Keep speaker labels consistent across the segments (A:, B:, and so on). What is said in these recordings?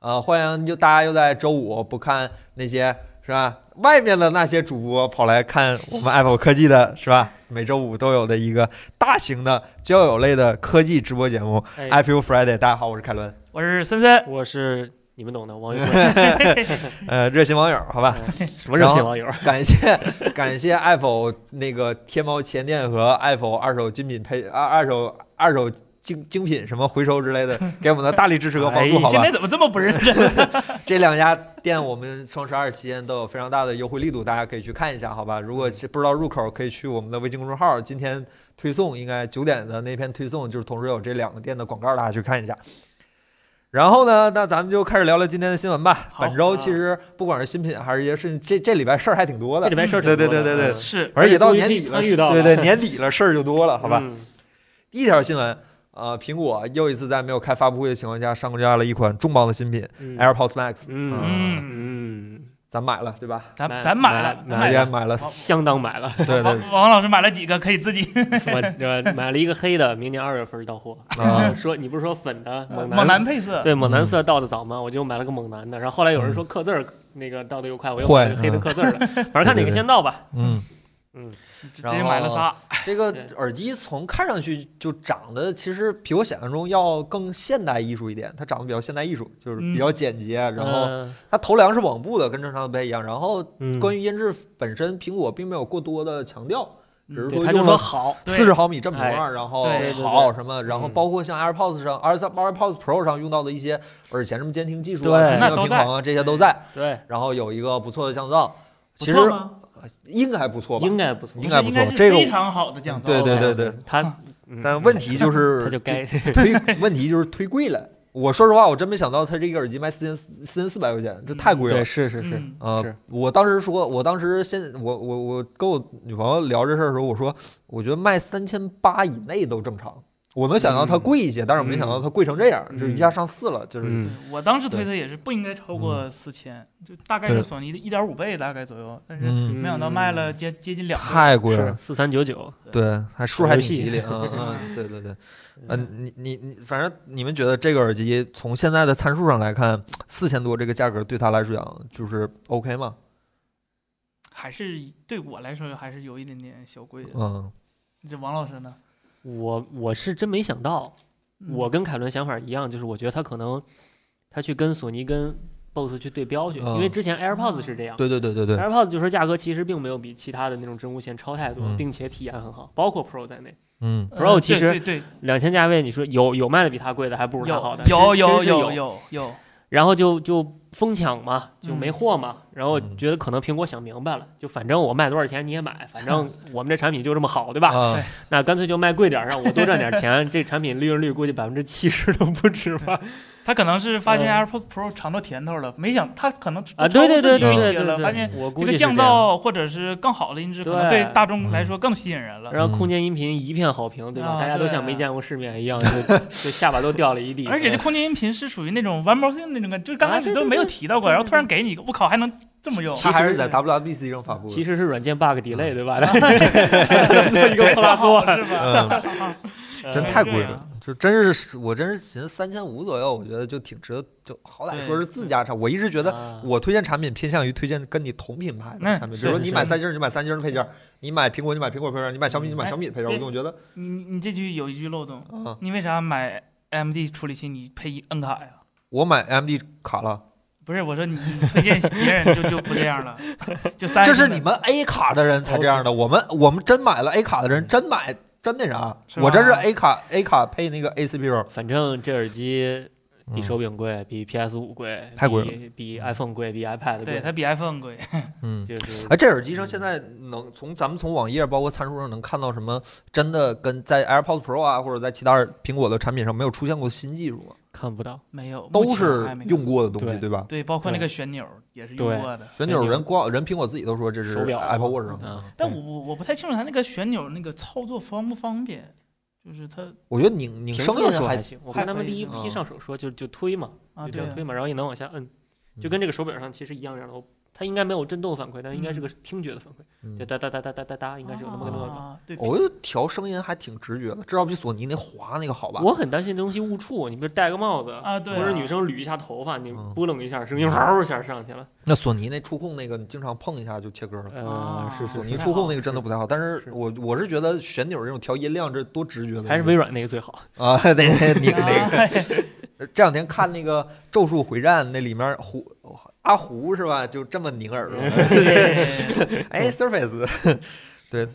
A: 呃，欢迎又大家又在周五不看那些是吧？外面的那些主播跑来看我们 Apple 科技的是吧？每周五都有的一个大型的交友类的科技直播节目
B: 哎
A: i p u Friday。大家好，我是凯伦，
B: 我是森森，我是你们 懂的网友，
A: 呃，热心网友，好吧，
B: 哎什么热
C: 哎
B: 心网友？
A: 感谢 感谢 Apple 那个天猫旗舰店和 Apple 二手精品配啊二二手二手精精品什么回收之类的，给我们的大力支持和帮助，
B: 哎
A: 好
C: 现
A: 吧
C: 在？怎么这么不认真？
A: 这两家店我们双十二期间都有非常大的优惠力度，大家可以去看一下，好吧？如果是不知道入口，可以去我们的微信公众号，今天推送应该九点的那篇推送就是同时有这两个店的广告，大家去看一下。然后呢，那咱们就开始聊聊今天的新闻吧。
C: 好
A: 本周其实不管是新品还是一些事情，这这礼拜事儿还挺多
B: 这
A: 的
B: 礼，拜事儿
A: 对
B: 挺
A: 对
B: 多的
A: 对对对
B: 嗯
C: 是
A: 而且到年
B: 终
A: 底
B: 于可
A: 了，
B: 以参与到了
A: 对对，年底了事儿就多了，好吧？
B: 嗯
A: 第一条新闻，呃，苹果又一次在没有开发布会的情况下上架了一款重磅的新品、
B: 嗯
A: AirPods Max，
B: 嗯
C: 嗯，
B: 嗯，
A: 咱买了对吧？
C: 咱
B: 买
C: 咱买了，
B: 买
C: 咱
A: 大
C: 买
A: 家
C: 了。
A: 买了，
B: 相当买了，
A: 对对对，
C: 王王老师买了几个？可以自己
B: 我这买了一个黑的，明年二月份到货。
A: 啊 嗯
B: 说你不是说粉的猛
C: 猛男配色，
B: 对猛男色到的早吗？我就买了个猛男的，然后后来有人说刻字儿那个到的又快，我又买了个黑的刻字儿的，反正看哪个先到吧。
A: 嗯，
B: 嗯，
C: 直接买了仨。
A: 这个
B: 对
A: 耳机从看上去就长得其实比我想象中要更现代艺术一点，它长得比较现代艺术，就是比
C: 嗯
A: 较简洁，然后它头梁是网布的，跟正常的不太一样。然后
B: 嗯
A: 关于音质本身，苹果并没有过多的强调，只是
B: 对
A: 说
B: 他就
A: 用
B: 说
A: 了
B: 好，
C: 嗯 对
A: 四十毫米振幅
B: 哎
A: 儿，然后
C: 对对
B: 对
A: 好什么，然后
B: 嗯
A: 包括像 AirPods 上、Air AirPods Pro 上用到的一些耳前什么监听技术
B: 对
A: 啊、什
C: 那
A: 么
C: 都
A: 平
C: 在
A: 衡啊，这些都在。
B: 对，
A: 然后有一个不错的降噪，
C: 不
A: 其实
C: 错吗
A: 应该还不错吧？
B: 应该不错
A: 应。该不
C: 应
A: 错
C: 该是
A: 这个
C: 非常好的降噪。
A: 对对对对，
B: 他，
A: 嗯
B: 嗯
A: 但问题就是
B: 他就该
A: 推，问题就是推贵了。我说实话，我真没想到它这个耳机卖四千四千四百块钱，这太贵了
B: 对，。是是是，
C: 嗯
A: 呃
B: 是，
A: 我当时说，我当时现我我我跟我女朋友聊这事儿的时候，我说，我觉得卖三千八以内都正常。我能想到它贵一些，但是我没想到它贵成这样，
B: 嗯
A: 就一下上四了，就是、
B: 嗯
C: 对，我当时推测也是不应该超过
A: 嗯
C: 四千，就大概是索尼的一点五倍大概左右，但是
A: 嗯，
C: 没想到卖了接接近两倍。
A: 太贵了
B: 是。四三九九，
A: 对，还数还挺
B: 游戏
A: 吉 利，嗯嗯，对对对，嗯，你你你，反正你们觉得这个耳机从现在的参数上来看，四千多这个价格对它来说讲就是 OK 吗？
C: 还是对我来说还是有一点点小贵的。
A: 嗯
C: 这王老师呢？嗯
B: 我我是真没想到，我跟凯伦想法一样，就是我觉得他可能他去跟索尼跟 BOSS 去对标去，
A: 嗯
B: 因为之前 AirPods 是这样。
A: 对对对对对，
B: AirPods 就说价格其实并没有比其他的那种真无线超太多，
A: 嗯
B: 并且体验很好，包括 Pro 在内，
A: 嗯
C: 嗯
B: Pro 其实
C: 对对对
B: 两千价位，你说有有卖的比它贵的，还不如它好的，
C: 有
B: 真
C: 有
B: 真是有
C: 有有有，
B: 然后就就疯抢嘛，就没货嘛，然后
A: 嗯
B: 觉得可能苹果想明白了，就反正我卖多少钱你也买，反 正我们这产品就这么好，对吧？
A: 啊
C: 对
B: 那干脆就卖贵点儿，让我多赚点钱，这产品利润率估计百分之七十都不止吧。
C: 他可能是发现
B: 嗯
C: AirPods Pro 尝到甜头了，没想他可能
B: 啊，对对对对
C: 超乎自
B: 对
C: 己预期
B: 对
C: 了
B: 对，
C: 发现
B: 我估
C: 这
B: 计
C: 个
B: 是
C: 降
B: 这样。
C: 噪或者是更好的音质，可能
B: 对啊嗯
C: 对大众来说更吸引人了。
B: 然后空间音频一片好评，嗯对吧？
C: 啊
B: 大家都
C: 对
B: 像没见过世面一样，就 就下巴都掉了一地。
C: 而且这空间音频是属于那种 one more thing 那种感觉，就是刚开
B: 啊对
C: 始
B: 对
C: 都没有提到过，
B: 对对
C: 然后突然给你一个，我靠，还能这么用？
A: 它还是在
C: 对
A: WWDC 上发布
B: 其
A: 的。
B: 实是软件 bug delay，对吧？ 做一个克拉
C: 好
B: 索，
C: 是吧？
A: 真
B: 嗯
A: 太
C: 这
A: 贵
C: 样
A: 了，就真是我真是寻思三千五左右，我觉得就挺值得，就好歹说是自家产。我一直觉得
B: 啊
A: 我推荐产品偏向于推荐跟你同品牌的
C: 嗯
A: 产品，比
B: 是
A: 如说
B: 是
A: 你
B: 是
A: 买三星儿，你买三星儿的配件儿；你买苹果，你买苹果配件儿；你买小米，你买小米的配件儿。我
C: 哎
A: 总觉得，
C: 你你这句有一句漏洞，
A: 嗯，
C: 你为啥买 AMD 处理器你配一 N 卡呀？
A: 我买 AMD 卡了。
C: 不是，我说你你推荐别人就就不这样了，就三
A: 这
C: 星
A: 是
C: 的
A: 你们 A 卡的人才这样的，我们我们真买了 A 卡的人真买真那啥，
C: 是吧
A: 我真是 A 卡 A 卡配那个 ACP
B: 反正这耳机比
A: 嗯
B: 手柄贵，比 PS 五贵，
A: 太贵
B: 比比 iPhone 贵，比 iPad
C: 对
B: 贵，
C: 它比 iPhone 贵，
A: 嗯。
B: 就是
A: 哎，这耳机上现在能从咱们从网页包括参数上能看到什么？真的跟在 AirPods Pro 啊，或者在其他苹果的产品上没有出现过新技术吗？
B: 看不到。
C: 没有
A: 都
C: 目前
A: 是
C: 还没有
A: 用过的东西，
B: 对
A: 对吧？
C: 对，包括那
B: 对
C: 个旋钮也是用
B: 对
C: 过的。
A: 旋钮人光人苹果自己都说这是
B: 手表嗯
A: Apple Watch 上的
B: 啊，
C: 但我我我不太清楚它那个旋钮那个操作方不方便，就是它
A: 我觉得拧拧
B: 评
A: 生
B: 测
A: 硬
B: 说
A: 还
B: 行，啊我看他们第一
A: 还可
B: 批
A: 以
B: 上手说就就推嘛，
C: 啊，
B: 就这
C: 对
B: 样
C: 啊
B: 推，嘛，然后也能往下摁，就
A: 嗯
B: 跟这个手表上其实一样样的。我它应该没有震动反馈，但是应
C: 嗯
B: 该是个听觉的反馈，
A: 嗯
B: 就哒哒哒哒哒哒哒，应该是有那么个动作。
C: 啊，对，
A: 我觉得调声音还挺直觉的，至少比索尼那滑那个好吧？
B: 我很担心这东西误触，你比如戴个帽子
C: 啊对
B: 或者
C: 啊
B: 女生捋一下头发，你
A: 嗯
B: 拨楞一下，声音嗷一下上去了。
A: 那索尼那触控那个，你经常碰一下就切歌了。
B: 呃
C: 啊，
B: 是是
A: 索
B: 是
A: 尼
C: 不太
A: 触控
C: 好
A: 那个真的不太好，但是
B: 是
A: 我我是觉得旋钮这种调音量这多直觉的一个，
B: 还是微软那个最 好。
A: 啊，那那拧 那个。
C: 啊
A: 这两天看那个《咒术回战》，那里面胡阿胡是吧，就这么拧耳朵，
B: 嗯
C: 对，
A: 哎，Surface，对，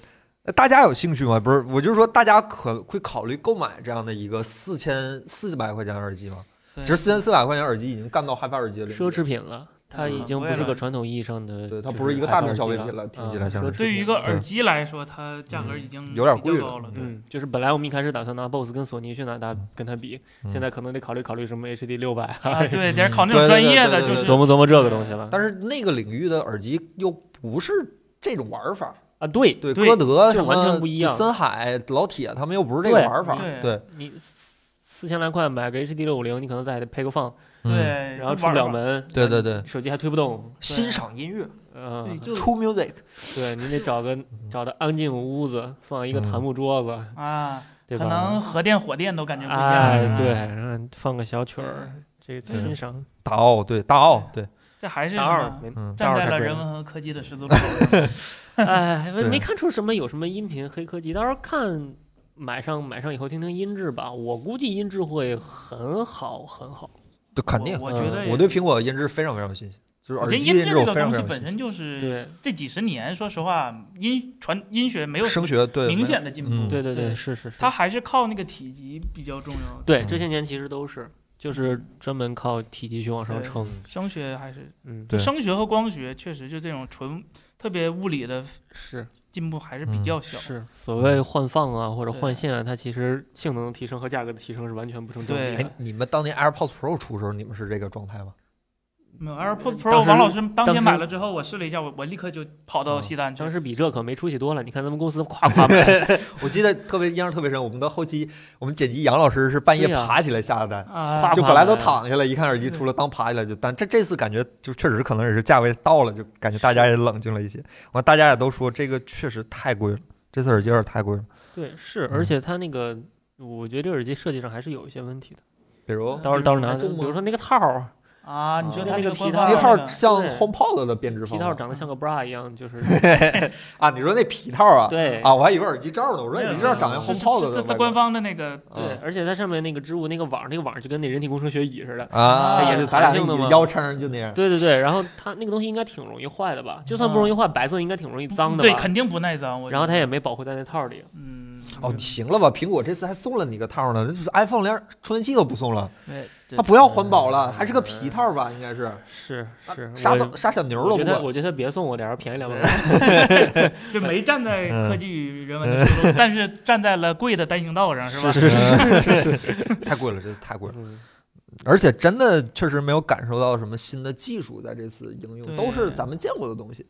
A: 呃大家有兴趣吗？不是，我就是说，大家可会考虑购买这样的一个四千四百块钱耳机吗？其实四千四百块钱耳机已经干到 HiFi 耳机了，
B: 奢侈品了，它已
C: 嗯
B: 经
C: 我
B: 不
C: 也
B: 是
C: 来
B: 个传统意义上的，
A: 对它
B: 就
A: 不是一个
B: 海
A: 大
B: 报
A: 众消
B: 机
A: 费
B: 了
A: 品了听
B: 嗯
A: 起来像
B: 奢
A: 是
B: 侈
C: 对于
B: 品
C: 一个
B: 了
C: 耳机来说，它价格已经
A: 有点贵
C: 比
A: 了
C: 较高 了，对，
B: 嗯，就是本来我们一开始打算拿 BOSS 跟索尼去拿它
A: 嗯
B: 跟它比，
A: 嗯
B: 现在可能得考虑考虑什么 HD 六百
C: 啊，
B: 啊，
C: 对，得考那
A: 对对
C: 种专
A: 对
C: 业
A: 对
C: 的，
A: 对
C: 就
A: 对
C: 是
B: 琢磨琢磨这个东西了。
A: 但是那个领域的耳机又不是这种玩法，
B: 啊，对
A: 对，
C: 对
A: 歌德
B: 就
A: 什
B: 完全
A: 么
B: 不一样
A: 森海、老铁他们又不是这个
B: 对
A: 玩法，
C: 对
A: 对
B: 你四四千来块买个 HD 六五零，你可能再还得配个放，
A: 嗯
C: 对，
B: 然后
C: 就
B: 出
C: 哎玩
B: 不了
C: 玩，
B: 门，
A: 对对对，
B: 手机还推不动，
A: 欣赏音乐
B: 嗯
C: 对，，就
A: ，True Music，
B: 对你得找个
A: 嗯
B: 找到安静屋子，放一个檀木桌子，
C: 啊，
B: 对
C: 可
B: 吧？
C: 能核电火电都感觉不一样。
B: 哎，对，然后放个小曲儿，这个
A: 嗯对
B: 欣赏。
A: 大奥对大奥对，
C: 这还是
B: 大
C: 什
B: 二
C: 么
B: 没
A: 嗯，
B: 大
C: 站
B: 二
C: 在
B: 太
C: 了
B: 贵
C: 人
B: 了
C: 文和科技的十字路口上。
B: 哎，没
A: 对
B: 没看出什么有什么音频黑科技，到时候看买上买上以后听听音质吧，我估计音质会很好很好。
A: 对， 肯定，
C: 我我觉
B: 嗯
C: 得
A: 我
C: 也
A: 对苹果音质非常非常有信心，就是
C: 我
A: 耳
C: 觉得
A: 机
C: 音质
A: 质我
C: 这个
A: 非常非常
C: 东西
A: 有
C: 本
A: 信
C: 身
A: 心，
C: 就是
B: 对
C: 这几十年，说实话，音传音学没有什
A: 声
C: 么
A: 学对
C: 明显的进
A: 嗯
C: 步，
B: 对对对，
C: 对
B: 是是是。
C: 它还是靠那个体积比较重要。，
B: 对
A: 嗯
B: 这些年其实都是就是专门靠体积去往上
C: 对
B: 撑。
C: 声学还是
B: 嗯，
A: 对
C: 声学和光学确实就这种纯特别物理的
B: 是
C: 进步还是比
B: 嗯
C: 较小。
B: 是，
A: 嗯
B: 所谓换放啊或者
C: 对
B: 换线啊，它其实性能的提升和价格的提升是完全不成正比
C: 对
A: 哎
B: 的。，
A: 你们当年 AirPods Pro 出的时候，你们是这个状态吗？
C: 没有 AirPods
B: 当
C: Pro，
B: 时
C: 王老师当
B: 当
C: 天
B: 时
C: 买了之后，我试了一下，我我立刻就跑到
A: 嗯
C: 西单去
B: 当。时比这可没出息多了，你看咱们公司夸 夸买
A: 我记得特别印象特别深，我们的后期我们剪辑杨老师是半夜
B: 对呀
A: 爬起来下的单。
C: 啊
B: 夸
A: 就本来都
B: 爬起来
A: 躺下了，一看耳机出了，当爬起来就单。这这次感觉就确实可能也是价位到了，就感觉大家也冷静了一些。完，大家也都说这个确实太贵了，这次耳机有点太贵了。
B: 对，是，
A: 嗯
B: 而且它那个，我觉得这耳机设计上还是有一些问题的。
A: 嗯比如
B: 到时候到时候
A: 还
B: 拿，
A: 重吗
B: 比如说那个套儿，
C: 啊！你
A: 啊
C: 说
A: 那
C: 它
B: 个
C: 个
B: 皮
C: 官
B: 套
C: 方
A: 那
B: 儿
A: 套
C: 那
A: 儿
C: 个
A: 像
B: 对
A: HomePod 的编织
B: 皮
A: 方
B: 套
A: 法
B: 长得像个 bra 一 样，就是
A: 啊，你说那皮套啊？
B: 对
A: 啊，我还以为耳机罩呢。我说
C: 没有
A: 你这长得像
C: 是是
A: HomePod
C: 是
A: 的
C: 它官方的那个
B: 对
A: 啊，
B: 而且它上面那个织物那个网儿，那个网儿就跟那人体工程学椅似的。
A: 啊，
C: 它也是
A: 咱俩
B: 弹性的
A: 那
B: 嘛
A: 腰撑上就那样。
B: 对对对，然后它那个东西应该挺容易坏的吧？就算不容易坏，白色应该挺容易脏的
C: 嗯对，
B: 吧
C: 肯定不耐脏。我觉
B: 然后
C: 得
B: 它也没保护在那套儿里。
C: 嗯，
A: 哦，行了吧，苹果这次还送了你个套呢，那就是 iPhone 连充电器都不送了，
C: 对，对
A: 它不要环保了，还是个皮套吧，应该是
B: 是是，
A: 杀
B: 我
A: 杀小牛
B: 我
A: 都
B: 觉
A: 不
B: 得
A: 管。
B: 我觉得别送我点儿，便宜两百。
C: 就没站在
A: 嗯
C: 科技与人文的 出路，但是站在了贵的单行道上，是吧？
B: 是是是是是是。
A: 太贵了，这次太贵了，
B: 嗯
A: 而且真的确实没有感受到什么新的技术在这次应用，
C: 对
A: 都是咱们见过的东西。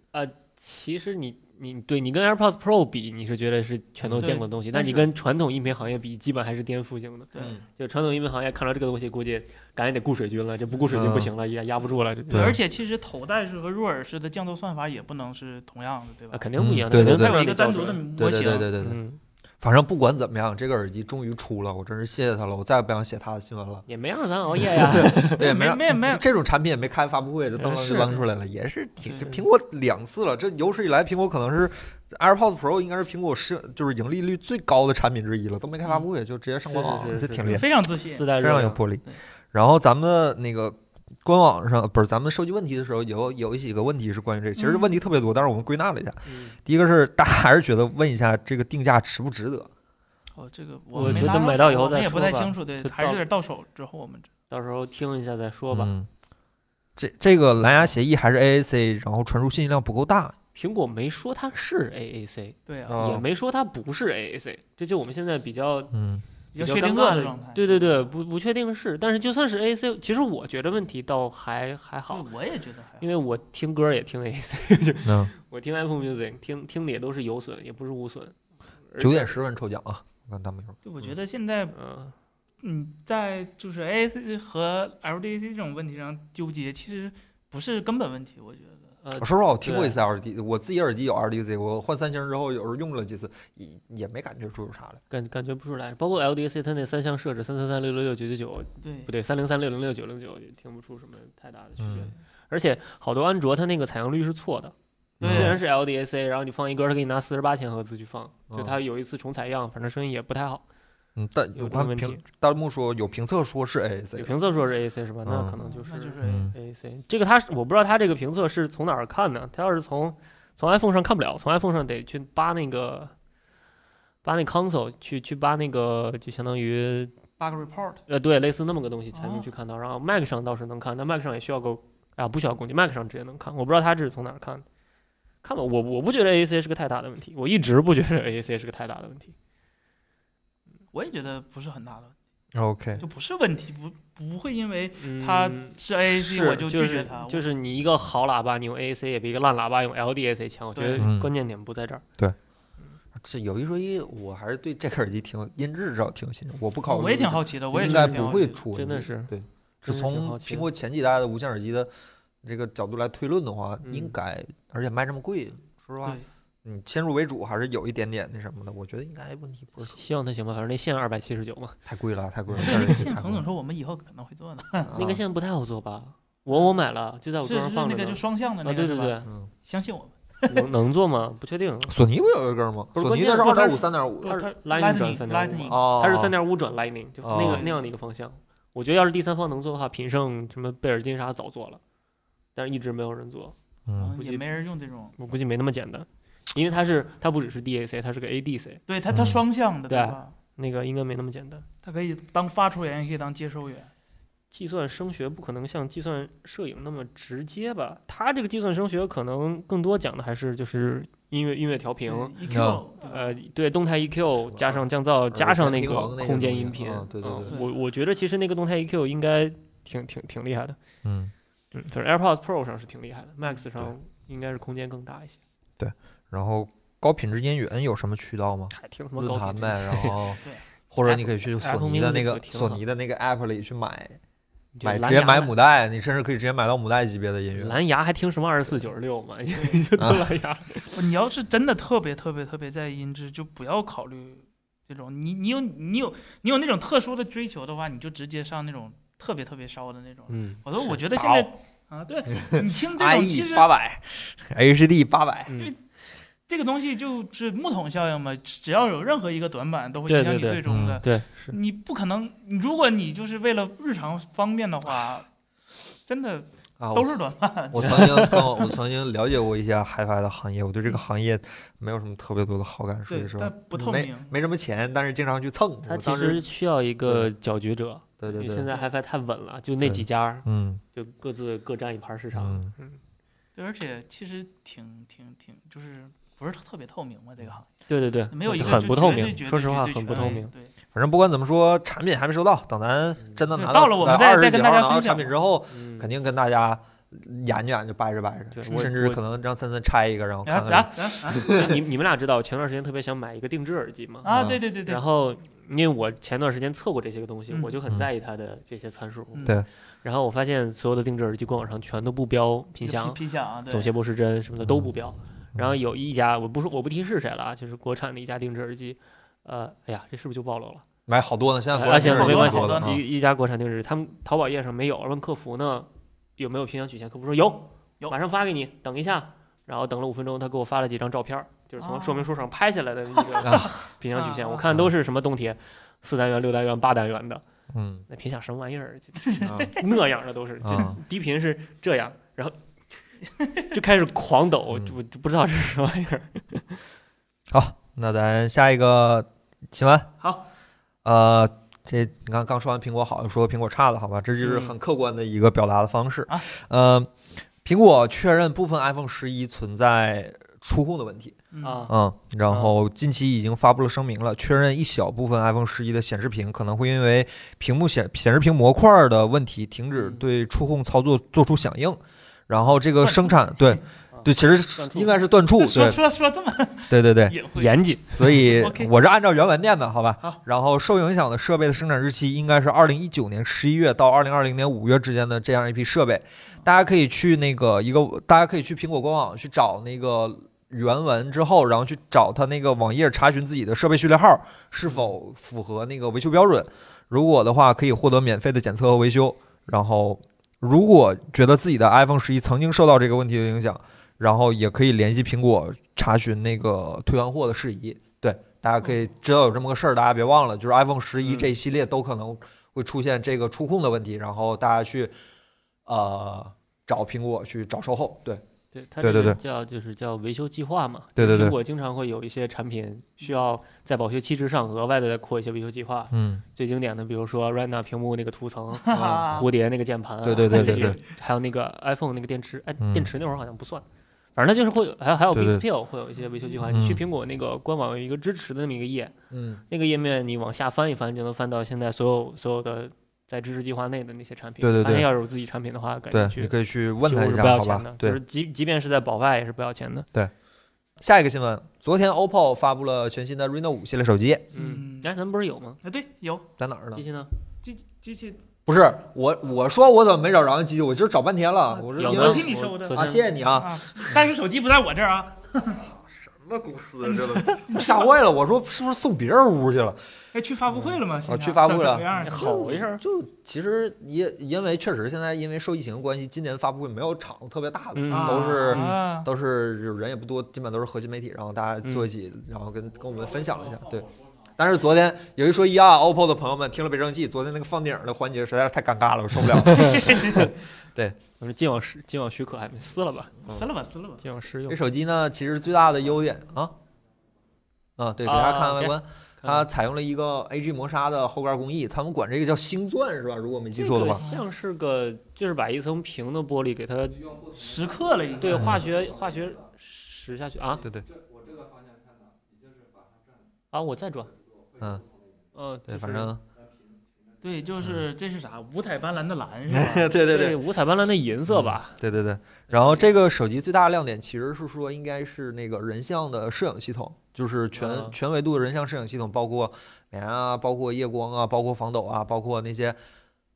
B: 其实你你对你跟 AirPods Pro 比，你是觉得是全都见过的东西，但
C: 但
B: 你
C: 是
B: 跟传统音频行业比，基本还是颠覆性的。
C: 对
A: 嗯
B: 就传统音频行业看到这个东西，估计赶紧得雇水军了，这不雇水军不
A: 嗯
B: 行了，也压不住了。这
A: 对
C: 而且其实头戴式和入耳式的降噪算法也不能是同样的，对
B: 啊，
C: 吧？
B: 肯定不一
A: 嗯
B: 样，
A: 对
B: 肯定
A: 对对
C: 它
B: 不
C: 有
B: 让
C: 一个
B: 你造
C: 单独
B: 出
C: 的
B: 来
C: 模
A: 对
C: 型
A: 对，对对对对，
B: 嗯，
A: 反正不管怎么样，这个耳机终于出了，我真是谢谢他了，我再也不想写他的新闻了。
B: 也没让咱熬夜 呀。
A: 对，
C: 没
A: 让
C: 没没有
A: 这种产品也没开发布会，就
B: 嗯
A: 噔噔就是扔出来了，也是挺这
B: 对
A: 苹果两次了，这有史以来苹果可能是 AirPods Pro 应该是苹果是就是盈利率最高的产品之一了，都没开发布会就直接上官网
B: 是
A: 了，
B: 是是
A: 这
B: 是
A: 挺厉害，
C: 非常自信
B: 自。带
A: 非
B: 热
A: 常有
B: 量，
A: 魄力
C: 对。
A: 然后咱们的那个。官网上不是咱们收集问题的时候有有几个问题是关于这个，其实
C: 嗯
A: 问题特别多，但是我们归纳了一下。
B: 嗯
A: 第一个是大家还是觉得问一下这个定价值不值得？
C: 哦，这个
B: 我
C: 没
B: 觉
C: 拿
B: 得
C: 手
B: 买到以后
C: 我们
B: 再
C: 也不
B: 说
C: 太
B: 吧
C: 清楚，对
B: 就，
C: 还是
B: 到
C: 有点到手之后我们
B: 到时候听一下再说吧。
A: 嗯这这个蓝牙协议还是 AAC，然后传输信息量不够大，
B: 苹果没说它是 AAC，
C: 对啊，
A: 哦
B: 也没说它不是 AAC，这就我们现在比较
A: 嗯，
C: 比较
B: 比较
C: 薛
B: 尴
C: 定谔
B: 尬
C: 的
B: 的
C: 状态。
B: 对对对，不不确定是，但是就算是 A C，其实我觉得问题倒还还
C: 对，
B: 好，
C: 我也觉得还好
B: 因为我听歌也听 A C，就
A: 那
B: 我听 Apple Music，听听的也都是有损，也不是无损。而
A: 九点十分抽奖啊，我看弹幕一会儿。
C: 就我觉得现在
B: 嗯，
C: 你在就是 AAC 和 LDAC 这种问题上纠结，其实不是根本问题，我觉得。
B: 呃
A: 我，说实话，我听过
B: 对
A: 一次 LD，我自己耳机有 LDC，我换三星之后有时候用了几次，也也没感觉出有啥来。
B: 感感觉不出来，包括 LDC 它那三项设置三三三六六六九九九，
C: 对
B: 不，对，三零三六零六九零九也听不出什么太大的区别。
A: 嗯
B: 而且好多安卓它那个采样率是错的，
A: 嗯
C: 对
B: 虽然是 LDAC，然后你放一歌，它给你拿四十八千赫兹去放，就它有一次重采样，反正声音也不太好。
A: 嗯，但
B: 有
A: 我
B: 这个
A: 看
B: 问
A: 评
B: 题，
A: 弹幕说有评测说是 AAC，
B: 有评测说是 AAC 是吧？那
A: 嗯
B: 可能就是
C: 那就是
B: AAC。这个它是我不知道它这个评测是从哪儿看的，它要是从从 iPhone 上看不了，从 iPhone 上得去扒那个扒那 console 去去扒那个就相当于
C: 八个 report，
B: 呃，对，类似那么个东西才能
C: 哦
B: 去看到。然后 Mac 上倒是能看，但 Mac 上也需要个啊，不需要工具，Mac 上直接能看。我不知道它这是从哪儿看的。看吧，我我不觉得 AAC 是个太大的问题，我一直不觉得 AAC 是个太大的问题。
C: 我也觉得不是很大的，
A: OK，
C: 就不是问题，不不会因为
B: 嗯
C: 它是 AAC
B: 是
C: 我就拒绝它，
B: 是
C: 我
B: 就是你一个好喇叭，你用 AAC 也比一个烂喇叭用 LDAC 强。我觉
C: 对
B: 得
A: 嗯
B: 关键点不在这儿。
A: 这有一说一，我还是对这个耳机挺有音质至少挺有信心，我不
B: 哦
A: 考虑，
C: 我也挺好奇的，我也
A: 应
C: 是
A: 该
C: 挺
A: 不
C: 好
A: 会
C: 奇的
A: 出问题，
B: 真的是
A: 对，
B: 真
A: 就是
B: 挺
A: 从
B: 好奇
A: 苹
B: 的
A: 果前几代的无线耳机的这个角度来推论的话，
B: 嗯
A: 应该而且卖这么贵，说实话
C: 对，
A: 嗯，先入为主还是有一点点那什么的，我觉得应该问题不是
B: 希望它行吧，反正那线二百七十九嘛，
A: 太贵了，太贵了，
C: 对那个线，
A: 太贵
C: 彭总
A: 了。
C: 说我们以后可能会 做呢，
A: 啊
B: 那个线不太好做吧？我我买了，就在我
C: 是
B: 桌
C: 是
B: 上放
C: 那
B: 着
C: 个
B: 呢。
C: 就双向的那
B: 啊，
C: 个，
B: 对对
C: 是吧，
B: 对，
A: 嗯，
C: 相信我们。
B: 能能做吗？不确定。
A: 索尼不有一根吗？
B: 不是
A: 索尼那
B: 关键
A: 是二点
B: 是它
A: 五、
B: 是
A: 三点五
B: 它是
C: 呃
B: Lightning 转
C: Lightning，
B: 三点五
C: Lightning
A: 哦，
B: 它是三点五转 Lightning，就那个
A: 哦
B: 那样的一个方向。我觉得要是第三方能做的话，品胜什么贝尔金啥早做了，但是一直没有人做，
C: 然后
A: 嗯
B: 估
C: 啊也
B: 计
C: 没人用这种，
B: 我估计没那么简单，因为它是它不只是 DAC，它是个 ADC，
C: 对它它
A: 嗯
C: 双向的，
B: 对
C: 吧？
B: 那个应该没那么简单。
C: 它可以当发出源，也可以当接收源。
B: 计算声学不可能像计算摄影那么直接吧？它这个计算声学可能更多讲的还是就是音乐音乐调频，
C: 对
A: 嗯
C: ，EQ，对吧
B: 呃，对，动态
A: 是
B: EQ
A: 吧
B: 加上降噪，加上那个空间音频，
A: 嗯对对
B: 嗯
C: 对
B: 我我觉得其实那个动态 EQ 应该挺挺挺厉害的。
A: 嗯，
B: 嗯，反正 AirPods Pro 上是挺厉害的，Max 上应该是空间更大一些，
A: 然后高品质音源有什么渠道吗？
B: 还挺他妈
A: 论
B: 高
A: 坛
B: 级。
A: 呗，然后
C: 对
A: 或者你可以去索
B: Apple
A: 尼的
B: Music
A: 那个
B: 挺好
A: 索尼的那个 app 里去买，
B: 你就
A: 买直
B: 蓝
A: 接
B: 牙
A: 买
B: 的
A: 母带，你甚至可以直接买到母带级别的音乐。
B: 蓝牙还听什么二十四九十六嘛，就
A: 啊
B: 都蓝 牙。
C: 不你要是真的特别特别特别在意音质，就不要考虑这种。你你有你有你有那种特殊的追求的话，你就直接上那种特别特别烧的那种。
B: 嗯，
C: 我都我
B: 是
C: 觉得现在 啊，对你听这
A: i
C: 种其
A: e
C: 实
A: 八百，HD 八百，
B: 嗯
C: 这个东西就是木桶效应嘛，只只要有任何一个短板都会
B: 对
C: 影响
B: 对
C: 你
B: 对
C: 最终
A: 嗯
C: 的。
B: 对是，
C: 你不可能，你如果你就是为了日常方便的话，真的
A: 啊，我
C: 都是短板。
A: 我曾经跟我曾经了解过一下 HiFi 的行业，我对这个行业没有什么特别多的好感，说
C: 对
A: 实，话，
C: 但不透
A: 没
C: 明。
A: 没什么钱，但是经常去蹭。
B: 它
A: 我
B: 其
A: 当
B: 实
A: 时
B: 需要一个搅局者，
A: 对对
B: 因为现
A: 对，
B: 在 HiFi 太稳了，就那
A: 对
B: 几家
A: 嗯
B: 就各自各占一盘市场。
A: 嗯，
C: 对，而且其实挺挺挺，就是不是特别透明嘛，这个行业
B: 对对对，
C: 没有一个
B: 很
C: 就
B: 不
C: 绝
B: 透
C: 对
B: 明
C: 绝对
B: 说实
C: 绝
B: 话很
C: 对权
B: 不透
C: 威
B: 明
C: 对，对
A: 反正不管怎么说，产品还没收到，等咱真的
C: 对
A: 拿
C: 到了我们再
A: 二十
C: 再
A: 几
C: 跟
A: 号
C: 大家
A: 拿到
C: 分享
A: 产品之后，
B: 嗯
A: 肯定跟大家研究研究，掰扯掰扯，
B: 对我
A: 甚至
B: 我
A: 可能让森森拆一个，
B: 哎
A: 然后看
C: 啊
A: 看
C: 啊啊
B: 你你们俩知道，我前段时间特别想买一个定制耳机嘛，
C: 啊！对对对对
B: 然，后因为我前段时间测过这些个东西，
C: 嗯
B: 我就很在意它的这些参数。
C: 嗯
A: 对
B: 然后我发现所有的定制耳机官网上全都不标
C: 就
B: 品相、
C: 皮箱啊，对
B: 走斜波失真什么的
A: 嗯
B: 都不标。然后有一家我不说我不提是谁了啊，就是国产的一家定制耳机，呃，哎呀，这是不是就暴露了？
A: 买好多呢，现在国
B: 啊，
A: 产
B: 行
A: 电，视
B: 没
A: 挺
B: 关系
A: 多的，啊，
B: 一一家国产定制，他们淘宝页上没有，问客服呢有没有平阳曲线，客服说有，
C: 有
B: 马上发给你，等一下。然后等了五分钟，他给我发了几张照片儿，就是从
C: 哦
B: 说明书上拍下来的那个品相曲线，
C: 啊
B: 我看都是什么动铁，四单元、六单元、八单元的，
A: 嗯，
B: 那品相什么玩意儿，就
A: 啊
B: 那样的都是，就
A: 啊
B: 低频是这样，然后就开始狂抖，
A: 嗯
B: 就我就不知道这是什么玩意儿。
A: 好，那咱下一个新闻。
B: 好，
A: 呃，这你看刚说完苹果好，又说苹果差了，好吧？这就是
B: 嗯
A: 很客观的一个表达的方式。
C: 啊
A: 呃，苹果确认部分 iPhone 十一存在触控的问题，
C: 嗯
B: 啊
A: 嗯，然后近期已经发布了声明了，确认一小部分 iPhone 十一的显示屏可能会因为屏幕显显示屏模块的问题停止
B: 嗯
A: 对触控操作做出响应。然后这个生产对
B: 啊
A: 对，其实
B: 断触
A: 应该是断触，
C: 说
A: 对
C: 说说这么
A: 对对对，
C: 也会
B: 严谨，
A: 所以
C: OK
A: 我是按照原文念的，好吧？
C: 好，
A: 然后受影响的设备的生产日期应该是二零一九年十一月到二零二零年五月之间的这样一批设备，大家可以去那个一个，大家可以去苹果官网去找那个。原文之后，然后去找他那个网页查询自己的设备序列号是否符合那个维修标准。如果的话，可以获得免费的检测和维修。然后，如果觉得自己的 iPhone 十一曾经受到这个问题的影响，然后也可以联系苹果查询那个退换货的事宜。对，大家可以知道有这么个事儿，大家别忘了，就是 iPhone 十一
B: 哦嗯
A: 这一系列都可能会出现这个触控的问题，然后大家去呃找苹果去找售后。对，
B: 对，它
A: 对
B: 这
A: 对
B: 个
A: 对
B: 叫就是叫维修计划嘛。
A: 对对对
B: 苹果经常会有一些产品需要在保修期之上额外的再扩一些维修计划。
A: 嗯，
B: 最经典的，比如说 Retina 屏幕那个涂层
C: 哈哈
B: 蝴蝶那个键盘啊，
A: 对对对对对，
B: 还有那个 iPhone 那个电池，哎，
A: 嗯
B: 电池那会儿好像不算，反正它就是会有，还有还有
A: 对对
B: Beats Pill 会有一些维修计划。你去
A: 嗯
B: 苹果那个官网有一个支持的那么一个页，
A: 嗯，
B: 那个页面你往下翻一翻，就能翻到现在所有所有的在支持计划内的那些产品。
A: 对对
B: 发现
A: 对
B: 要是有自己产品的话，赶
A: 对你
B: 紧，去。
A: 可以去问
B: 几
A: 他
B: 乎
A: 一
B: 是
A: 下
B: 不，要
A: 好
B: 钱
A: 吧
B: 的，？就
A: 对
B: 是，即即便是在保外也是不要钱的。
A: 下一个新闻，昨天 OPPO 发布了全新的 Reno 五系列手机，
B: 嗯
C: 嗯，
B: 哎，咱们不是有吗？
C: 啊，对，有
A: 在哪儿呢
B: 机？器呢？
C: 机机器
A: 不是我，我说我怎么没找着那机器？我今儿找半天了，
C: 啊
A: 我说
B: 有
A: 因
B: 呢
A: 为
C: 呢听你说我的
B: 昨
A: 啊，
B: 天
A: 谢谢你啊，
C: 啊，但是手机不在我这儿啊。
A: 什么公司啊这都 吓坏了！我说是不是送别人屋去了？
C: 哎，去发布会了吗？现
A: 嗯
C: 在
A: 啊去发布
C: 怎
A: 了
C: 怎么样？
B: 哎好回事儿。
A: 就其实也因为确实现在因为受疫情关系，今年发布会没有场子特别大的，
B: 嗯
A: 都是
C: 啊
A: 都是人也不多，基本都是核心媒体，然后大家
B: 嗯
A: 坐一起，然后跟跟我们分享一下。对，但是昨天有一说一啊，OPPO 的朋友们听了别生气，昨天那个放电影的环节实在是太尴尬了，我受不了。
B: 我说既往时既往许可还没撕了吧？
C: 撕了吧，撕了吧。
B: 既往时用
A: 这。手机呢，其实最大的优点啊啊，对，给大家看看
B: 啊
A: 外
B: ，OK
A: 观，它采用了一个 AG 磨砂的后盖工艺，他们管这个叫星钻是吧？如果我没记
B: 这
A: 错的
B: 个
A: 话，
B: 像是个，就是把一层平的玻璃给它
C: 时刻了已经。
B: 对化学化学蚀下去啊
A: 对对。
B: 啊！我再转，
A: 嗯，
B: 嗯，
A: 对，
B: 就是
A: 反正
C: 对，就是这是啥？五彩斑斓 的蓝是
A: 对
C: 吧？
A: 嗯对
B: 这
A: 对
B: 五彩斑斓的银色吧，
A: 对对对。然后这个手机最大的亮点其实是说，应该是那个人像的摄影系统，就是全、
B: 嗯
A: 全维度的人像摄影系统，包括美颜啊，包括夜光啊，包括防抖啊，包括那些，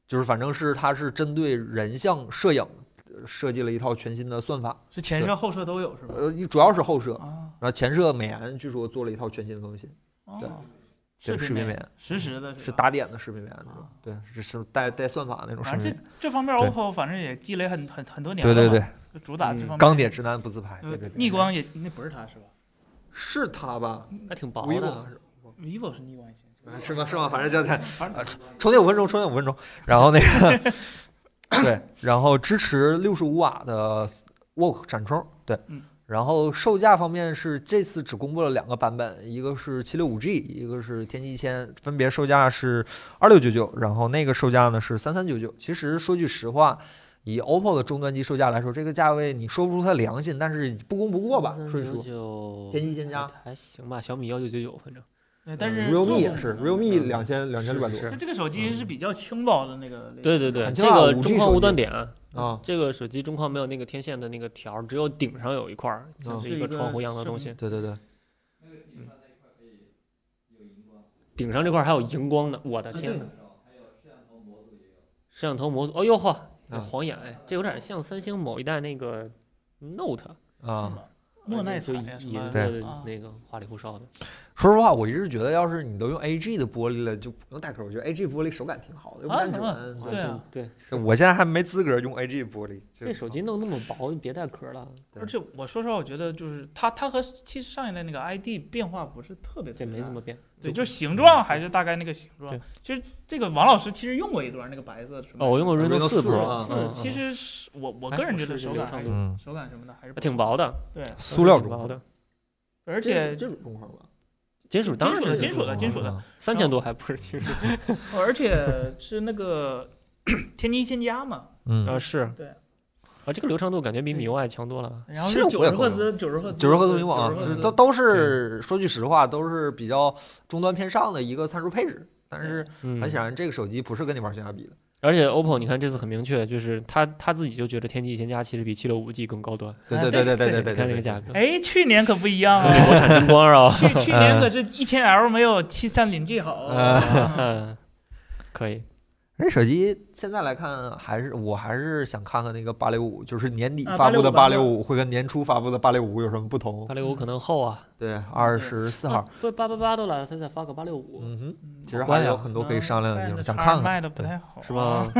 A: 就是反正是它是针对人像摄影呃设计了一套全新的算法，
C: 是前摄后摄都有是吧？
A: 呃，主要是后摄，
C: 啊，
A: 然后前摄美颜据说做了一套全新的东西，对
C: 哦，
A: 对，视频美
C: 美
A: 颜
C: 实时的
A: 是
C: 吧。
A: 打点的视频美颜那种
C: 啊，
A: 对，是是带带算法那种视
C: 反
A: 频美
C: 正
A: 颜。
C: 这这方面
A: 对
C: OPPO 反正也积累很很很多年
A: 对
C: 了，
A: 对，对，嗯
C: 就主打这方面。
A: 钢铁直男不自拍，
C: 呃
A: 别别别
C: 逆光也那不是它是吧
A: 是他吧
B: 还挺薄
A: ？vivo
B: 的。
C: ？vivo 是逆光也行，
A: 是吗？是吗？反正就在呃
C: 反正
A: 充电五分钟，充电五分钟。然后那 个对，然后支持六十五瓦的 Work 闪充，对
C: 嗯。
A: 然后售价方面是这次只公布了两个版本，一个是七六五 G，一个是天玑一千，分别售价是二六九九，然后那个售价呢是三三九九。其实说句实话，以 OPPO 的终端机售价来说，这个价位你说不出它良心，但是不攻不过吧？
B: 嗯
A: 说一说，
B: 说
A: 天玑千加
B: 还行吧，小米幺九九九，反正
C: 对但
A: 嗯
C: 是做
A: realme
C: 工
A: 也嗯是，realme 两千两千六百多
B: 嗯是
C: 就这个手机是比较轻薄的那个类型，
B: 对对对，
A: 很
B: 这
A: 轻啊
B: 个
A: 5G
B: 中框
A: 手
B: 无
A: 机
B: 断点，
A: 啊，
B: 这个手机中框没有那个天线的那个条儿，只有顶上有一块儿，像
A: 嗯
B: 是
C: 是
B: 一
C: 一
B: 个
C: 个
B: 窗户一样的
C: 是
B: 东
C: 吗
B: 西。
A: 对对对，
B: 顶上这块儿还有荧光呢，我的
C: 啊
B: 天呐！摄像头模组，哦呦呵，
A: 啊
B: 晃眼哎，这有点像三星某一代那个 Note，
A: 啊。
C: 莫奈
B: 就
C: 彩呀什
B: 银
C: 么
B: 色
A: 对
B: 的
C: 啊
B: 那个花里胡哨的。
A: 说实话，我一直觉得，要是你都用 AG 的玻璃了，就不用戴口。我觉得 AG 玻璃手感挺好的，又不
C: 啊
A: 耐
C: 是吗
A: 转。
C: 对啊
B: 对，
A: 我现在还没资格用 AG 玻璃。就
B: 这手机弄那么薄，别带壳了，
A: 对
C: 而且我说实话，我觉得就是它，它和其实上一代那个 ID 变化不是特别特
B: 这
C: 别
B: 没
C: 大
B: 怎么变。
C: 对，就是形状还是大概那个形状
B: 对。
C: 其实这个王老师其实用过一段那个白色的什么
A: 啊
B: 哦，我用过
A: Reno
B: Reno
A: 4 Pro，
B: Pro，
A: 啊
C: 是
B: 嗯
C: 其
B: 嗯
C: 实是我我
B: 哎
C: 个人觉
B: 是
C: 得手
B: 这个
C: 感
B: 差
C: 还
B: 不
C: 是
B: 多
A: 嗯，
C: 手感什么的还是不
B: 挺
C: 错
B: 薄的，
C: 对，
A: 塑料
B: 挺薄
A: 中，
B: 的，
C: 而且
A: 这是中框吧？
B: 金属当然
C: 金属的
B: 是
C: 金属的金属的
A: 啊，
B: 三千多还不是金属。
C: 哦而且是那个 天玑一千加嘛，
B: 啊，
A: 嗯，
B: 是，
C: 对，
B: 啊，这个流畅度感觉比米 UI 强多了。啊
C: 然后
A: 其实
C: 是
A: 我
C: 九
A: 也
C: 十
A: 搞
C: 赫
A: 不
C: 兹，九十赫兹，
A: 九十赫兹屏幕啊，
C: 90
A: 就
C: 赫
A: 是
C: 兹
A: 都都是说句实话，都是比较终端偏上的一个参数配置。但是
C: 对
B: 嗯
A: 很显然，这个手机不是跟你玩性价比的，
B: 而且 OPPO 你看这次很明确，就是他他自己就觉得天玑一千加其实比七六五 G 更高端，
A: 对
C: 啊
A: 对
C: 对
A: 对对对对
B: 你
A: 对
B: 看那个
A: 对
B: 价
A: 对，
B: 格，
C: 哎，去年可不一样啊，
B: 国产争光啊，
C: 去去年可是一千 L 没有七三零 G 好。嗯
B: 嗯，可以，
A: 而且手机现在来看，还是我还是想看看那个八六五，就是年底
C: 啊
A: 发布的八六
C: 865
A: 五会跟年初发布的八六五有什么不同
B: 八？六五可能厚啊，
A: 对，二十四号，
B: 不八八八都来了，他再发个八六五，
A: 嗯哼，
C: 嗯
A: 其实
B: 乖
A: 还
B: 呀
A: 有很多可以商量的地
C: 嗯
A: 方，想
C: 但是
A: 看看
C: 卖的不太好，
B: 是吧？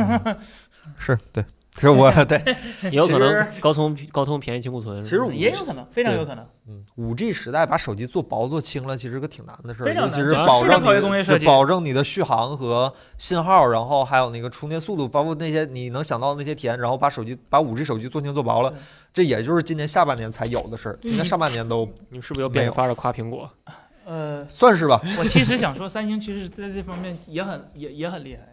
A: 是对，其实我 对，
B: 也有可
A: 其实
B: 能高通高通便宜清库存，
A: 其实
C: 嗯？
A: 五
C: 也有可能，非常有可能。
A: 嗯，五 G 时代把手机做薄做轻了，其实是个挺难的事儿，
C: 非常
A: 尤
C: 难
A: 其是
C: 主要是
A: 保
C: 市场
A: 证
C: 考虑
A: 你
C: 工业
A: 的
C: 设
A: 是
C: 计
A: 保证你的续航和信号，然后还有那个充电速度，包括那些你能想到的那些体验，然后把手机把五 G 手机做轻做薄了
C: 对，
A: 这也就是今年下半年才有的事儿，今年上半年都
B: 你们是不是又变着法儿的夸 苹果？
C: 呃，
A: 算是吧，
C: 我其实想说，三星其实在这方面也很也也很厉害呀。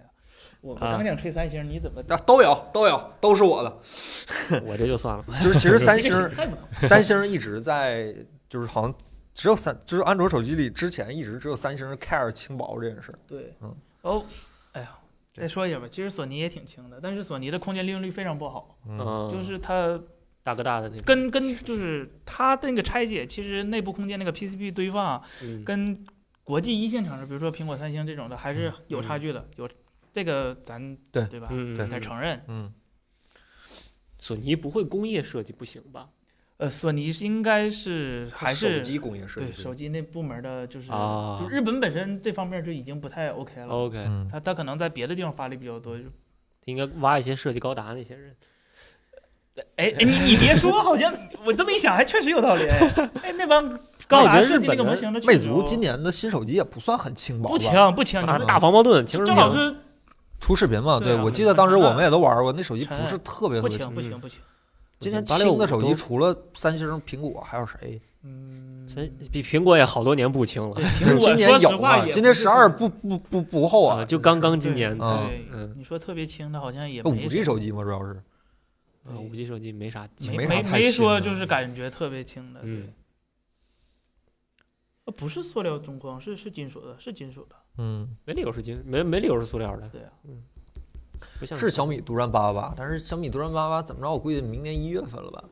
C: 我我
B: 啊
C: 刚想吹三星，你怎么？
A: 啊都有都有都是我的，
B: 我这就算了吧，
A: 就是其实三星嗯
C: 这个心态不同
A: 三星一直在，就是好像只有三，就是安卓手机里之前一直只有三星 care 轻薄这件事儿。
C: 对
A: 嗯，
C: 哦，哎呀，再说一下吧。其实索尼也挺轻的，但是索尼的空间利用率非常不好，
B: 嗯，
C: 就是它
B: 大哥大的那种，
C: 跟跟就是它那个拆解，其实内部空间那个 PCB 堆放啊
B: 嗯
C: 跟国际一线厂商，比如说苹果、三星这种的，还是有差距的。有这个咱
A: 嗯对
C: 对吧？
B: 嗯，
A: 对
C: 得承认。
A: 嗯，
B: 索尼不会工业设计不行吧？
C: 呃，索尼是应该是还是
A: 手机工业设计
C: 对
A: 师
C: 手机那部门的，就是、
B: 啊
C: 就日本本身这方面就已经不太 OK 了。
B: OK，
A: 嗯，
C: 他他可能在别的地方发力比较多。就
B: 应该挖一些设计高达那些人。
C: 哎哎，你你别说，好像我这么一想，还确实有道理。哎，哎 那帮
B: 但
C: 高
B: 我觉
C: 达
B: 得
C: 设
B: 日
C: 计那
B: 本
C: 个模
B: 人
C: 型的确
A: 魅
C: 实
A: 族今年的新手机也不算很轻薄吧，
C: 不轻不轻，你
B: 啊，
C: 们
B: 大防暴盾，其实
C: 郑老师
A: 出视频嘛？
C: 对啊
A: 我记得当时我们也都玩过，那手机不
C: 沉
A: 是特别特
C: 不
A: 别
C: 轻
A: 轻。
C: 不
B: 嗯
C: 轻不轻。
A: 今年
B: 八六
A: 轻
B: 五
A: 的手
B: 都
A: 机除了三星、苹果，还有谁？
C: 嗯，
B: 谁比苹果也好多年不轻了
C: 对，苹果
A: 今
C: 说
A: 年
C: 实
A: 有
C: 话
A: 啊
C: 也，
A: 今年
C: 不是
A: 十二不不不不厚
B: 啊，
A: 啊，
B: 就刚刚今年
A: 嗯
B: 才，
C: 对
B: 嗯，
C: 你说特别轻的，好像也没
A: 五 G
C: 什么
A: 手机嘛，主要是
C: 对
B: 呃五 G 手机没啥
A: 机
B: 劲，
A: 没啥
C: 没
A: 太
C: 没
A: 新
C: 说
A: 的
C: 就是感觉特别轻的，对
B: 嗯，
C: 呃不是塑料中框，是是金属的，是金属的，
A: 嗯，
B: 没理由是金，没没理由是塑料的，嗯
C: 对啊，
B: 不像
A: 是小米独占八八八，但是小米独占八八八怎么着？我估计明年一月份了吧？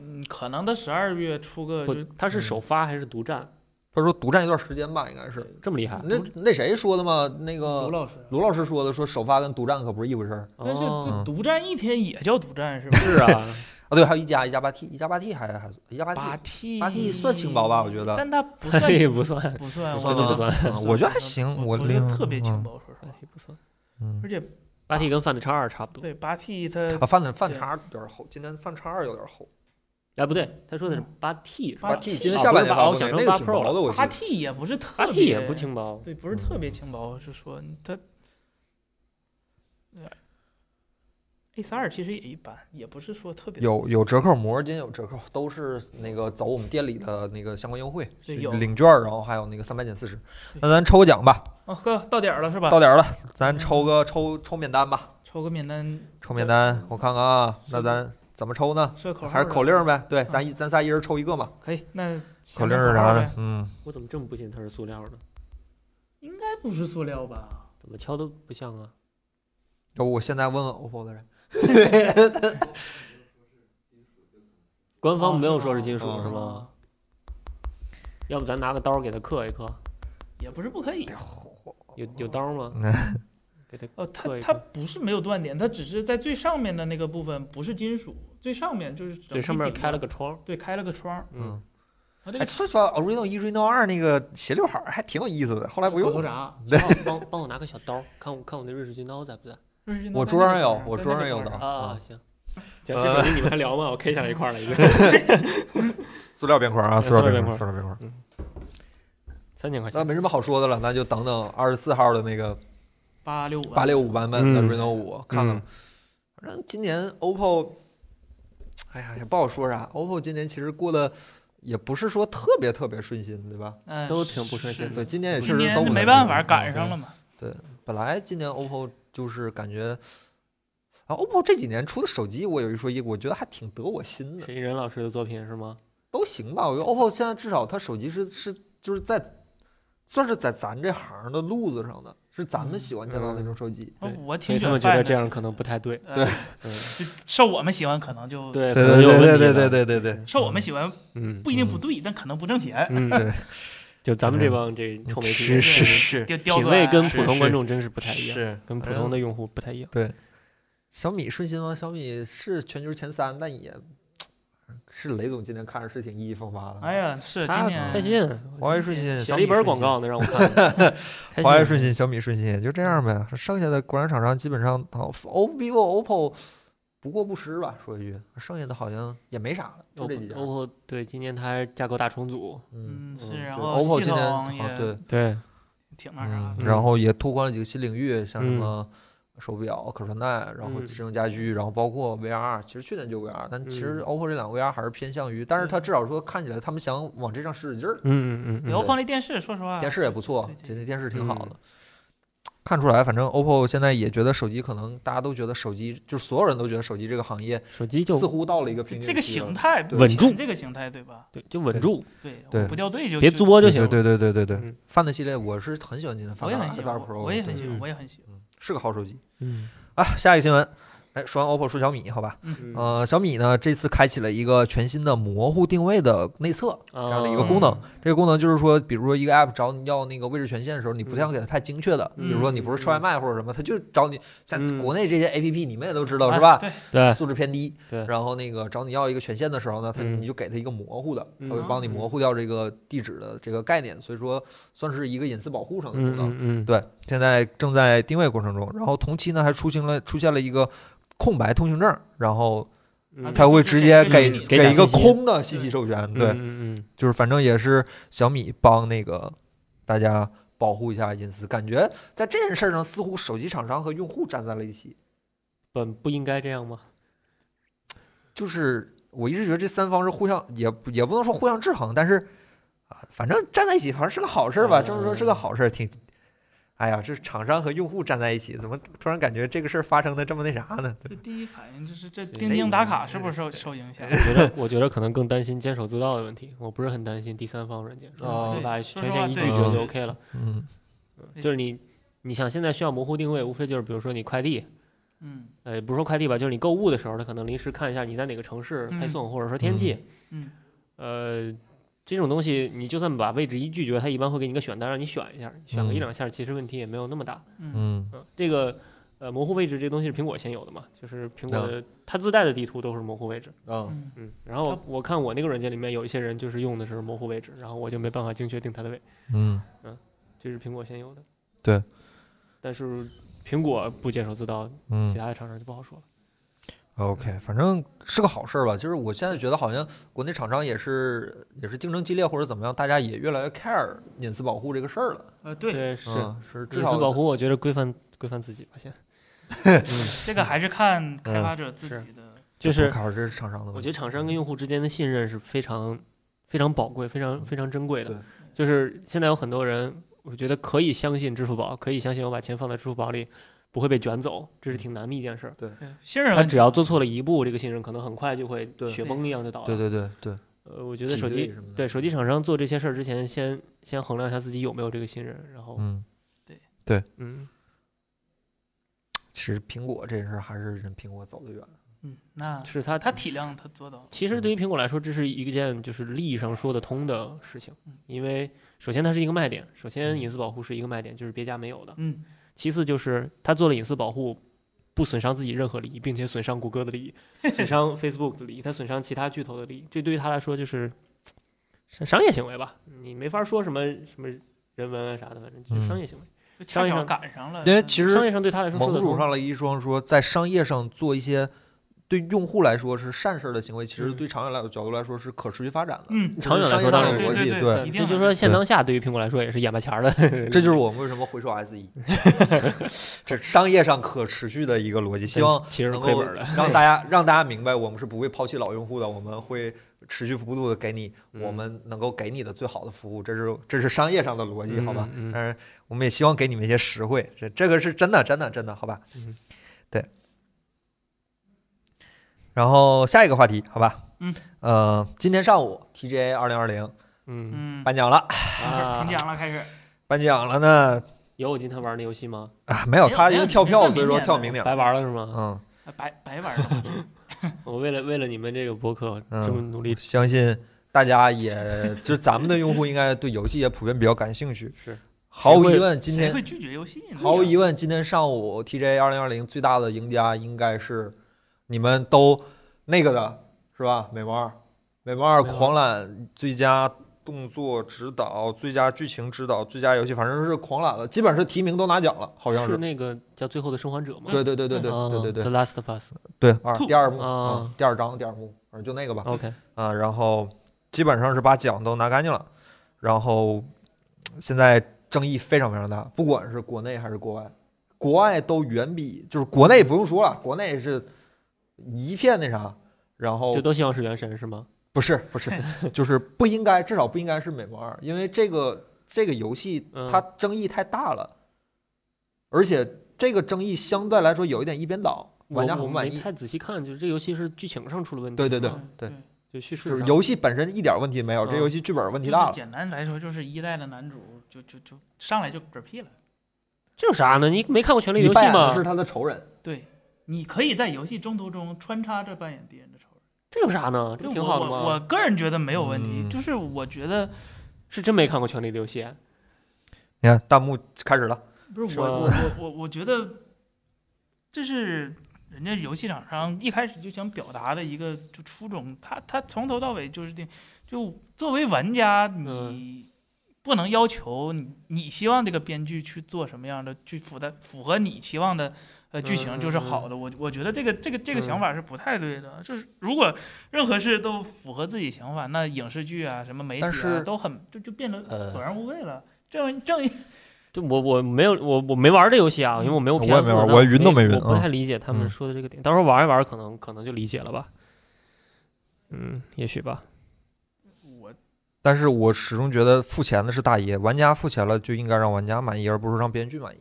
C: 嗯，可能它十二月出个
B: 不
C: 就，
B: 它是首发还是独占？
A: 他说独占一段时间吧，应该是。
B: 这么厉害？啊
A: 那那谁说的嘛？那
C: 啊卢
A: 个
C: 老师，
A: 卢老师说的，说首发跟独占可不是一回事儿
C: 但是
B: 哦
C: 这独占一天也叫独占是吧？
B: 是啊，
A: 啊。对，还有一加一加八 T，一加八 T 还还一加八 T，
C: 八 T
A: 八 T 算轻薄吧我觉得
C: 但它不算
B: 嘿，不算，
C: 不
A: 不
C: 算，我嗯
A: 算吗
B: 真的不
C: 觉得
B: 算，
A: 啊我觉得还行，
C: 我
A: 我
C: 觉得
A: 零
C: 特别轻薄，说实
B: 八
C: 话，
B: T 不算，
A: 嗯，
C: 而且
B: 八 T 跟 Find 叉二差不多。
C: 对八 T 它
A: 啊，范的范
C: 对
A: 叉有点厚，今年范叉二有点厚，
B: 哎，不对，他说的是八 T 是吧
A: 八
C: 八
A: T 今
C: 今
A: 年
B: 年
A: 下
B: 下
A: 半
B: 半
A: 年
B: 年
A: 发布的，那个挺
B: 发布的那个挺
A: 薄
B: 薄
A: 的，我记
C: 八
A: 得。
C: T 也不是特
B: 八 T 也不
C: 别
B: 轻薄，
C: 对，不是特
B: 嗯
C: 别轻薄，是说它 A 3 2其实也一般，也不是说特别
A: 有有折扣膜，今天有折扣，都是那个走我们店里的那个相关优惠，
C: 对有
A: 领券儿，然后还有那个三百减四十。那咱抽个奖吧，
C: 哦，哥到点儿了是吧？
A: 到点儿了，咱抽个抽抽免单吧，
C: 抽个免单，
A: 抽免单，我看看啊，那咱怎么抽呢？
C: 说口号
A: 还是口
C: 吧
A: 令儿呗？对，咱一咱仨一人抽一个嘛。
C: 可以。那
A: 口
C: 前
A: 令
C: 面
A: 儿是
C: 口
A: 啥
C: 号
A: 的
C: 呗？？
A: 嗯，
B: 我怎么这么不信它是塑料的？
C: 应该不是塑料吧？
B: 怎么敲都不像啊！
A: 要哦不我现在问问 OPPO 的人，
B: 官
C: 哦
B: 方没有
C: 是
B: 说是
C: 吗
B: 金属
A: 哦
B: 是吗？？要不咱拿个刀给它刻一刻，
C: 也不是不可
A: 哎
C: 以。
B: 有有刀吗？给它
C: 哦，
B: 刻
C: 它
B: 一
C: 它
B: 刻
C: 不是没有断点，它只是在最上面的那个部分不是金属，最上面就是整
B: 对
C: 体
B: 上面
C: 底
B: 开了
C: 部
B: 个窗，
C: 对开了个窗儿。
A: 嗯
B: 嗯，
C: 啊，这
A: 哎，
C: 个
A: 说实话，Reno 一、Reno 二那个斜刘海儿还哎挺有意思的，后来不
C: 哦
B: 回
A: 用。
B: 头啥？帮我帮我帮我拿个小刀，看我看我那瑞士军刀在不在？
C: 瑞士军
A: 我
C: 刀
A: 桌
C: 在
A: 上
C: 那
A: 有
C: 块儿
A: 我
C: 在
A: 桌
C: 那
A: 上有
C: 块儿
A: 的
B: 啊
A: 啊，
B: 行，呃行，这手机你们还聊吗？我 K 下来一块儿了，已经
A: 塑料边框啊，
B: 嗯
A: 塑料
B: 塑
A: 边
B: 料
A: 框，
B: 边框
A: 塑料边框。
B: 三千块
A: 那
B: 钱。
A: 没什么好说的了，那就等等二十四号的那个
C: 八六五啊
A: 八六五版本的
B: 嗯
A: Reno 五，看看。反正今年 OPPO，哎呀，也不好说啥。OPPO 今年其实过得也不是说特别特别顺心，对吧？
C: 嗯，
B: 都挺不顺
C: 是
B: 心
A: 对，
B: 的
A: 今年也确
C: 今
A: 实
C: 年
A: 都
C: 没
A: 不
C: 办
A: 太
C: 法
A: 顺心
C: 赶上了。嘛。
A: 本来今年 OPPO 就是感觉啊，OPPO 这几年出的手机，我有一说一，我觉得还挺得我心的，
B: 沈一人老师的作品是吗？
A: 哦都行吧。我觉得 OPPO 现在至少它手机是是就是在算是在咱这行的路子上的，是咱们喜欢见到那种手机。
B: 对
C: 我
B: 所
C: 挺
B: 以
C: 喜
B: 他
C: 欢
B: 们觉得
C: Find
B: 这样
C: 的
B: 可能不太对，
C: 呃
A: 对
B: 嗯，
C: 就受我们喜欢可能就
B: 哦对
A: 对
B: 可能有
A: 对
B: 问
A: 对
B: 题
A: 对
B: 了
A: 对对对对，
C: 受我们喜欢
B: 嗯，
C: 不一定不对，但可能不挣钱。
B: 嗯，
A: 对
B: 嗯， 就咱们这帮这臭媒体
A: 是
B: 人
A: 是
B: 嗯
A: 是
C: 刁刁
B: 品
C: 钻
B: 味
C: 啊
B: 跟
A: 是
B: 普通观
A: 是
B: 众真是不太一样，
A: 是
B: 跟普
A: 反
B: 通
A: 正
B: 的用户不太一样。
A: 小米顺心吗？小米是全球前三，但也是雷总今天看着是挺意义风发的。
C: 哎，呀，是今
B: 他
C: 年
B: 开心，
A: 华为顺心，
B: 写
A: 小
B: 了一
A: 米
B: 本
A: 顺
B: 广
A: 心
B: 告呢，让我看。 开
A: 华为
B: 心
A: 顺心、小米顺心也就这样呗。剩下的国产厂商基本上好，O、vivo、OPPO 不过不失吧，说一句，剩下的好像也没啥了，就这几家。
B: OPPO 哦对，今年它还架构大重组，
A: 嗯，
C: 嗯
B: 嗯
C: 是，然
A: 对
C: 后
A: ，OPPO
C: 系
A: 今天
C: 统
A: 好
C: 也
A: 对，
B: 对，
C: 挺那啥
A: 嗯，
C: 的，
A: 然后也拓宽了几个新领域，像什
B: 嗯
A: 么手表、可穿戴，然后
B: 嗯
A: 智能家居，然后包括 VR。其实去年就 VR，但其实
B: 嗯
A: OPPO 这两个 VR 还是偏向于，但是
C: 嗯
A: 它至少说看起来他们想往这上使使劲儿。
B: 嗯嗯嗯
C: 遥控那电视，说实话，
A: 电视也不错
C: 啊对，对
A: 这那电视挺好
B: 嗯
A: 的。看出来，反正 OPPO 现在也觉得手机可能大家都觉得手机，就是所有人都觉得手机这个行业
B: 手机就
A: 似乎到了一个瓶颈期
C: 这
A: 了。
C: 个形态
A: 对
C: 目
B: 稳
C: 前
B: 住
C: 这个形态对吧？
B: 对，就稳
A: 对
B: 住，
C: 对，
A: 对
C: 我不掉队就
B: 别
C: 就
B: 作就
A: 对
B: 行
A: 对
B: 了。
A: 对对对对对
B: 嗯
A: f i n d 系列我是很喜欢今天 Find
C: 我也很喜
A: S 2
C: 欢，
A: Pro，
C: 我也很
A: 对
C: 喜
B: 嗯
C: 欢，我也很喜
A: 嗯
C: 欢。
A: 是个好手机
B: 嗯
A: 啊。下一个新闻，哎，说完 OPPO 说小米，好吧？
B: 嗯
A: 呃，小米呢这次开启了一个全新的模糊定位的内测，
B: 这
A: 样的一个功能这个功能就是说，比如说一个 app 找你要那个位置权限的时候，
B: 嗯
A: 你不想给它太精确的，比如说你不是吃外卖或者什么，它就找你。在
B: 嗯哎
A: 国内这些 app 你们也都知道
C: 啊
A: 是吧？
C: 对，
B: 对，
A: 素质偏低
B: 对，
A: 然后那个找你要一个权限的时候呢，它
B: 嗯
A: 你就给它一个模糊的，它会
B: 嗯
A: 帮你模糊掉这个地址的这个概念，所以说算是一个隐私保护上的功能。
B: 嗯
A: 对，现在正在定位过程中，然后同期呢还出现了出现了一个空白通行证，然后
C: 啊
A: 它
C: 对
A: 会
C: 对
A: 直
C: 对
A: 接
C: 对
A: 给
C: 对
B: 嗯给假
A: 给一个
B: 信息
A: 空的信息授权，对，
B: 嗯嗯
A: 就是反正也是小米帮那个大家保护一下隐私，感觉在这件事儿上似乎手机厂商和用户站在了一起。
B: 本嗯不应该这样吗？
A: 就是我一直觉得这三方是互相也不也不能说互相制衡，但是啊，反正站在一起好像是个好事儿吧，这么说是个好事儿，挺。哎呀，这厂商和用户站在一起，怎么突然感觉这个事儿发生的这么那啥呢？对
C: 这第一反应就是这
B: 谁
C: 钉钉打卡是不是受受影响？
B: 我觉得我觉得可能更担心坚守自盗的问题，我不是很担心第三方软件，
A: 哦
B: 我把
C: 对说实
B: 权
C: 话
B: 限一拒
C: 对
B: 绝就
C: 对
B: OK 了。
A: 嗯，
C: 对
B: 就是你你想现在需要模糊定位，无非就是比如说你快递，
C: 嗯
B: 呃，不是说快递吧，就是你购物的时候，他可能临时看一下你在哪个城市配
C: 嗯
B: 送，或者说天气，
C: 嗯，
B: 呃，这种东西你就算把位置一拒绝，它一般会给你个选单让你选一下，选个一
A: 嗯
B: 两下，其实问题也没有那么大。
C: 嗯
A: 嗯，
B: 嗯，这个呃模糊位置这东西是苹果先有的嘛，就是苹果的它自带的地图都是模糊位置。
A: 啊，
C: 嗯，
B: 嗯，然后我看我那个软件里面有一些人就是用的是模糊位置，然后我就没办法精确定它的位，
A: 嗯，
B: 这是苹果先有的。
A: 对，
B: 但是苹果不接受自盗，
A: 嗯
B: 其他的厂商就不好说了。
A: OK，反正是个好事儿吧。就是我现在觉得好像国内厂商也是也是竞争激烈或者怎么样，大家也越来越 care 隐私保护这个事儿了。
C: 呃，对，
B: 对，是
A: 嗯是至
B: 隐
A: 少
B: 私保护，我觉得规范规范自己吧，先
C: 这个还是看开发者自己的。
B: 就
A: 不
B: 嗯是
A: care 这是厂商的问题。
B: 我觉得厂商跟用户之间的信任是非常非常宝贵、非常非常珍贵
A: 嗯对
B: 的。就是现在有很多人，我觉得可以相信支付宝，可以相信我把钱放在支付宝里不会被卷走，这是
A: 嗯
B: 挺难的一件事儿。
C: 对信任
B: 他
C: 问题
B: 只要做错了一步，这个信任可能很快就会
A: 对
B: 雪崩一样就倒了。
A: 对对对对，
B: 呃，我觉得
A: 挤
B: 手
A: 兑
B: 机
A: 什么的
B: 对手机厂商做这些事儿之前，先先衡量一下自己有没有这个信任，然后
A: 嗯。
B: 嗯，
A: 其实苹果这事儿还是人苹果走得远。
C: 嗯，那
B: 是他
C: 他体量他做到了，
B: 其实对于苹果来说，这是一件就是利益上说得通的事情
C: 嗯，
B: 因为首先它是一个卖点，首先
A: 嗯
B: 隐私保护是一个卖点，就是别家没有的。
C: 嗯，
B: 其次就是它做了隐私保护，不损伤自己任何利益，并且损伤谷歌的利 益，损伤 Facebook 的利益，它损伤其他巨头的利益，这对于它来说就是商商业行为吧，你没法说什么什么人文啊啥的，反正就是
A: 嗯
B: 商业行为。
C: 就恰
B: 商业
C: 巧
B: 上
C: 赶上了。嗯
A: 因为其
B: 商
A: 实
B: 业上对它来说说
A: 盟
B: 得
A: 主
B: 通，
A: 上了一双说，在商业上做一些对用户来说是善事儿的行为，其实
B: 嗯
A: 对长远来角度来说是可持续发展的。
C: 嗯，
B: 长远
A: 商
B: 来说
A: 业
B: 当
A: 上
B: 然
A: 有
B: 是
A: 逻
C: 对
A: 辑，
C: 对
A: 对
C: 对
B: 对，
C: 一定
B: 就是
C: 的
B: 说现
A: 对
B: 当下对于苹果来说也是眼巴前儿的。
A: 这就是我们为什么回收 SE，这商业上可持续的一个逻辑。希望
B: 其实是
A: 能
B: 亏
A: 够
B: 本儿的。
A: 让大家让大家明白，我们是不会抛弃老用户的，我们会持续不断的给你
B: 嗯
A: 我们能够给你的最好的服务，这是这是商业上的逻辑，好吧？
B: 嗯嗯嗯
A: 但是我们也希望给你们一些实惠，这这个是真的，真的，真的，好吧？
B: 嗯，
A: 对。然后下一个话题，好吧？
C: 嗯，
A: 呃，今天上午 TGA 二零二零
B: 嗯
C: 嗯，
A: 颁奖了，
C: 评
B: 啊，
C: 奖了，开始。
A: 颁奖了呢
B: 有我今天玩那游戏吗？
A: 啊，没有
C: 没有
A: 他
C: 没
A: 因
C: 有
A: 为跳
C: 你没
A: 票，
C: 算
A: 所以说
C: 明年
A: 跳
C: 的
A: 明年了。
B: 白玩了是吗？
A: 嗯，
C: 啊白白玩了嘛，
B: 我为了为了你们这个博客
A: 嗯
B: 这么努力，
A: 相信大家也就咱们的用户应该对游戏也普遍比较感兴趣。
B: 是
A: 毫无
B: 谁会
A: 疑问，今
C: 谁
A: 天
C: 会拒绝游戏呢？
A: 毫无疑问，今天上午 TJ 二零二零最大的赢家应该是你们都那个的是吧？美猫二，美猫二
B: 美猫二
A: 狂揽最佳动作指导、最佳剧情指导、最佳游戏，反正是狂揽了，基本上是提名都拿奖了，好像
B: 是
A: 是。
B: 那个叫《最后的生还者》吗？
A: 对对对对对
B: 啊
A: 对对
B: ，The
A: 对
B: Last of Us。
A: 对，二
C: 兔
A: 第二幕
B: 啊
A: 嗯第二章第二幕，反正就那个吧
B: OK，
A: 啊，然后基本上是把奖都拿干净了，然后现在争议非常非常大，不管是国内还是国外，国外都远比就是国内不用说了，国内是一片那啥，然后
B: 就都希望是原神是吗？
A: 不是不 是，就是不应该，至少不应该是美国二，因为这个这个游戏
B: 嗯
A: 它争议太大了，而且这个争议相对来说有一点一边倒，
B: 我
A: 玩家很
B: 我
A: 不满
B: 没
A: 意。
B: 太仔细看，就是这游戏是剧情上出了问题。
A: 对对对
B: 嗯
A: 对
B: 就叙事
A: 就是
B: 上
A: 游戏本身一点问题没有，这
B: 嗯
A: 游戏剧本问题
C: 就
A: 大
C: 是
A: 了。
C: 简单来说，就是一代的男主就就就上来就嗝屁了。
B: 这有啥呢？你没看过《权力
A: 你
B: 游戏
A: 扮演》的
B: 吗
A: 啊是？他的仇人，
C: 对，你可以在游戏中途中穿插着扮演敌人的仇人，
B: 这有啥呢？这
C: 就
B: 挺
C: 我
B: 好的
C: 我我
B: 嘛。
C: 个人觉得没有问题，
A: 嗯
C: 就是我觉得
B: 是真没看过《权力的游戏》。
A: 你看弹幕开始了，
C: 不是
B: 是
C: 我
B: 吧
C: 我我我我觉得这是人家游戏厂商一开始就想表达的一个就初衷，他他从头到尾就是定，就作为玩家
A: 嗯
C: 你。不能要求你，你希望这个编剧去做什么样的，去符的符合你期望的呃剧
A: 嗯
C: 情就是好的。我我觉得这个这个这个想法是不太对的。就是如果任何事都符合自己想法，那影视剧啊、什么媒体
A: 但是
C: 啊都很就就变得
A: 呃
C: 索然无味了。正正
B: 就我我没有我我没玩这游戏啊，因为我没有
A: 嗯我
B: PS，
A: 也没玩
B: 那
A: 我云都没云
B: 我不
A: 嗯
B: 太理解他们
A: 嗯
B: 说的这个点。到时候玩一玩，可能可能就理解了吧。嗯，也许吧。
C: 我
A: 但是我始终觉得付钱的是大爷，玩家付钱了就应该让玩家满意，而不是让编剧满意。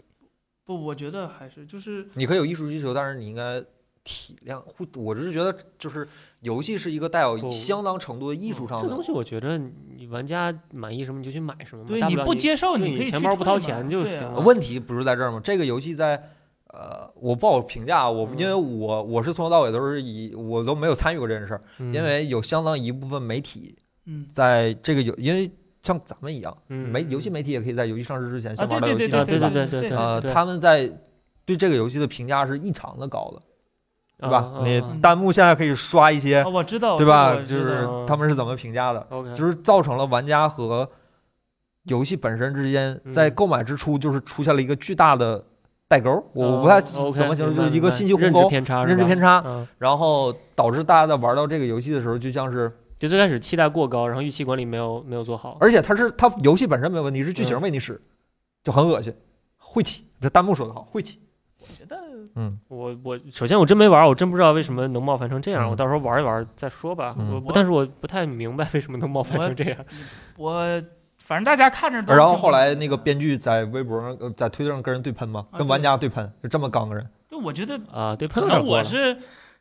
C: 不，我觉得还是就是
A: 你可以有艺术需求，但是你应该体谅互。我只是觉得，就是游戏是一个带有
B: 不
A: 相当程度的艺术上
B: 嗯这
A: 的
B: 东西，我觉觉得你玩家满意什么你就去买什么嘛。
C: 对
B: 大
C: 你
B: 了
C: 不接受，
B: 对
C: 可
B: 你
C: 以
B: 钱
C: 去
B: 包不
C: 退
B: 掏
C: 嘛
B: 钱就
C: 对
B: 行
C: 啊
B: 了
A: 呃问题，不是在这儿吗？这个游戏在。呃，我不好评价，我因为我我是从头到尾都是以我都没有参与过这件事儿，
B: 嗯
A: 因为有相当一部分媒体
C: 嗯，
A: 在这个游，因为像咱们一样，
B: 嗯
A: 媒游戏媒体也可以在游戏上市之前
C: 啊，
A: 先
C: 对
A: 玩到
C: 对
A: 游
C: 对
A: 戏
B: 啊
A: 上，
B: 对
C: 对
A: 吧？
B: 对对
C: 对
B: 对
A: 呃，他们在对这个游戏的评价是异常的高的，对吧？
B: 啊
A: 你
B: 啊
C: 嗯
A: 弹幕现在可以刷一些
C: 啊，，我知道，
B: 哦
A: 对
C: 这
A: 吧？
C: 我
A: 就
C: 知
A: 是
C: 道
A: 他们是怎么评价的，
B: OK，
A: 就是造成了玩家和游戏本身之间在
B: 嗯
A: 购买之初就是出现了一个巨大的代沟，我
B: 哦
A: 我不太
B: OK，
A: 怎么形容，
B: 明
A: 就
B: 白
A: 是一个
B: 明白
A: 信息鸿
B: 认知
A: 沟，
B: 偏差，
A: 认知偏
B: 差。
A: 差，
B: 嗯，
A: 然后导致大家在玩到这个游戏的时候，就像是，
B: 就最开始期待过高，然后预期管理没有没有做好。
A: 而且它是它游戏本身没问题，是剧情
B: 嗯
A: 为你使，就很恶心，晦气。这弹幕说的好，晦气。
C: 我觉得
A: 嗯，
B: 我我首先我真没玩儿，我真不知道为什么能冒犯成这样。
A: 嗯
B: 我到时候玩一玩再说吧。
A: 嗯
B: 我
C: 我
B: 但是我不太明白为什么能冒犯
C: 我
B: 成这样。
C: 我反正大家看着 哦都挺好的，
A: 然后后来那个编剧在微博上、呃在推特上跟人对喷嘛，
C: 啊
A: 跟玩家对喷，就这么刚个人。
C: 对，我觉得
B: 啊，对，
C: 可
B: 碰到
C: 能我是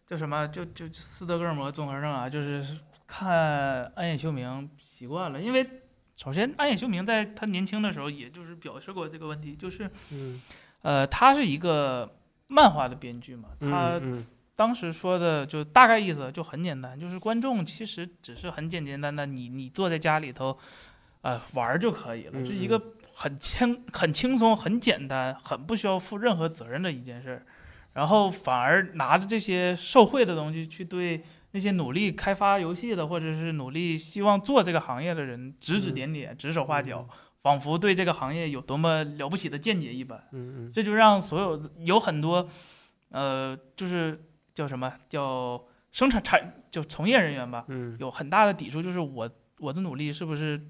C: 就什么就就就斯德哥尔摩综合症啊，就是看《暗夜修明》习惯了，因为首先《暗夜修明》在他年轻的时候，也就是表示过这个问题，就是
B: 嗯
C: 呃，他是一个漫画的编剧嘛，
B: 嗯
C: 他
B: 嗯
C: 当时说的就大概意思就很简单，就是观众其实只是很简简单单，你你坐在家里头，呃玩儿就可以了，
B: 嗯
C: 就一个很轻很轻松、很简单、很不需要负任何责任的一件事儿，然后反而拿着这些受贿的东西去对那些努力开发游戏的或者是努力希望做这个行业的人指
B: 嗯
C: 指点点、指手画脚，仿佛对这个行业有多么了不起的见解一般。
B: 嗯嗯
C: 这就让所有有很多，呃，就是叫什么叫生产产就从业人员吧，
B: 嗯
C: 有很大的抵触，就是我我的努力是不是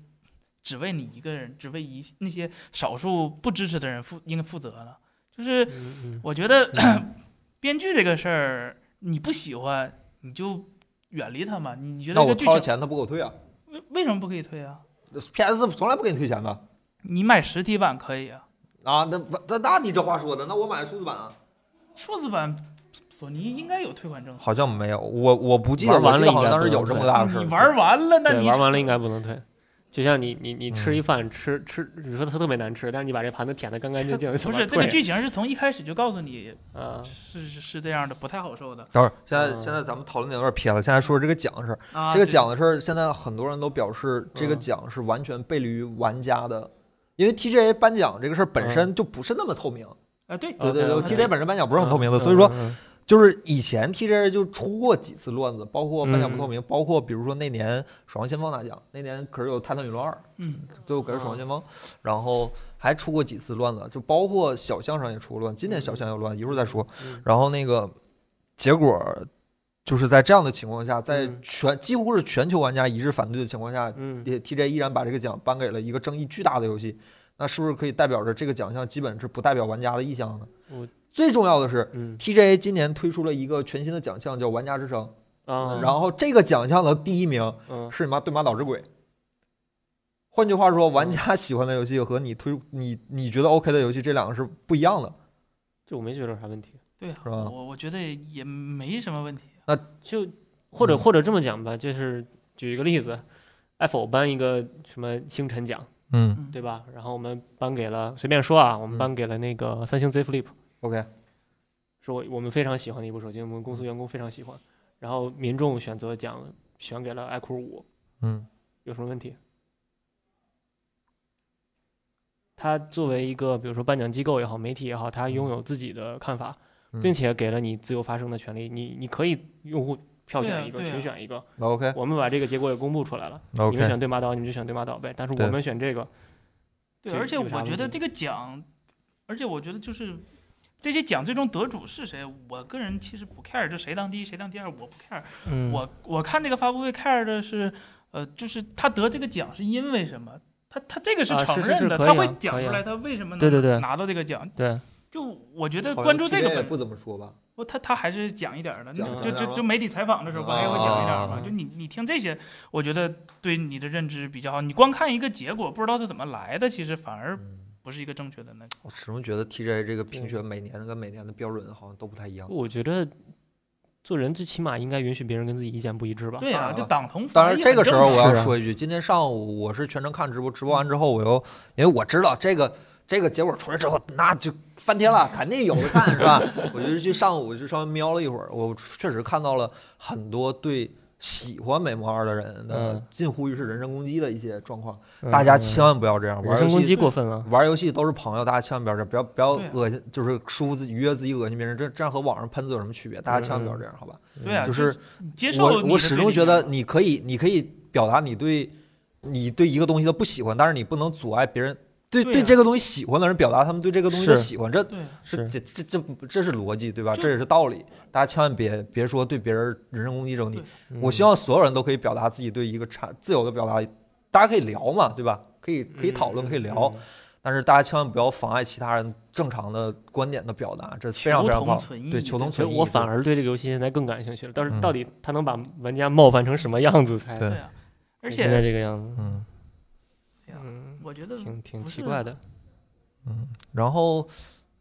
C: 只为你一个人，只为一那些少数不支持的人负应该负责呢？就是
B: 嗯
C: 我觉得
B: 嗯
C: 编剧这个事儿，你不喜欢你就远离他嘛，你你觉得
A: 那
C: 这
A: 我
C: 个剧
A: 掏了
C: 情
A: 钱，他不给我退啊
C: 为为什么不可以推啊？
A: ？PS 从来不给你退钱的
C: 你买实体版可以啊，
A: 啊！那那那你这话说的，那我买数字版啊？
C: 数字版索尼应该有退款政策。
A: 好像没有，我我不记得，
B: 玩
A: 我
B: 完了
A: 记得好像
B: 应该
A: 当时
B: 不
A: 有
B: 能
A: 这么
B: 退
A: 个大的事儿。
C: 你玩完了，那
B: 对，
C: 你
B: 玩完了应该不能退。就像你你你吃
A: 嗯
B: 一饭吃吃，你说它特别难吃，但是你把这盘子舔得干干净净的，
C: 不是这个
B: 对
C: 剧情是从一开始就告诉你
B: 啊，
C: 是是是这样的，不太好受的
A: 等会儿，现在
B: 嗯
A: 现在咱们讨论点有点偏了。现在说这个奖的事儿，
C: 啊。
A: 这个
C: 对
A: 奖的事儿，现在很多人都表示这个
B: 嗯
A: 奖是完全背离于玩家的，因为 TGA 颁奖这个事儿本身就不是那么透明。
C: 啊，对
A: 对对对
B: 嗯
A: ，TGA 本身颁奖不
B: 不
A: 是很透明的，所以说
B: 嗯
A: 就是以前 TGA 就出过几次乱子，包括颁奖
B: 嗯
A: 不透明，包括比如说那年《守望先锋》拿奖，那年可是有《泰坦陨落二》，
C: 嗯，
A: 最后可是《守望
B: 哦
A: 先锋》，然后还出过几次乱子，就包括小象上也出过乱，今年小象又乱，一会儿再说
B: 嗯。
A: 然后那个结果就是在这样的情况下，在
B: 嗯
A: 全几乎是全球玩家一致反对的情况下
B: 嗯
A: 也 TGA 依然把这个奖颁给了一个争议巨大的游戏，那是不是可以代表着这个奖项基本是不代表玩家的意向呢
B: 我？
A: 最重要的是。
B: 嗯
A: TGA 今年推出了一个全新的奖项，叫玩家之声。
B: 啊，
A: 然后这个奖项的第一名
B: 嗯
A: 是你妈对马岛之鬼。换句话说，玩家喜欢的游戏和你推你你觉得 OK 的游戏，这两个是不一样的。
B: 这我没觉得有啥问题，
C: 对啊，
A: 是吧
C: 我我觉得也没什么问题。
B: 就或者
A: 嗯
B: 或者这么讲吧，就是举一个例子。F 颁一个什么星辰奖，
A: 嗯
C: 嗯
B: 对吧？然后我们颁给了随便说啊，我
A: 嗯
B: 们颁给了那个三星 Z Flip，
A: ，OK，
B: 是我我们非常喜欢的一部手机，我们
A: 嗯
B: 公司员工非常喜欢。然后民众选择奖选给了 iQOO 五，
A: 嗯
B: 有什么问题？他作为一个比如说颁奖机构也好，媒体也好，他拥有自己的看法，
A: 嗯
B: 并且给了你自由发声的权利。你你可以用户票
C: 对啊
B: 选一个，
C: 对啊
B: 群选一个。
A: 那 OK
B: 我们把这个结果也公布出来了，
A: 那
B: 你们选对马岛，你们就选对马岛呗。但是
A: 对
B: 我们选这个，
C: 对，
B: 这
C: 而且
B: 有
C: 我
B: 啥
C: 觉
B: 问
C: 得
B: 题
C: 这个奖，而且我觉得就是这些奖最终得主是谁，我个人其实不 care，就谁当第一谁当第二，我不 care。
B: 嗯
C: 我我看这个发布会 care 的是，呃，就是他得这个奖是因为什么？他他这个是
B: 啊
C: 承
B: 是是
C: 认
B: 是
C: 的，
B: 可以
C: 他
B: 啊
C: 会
B: 可
C: 讲
B: 以
C: 出
B: 啊
C: 来他为什么能
B: 对对对
C: 拿到这个奖。
B: 对，
C: 就我觉得关注这个
A: 也不
C: 本，
A: 怎么说吧。
C: 不他他还是讲一点儿的。
A: 讲啊
C: 那
B: 一
C: 就
A: 点儿
C: 就
A: 吧
C: 就媒体采访的时候，不还会讲一点儿吗？
B: 啊
C: 就你你听这些，我觉得对你的认知比较好。你光看一个结果，不知道是怎么来的，其实反而
A: 嗯
C: 不是一个正确的那个。
A: 我始终觉得 TGA 这个评
B: 对
A: 选每年跟每年的标准好像都不太一样。
B: 我觉得做人最起码应该允许别人跟自己意见不一致吧。
C: 对
A: 当
C: 啊，
A: 然
C: 就
A: 了
C: 党同伐
A: 当然，
C: 异
A: 这
C: 很
A: 个时
C: 正
A: 候
C: 常
A: 我要
B: 是啊
A: 说一句，今天上午我是全程看直播，直播完之后，我又因为我知道这个这个结果出来之后，那就翻天了，肯定有的看，是吧？ 我就去上午就稍微瞄了一会儿，我确实看到了很多对喜欢美梦二的人的
B: 嗯
A: 近乎于是人身攻击的一些状况，
B: 嗯
A: 大家千万不要这样，
B: 人
A: 玩
B: 身
A: 游
B: 攻
A: 戏
B: 击过分了。
A: 玩游戏都是朋友，大家千万不要这样，不要不要
C: 对啊
A: 恶心，就是疏忽自己约自己恶心别人，这这样和网上喷子有什么区别？大家千万不
B: 嗯
A: 要这样，好吧？
C: 对啊，
A: 就
C: 就是你接受
A: 我
C: 你
A: 我
C: 的
A: 始
C: 对啊
A: 终
C: 立
A: 觉
C: 面
A: 得
C: 嘛
A: 你可以，你可以表达你对你对一个东西的不喜欢，但是你不能阻碍别人对
C: 对啊
A: 对
C: 呀
A: 这个东西喜欢的人表达他们对这个东西的
B: 是
A: 喜欢，这
C: 对啊，
A: 这
B: 是
A: 这这这这是逻辑对吧？
C: 就
A: 这也是道理，大家千万别别说对别人人身攻击这种你
C: 对，
B: 嗯
C: 嗯
A: 我希望所有人都可以表达自己对一个产自由的表达，大家可以聊嘛，对吧？可以可以讨
C: 嗯
A: 论，可以聊，，但是大家千万不要妨碍其他人正常的观点的表达，这非常
C: 求
A: 非常不
C: 同
A: 好。
C: 存异，
A: 对，求同
B: 所以
A: 存异。
B: 我反
A: 对
B: 而对这个游戏现在更感兴趣了。到
A: 嗯
B: 时到底他能把玩家冒犯成什么样子才？
A: 对
C: 对啊，而
B: 现在
C: 且
B: 这个样子，
A: 嗯。
B: 嗯，
C: 我觉得
B: 挺挺
C: 不
B: 奇
C: 是啊
B: 怪的。
A: 然后，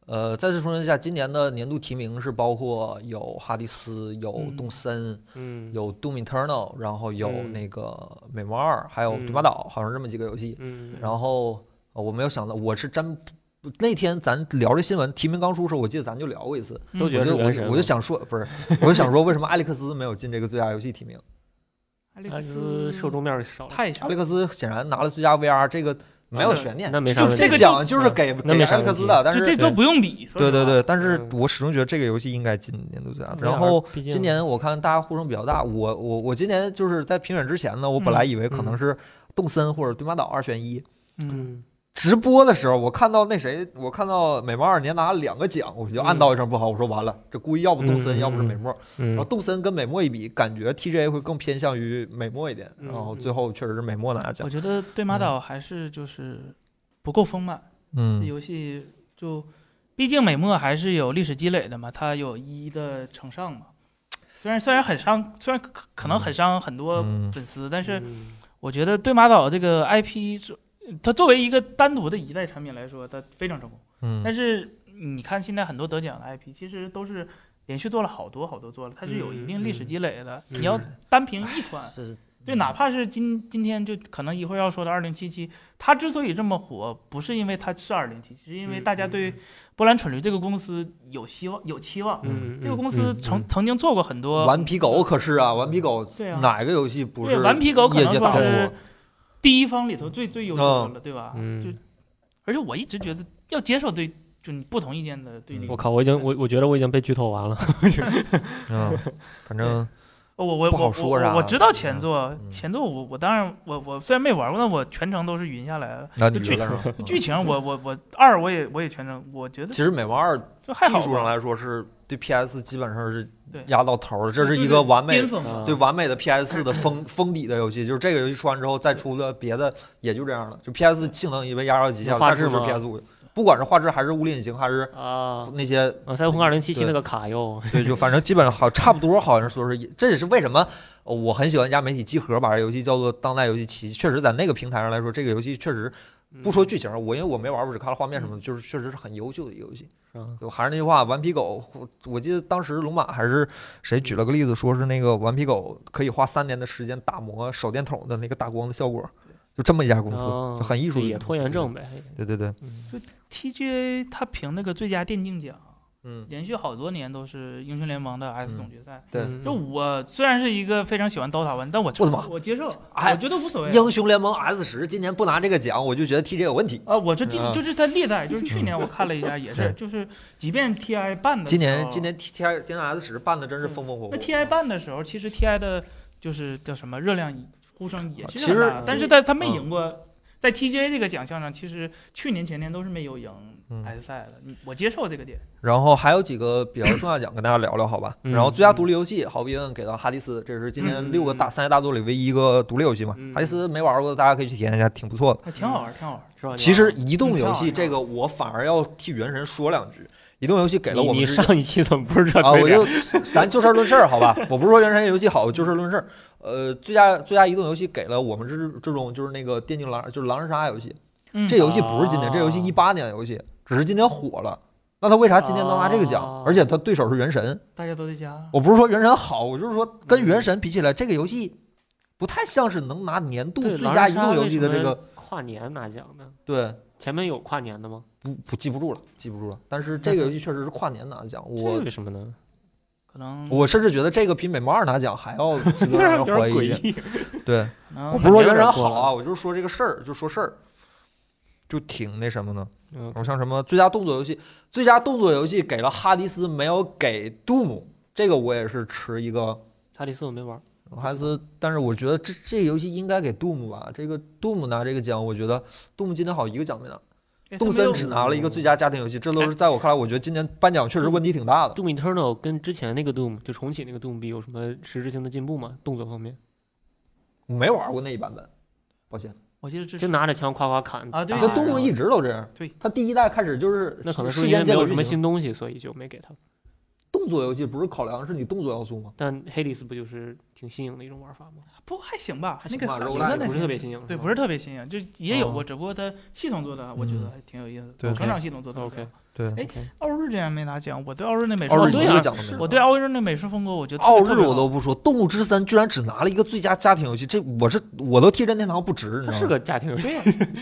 A: 呃，再次重申一下，今年的年度提名是包括有哈迪斯、有
C: 嗯
A: 动森、
B: 嗯，
A: 有 Doom Eternal，然后有
B: 嗯
A: 那个美魔二，还有对马
B: 嗯
A: 岛，好像这么几个游戏。
B: 嗯，
A: 然后、呃我没有想到，我是真不那天咱聊这新闻提名刚出的时候，我记得咱就聊过一次，
B: 都
C: 嗯
B: 觉
A: 我就
B: 得
A: 是我
B: 原
A: 就
B: 神
A: 我就
B: 嘛
A: 想说，不是，我就想说为什么艾利克斯没有进这个最佳游戏提名？
C: 艾利
B: 艾
C: 克
B: 斯
C: 斯
B: 受众面儿少了。
C: 太
A: 艾
C: 少
A: 利
C: 了，
A: 克斯显然拿了最佳 VR，这个没有
C: 那
A: 悬念，
B: 啊那没啥
A: 就
B: 问
A: 这
C: 题
A: 个奖就是
B: 嗯
A: 给
B: 那
A: 给
B: 没啥
A: 艾利克
B: 问
A: 斯
B: 题
A: 的，但是
C: 就这都不用比，说
A: 对
C: 实
A: 对
C: 话
A: 对，，但是
B: 嗯
A: 我始终觉得这个游戏应该进年度最佳。然
B: VR
A: 后
B: 毕
A: 今
B: 竟
A: 年我看大家呼声比较大，我我我今年就是在评选之前呢，我本来以为可能是动森或者对马岛二选一。
C: 嗯，
B: 嗯，
A: 直播的时候，我看到那谁，我看到美墨二年拿了两个奖，我就暗道一声不好，我说完了，这故意要不动森，
B: 嗯
A: 要不是美
B: 嗯
A: 墨。
B: 嗯
A: 然后动森跟美墨一比，感觉 TGA 会更偏向于美墨一点。然后
B: 嗯嗯
A: 最后确实是美墨拿
C: 我
A: 奖。
C: 觉得对马岛还是就是不够丰满，这
A: 嗯
C: 游戏就毕竟美墨还是有历史积累的嘛，它有一的承上嘛。虽然虽然很伤，虽然可可能很伤很多
A: 嗯
C: 粉丝，但是
B: 嗯
C: 我觉得对马岛这个 IP 是，它作为一个单独的一代产品来说，它非常成功。但
A: 嗯
C: 是你看现在很多得奖的 IP，其实都
A: 嗯
C: 是连续做了好多好多做了，它是有一定历史积累的。
B: 嗯嗯
C: 你要单凭一款，
A: 是
C: 对，哪怕是今今天就可能一会儿要说的二零七七，它之所以这么火，不是因为它是二零七七，是因为
B: 嗯
C: 大家
B: 嗯
C: 对波兰蠢驴这个公司有希望、有期望。
B: 嗯，
C: 这个公
B: 嗯
C: 司
B: 嗯
C: 曾、曾经做过很多，
A: 顽皮狗可是啊，顽皮狗
C: 对啊
A: 哪个游戏不
C: 对
A: 是
C: 顽皮狗可
A: 业
C: 能
A: 界
C: 说
A: 大
C: 是
A: 火？
C: 第一方里头最最优秀的了，对吧？
B: 嗯
C: 就而且我一直觉得要接受对，就你不同意见的对立。
B: 我靠，我已经我我觉得我已经被剧透完 了。
A: 嗯，反正
C: 哦我我我
A: 不好说啥
C: 我我知道前作
A: 嗯，
C: 前作我我当然我我虽然没玩过，但我全程都是云下来了。
A: 那你
C: 就
A: 觉得呢？嗯
C: 剧情我我我二我也我也全程，我觉得
A: 其实《美王二》
C: 就还
A: 技
C: 好吧。
A: 术上来说是对 PS 基本上是
C: 对
A: 压到头了，这是
C: 就
A: 一个完美嗯
C: 巅峰嘛。
A: 对完美的 PS 4的封封底的游戏，就是这个游戏出完之后再出了别的也就这样了，就 PS 性能已被压到极限了，
B: 画
A: 但
B: 质
A: 是就是
B: 吗
A: PS 5不管是画质还是物理引擎还是
B: 啊，
A: 那些
B: 啊，赛博朋克二零七七
A: 对
B: 那个卡哟，
A: 对，就反正基本上好差不多，好像说是也，这也是为什么呃我很喜欢加媒体集合，把这游戏叫做当代游戏棋。确实，在那个平台上来说，这个游戏确实不说剧情，我因为我没玩过，只看了画面什么的，就是确实是很优秀的一个游戏。
B: 嗯
A: 就还是那句话，顽皮狗，我我记得当时龙马还是谁举了个例子，说是那个顽皮狗可以花三年的时间打磨手电筒的那个打光的效果，就这么一家公司，
B: 哦
A: 就很艺术的
B: 对也
A: 一个
B: 拖延
A: 公司
B: 症。呗。
A: 对对对，
B: 嗯
C: TGA 它评那个最佳电竞奖，
A: 嗯，
C: 连续好多年都是英雄联盟的 S 总决赛。
A: 对
B: 嗯
C: 就我虽然是一个非常喜欢 DOTA 玩，但我
A: 我的妈
C: 我接受，
A: 哎
C: 我觉得无所谓。
A: 英雄联盟 S 十今年不拿这个奖，我就觉得 TJ 有问题。
C: 啊，我这今
A: 嗯
C: 就是它历代，就是去年我看了 一下，也是，就是即便 TI 办的时
A: 今
B: 哦
C: 候，
A: 年今年 T T I 今年 S 十办的
B: 嗯
A: 真是风风火嗯火
C: 那。TI 办的时候，其实 TI 的就是叫什么热量呼声也
A: 啊其
C: 是
A: 实
C: 很大的，但
A: 其
C: 是
A: 实
C: 它它没
A: 嗯
C: 赢过，在 TGA 这个奖项上，其实去年前年都是没有赢
A: 嗯
C: S 赛的，你我接受这个点。
A: 然后还有几个比 较重要的奖跟大家聊聊，好吧？
B: 嗯
A: 然后最佳独立游戏毫无疑问给到哈迪斯，这是今年
B: 嗯
A: 六个大三大大作里唯一一个独立游戏嘛。
B: 嗯
A: 哈迪斯没玩过，大家可以去体验一下，挺不错的。
C: 还挺好玩，挺好玩。
B: 是吧？
A: 其实移动游戏
C: 挺好挺好
A: 这个，我反而要替原神说两句。移动游戏给了
B: 你
A: 我们
B: 你
A: 之前
B: 上一期怎么不是这
A: 啊，
B: 嘴
A: 我
B: 脸？
A: 就咱就事儿论事儿，好 吧？我不是说原神游戏好，我就事儿论事儿。呃，最佳最佳移动游戏给了我们这这种就是那个电竞狼就是狼人杀游戏，
C: 嗯
A: 这游戏不是今年，这游戏
B: 啊
A: 一八年的游戏，只是今年火了。那他为啥今年能拿这个
B: 啊
A: 奖？而且他对手是原神。
C: 大家都在家，
A: 我不是说原神好，我就是说跟原神比起来，这个游戏不太像是能拿年度
B: 对
A: 最佳移动游戏的这个
B: 狼人杀为什么跨年拿奖呢？
A: 对。
B: 前面有跨年的吗？
A: 不不记不住了，记不住了。但是这个游戏确实是跨年拿的奖，
B: 这
A: 我
B: 为什么 呢？
C: 可能
A: 我甚至觉得这个比美猫二拿奖还 要值得让人怀疑。
B: 异。
A: 对，
C: 可能
A: 我不是说原神好
B: 有点过
A: 啊，我就是说这个事儿，就说事儿，就挺那什么的。
B: 嗯
A: 我像什么最佳动作游戏，最佳动作游戏给了哈迪斯，没有给杜姆，这个我也是持一个
B: 哈里斯我没玩儿，
A: 哈迪斯，但是我觉得这这个游戏应该给杜姆吧。这个杜姆拿这个奖，我觉得杜姆今年好像一个奖没拿，
C: 哎
A: 动
C: 它没
A: 森
C: 有
A: 只拿了一个最佳家庭游戏，这都
B: 哎
A: 是在我看来，我觉得今年颁奖确实问题挺大的。
B: Doom Eternal 跟之前那个 Doom 就重启那个 Doom 比有什么实质性的进步吗？动作方面，
A: 我没玩过那一版本，抱歉。
C: 我记得这
B: 就是拿着枪夸夸砍
C: 啊对
B: 打
A: 这
C: 啊
A: 动物一直都这样。
C: 对，
A: 它第一代开始就是
B: 那可能是
A: 事
B: 因
A: 先
B: 为没
A: 建
B: 有
A: 构
B: 什么
A: 剧情
B: 新东西，所以就没给他。
A: 动作游戏，不是考量是你动作要素吗？
B: 但黑里斯不就是挺新颖的一种玩法吗？
C: 不还行吧，
A: 行吧
C: 那个
A: 肉
C: 不
A: 烂
C: 算
B: 也不是
C: 新
B: 特别新颖，
C: 对，
B: 吧
C: 不是特别新啊颖，就也有过，
B: 哦
C: 只不过它系统做的，我觉得还挺有意思
A: 嗯对
C: 的。成长系统做的
B: OK
A: 对
C: 哎
B: OK
C: 奥日竟然没拿奖，我对奥日那美术
A: 奥
C: 风
A: 日
C: 格，
A: 一
B: 对啊
A: 个奖都没有。
C: 我对奥日那美术风格，我觉得
A: 奥
C: 特
A: 日
C: 别好
A: 我都不说，动物之森居然只拿了一个最佳家庭游戏，这我是我都替任天堂不值，你
B: 它
A: 知
B: 是
A: 道吗？
B: 个家庭游戏，
C: 对呀，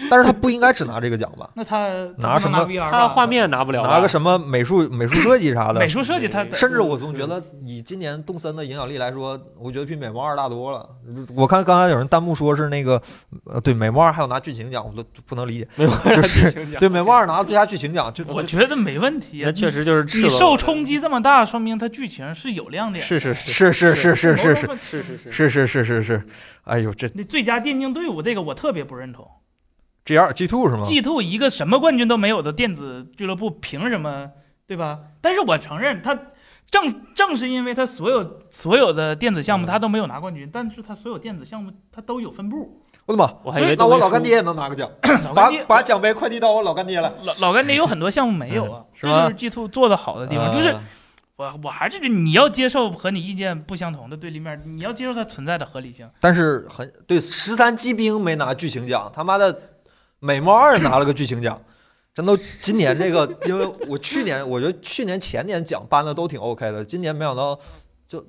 A: 但是他不应该只拿这个奖吧？
C: 那他
A: 拿什么
C: 他不能拿
B: 它
C: VR 吧
B: 画面拿不了吧，
A: 拿个什么美术美术设计啥的
C: 美，术设计他
B: 对
A: 甚至我总觉得以今年动森的影响力来说，我觉得比美猫二大多了。我看刚才有人弹幕说是那个，呃，对美猫二还有拿剧情奖，我都不能理解，
B: 没有
A: 就是
B: 剧情奖
A: 对美猫二拿最佳剧情奖，就
C: 啊我
A: 就
C: 觉得没问题啊
B: 那。确实就是
C: 你
B: 赤
C: 你
B: 裸
C: 受
B: 裸
C: 冲击这么大，说明它剧情是有亮点。
B: 是是是
A: 是是是是是
C: 是
A: 是
B: 是是 是
A: 是是是是是，哎呦，这
C: 那最佳电竞队伍这个我特别不认同。
A: G 二 G two 是吗？
C: G Two 一个什么冠军都没有的电子俱乐部，凭什么对吧？但是我承认，他正正是因为他所有所有的电子项目
B: 嗯
C: 他都没有拿冠军，但是他所有电子项目他都有 分布。
A: 我的妈！
B: 我还以为
A: 那我老
B: 干
A: 干爹也能拿个奖，
C: 老
A: 把
C: 干爹
A: 把奖杯快递到我老干爹来，
C: 老老干爹有很多项目没有啊，
A: 嗯是
C: 这
A: 吗
C: 就是 G Two 做的好的地方，就是
A: 呃
C: 我我还是觉得你要接受和你意见不相同的对立面，你要接受它存在的合理性。
A: 但是很对，十三机兵没拿剧情奖，他妈的美猫二拿了个剧情奖，真都今年这个，因为我去年我觉得去年前年奖颁的都挺 OK 的，今年没想到就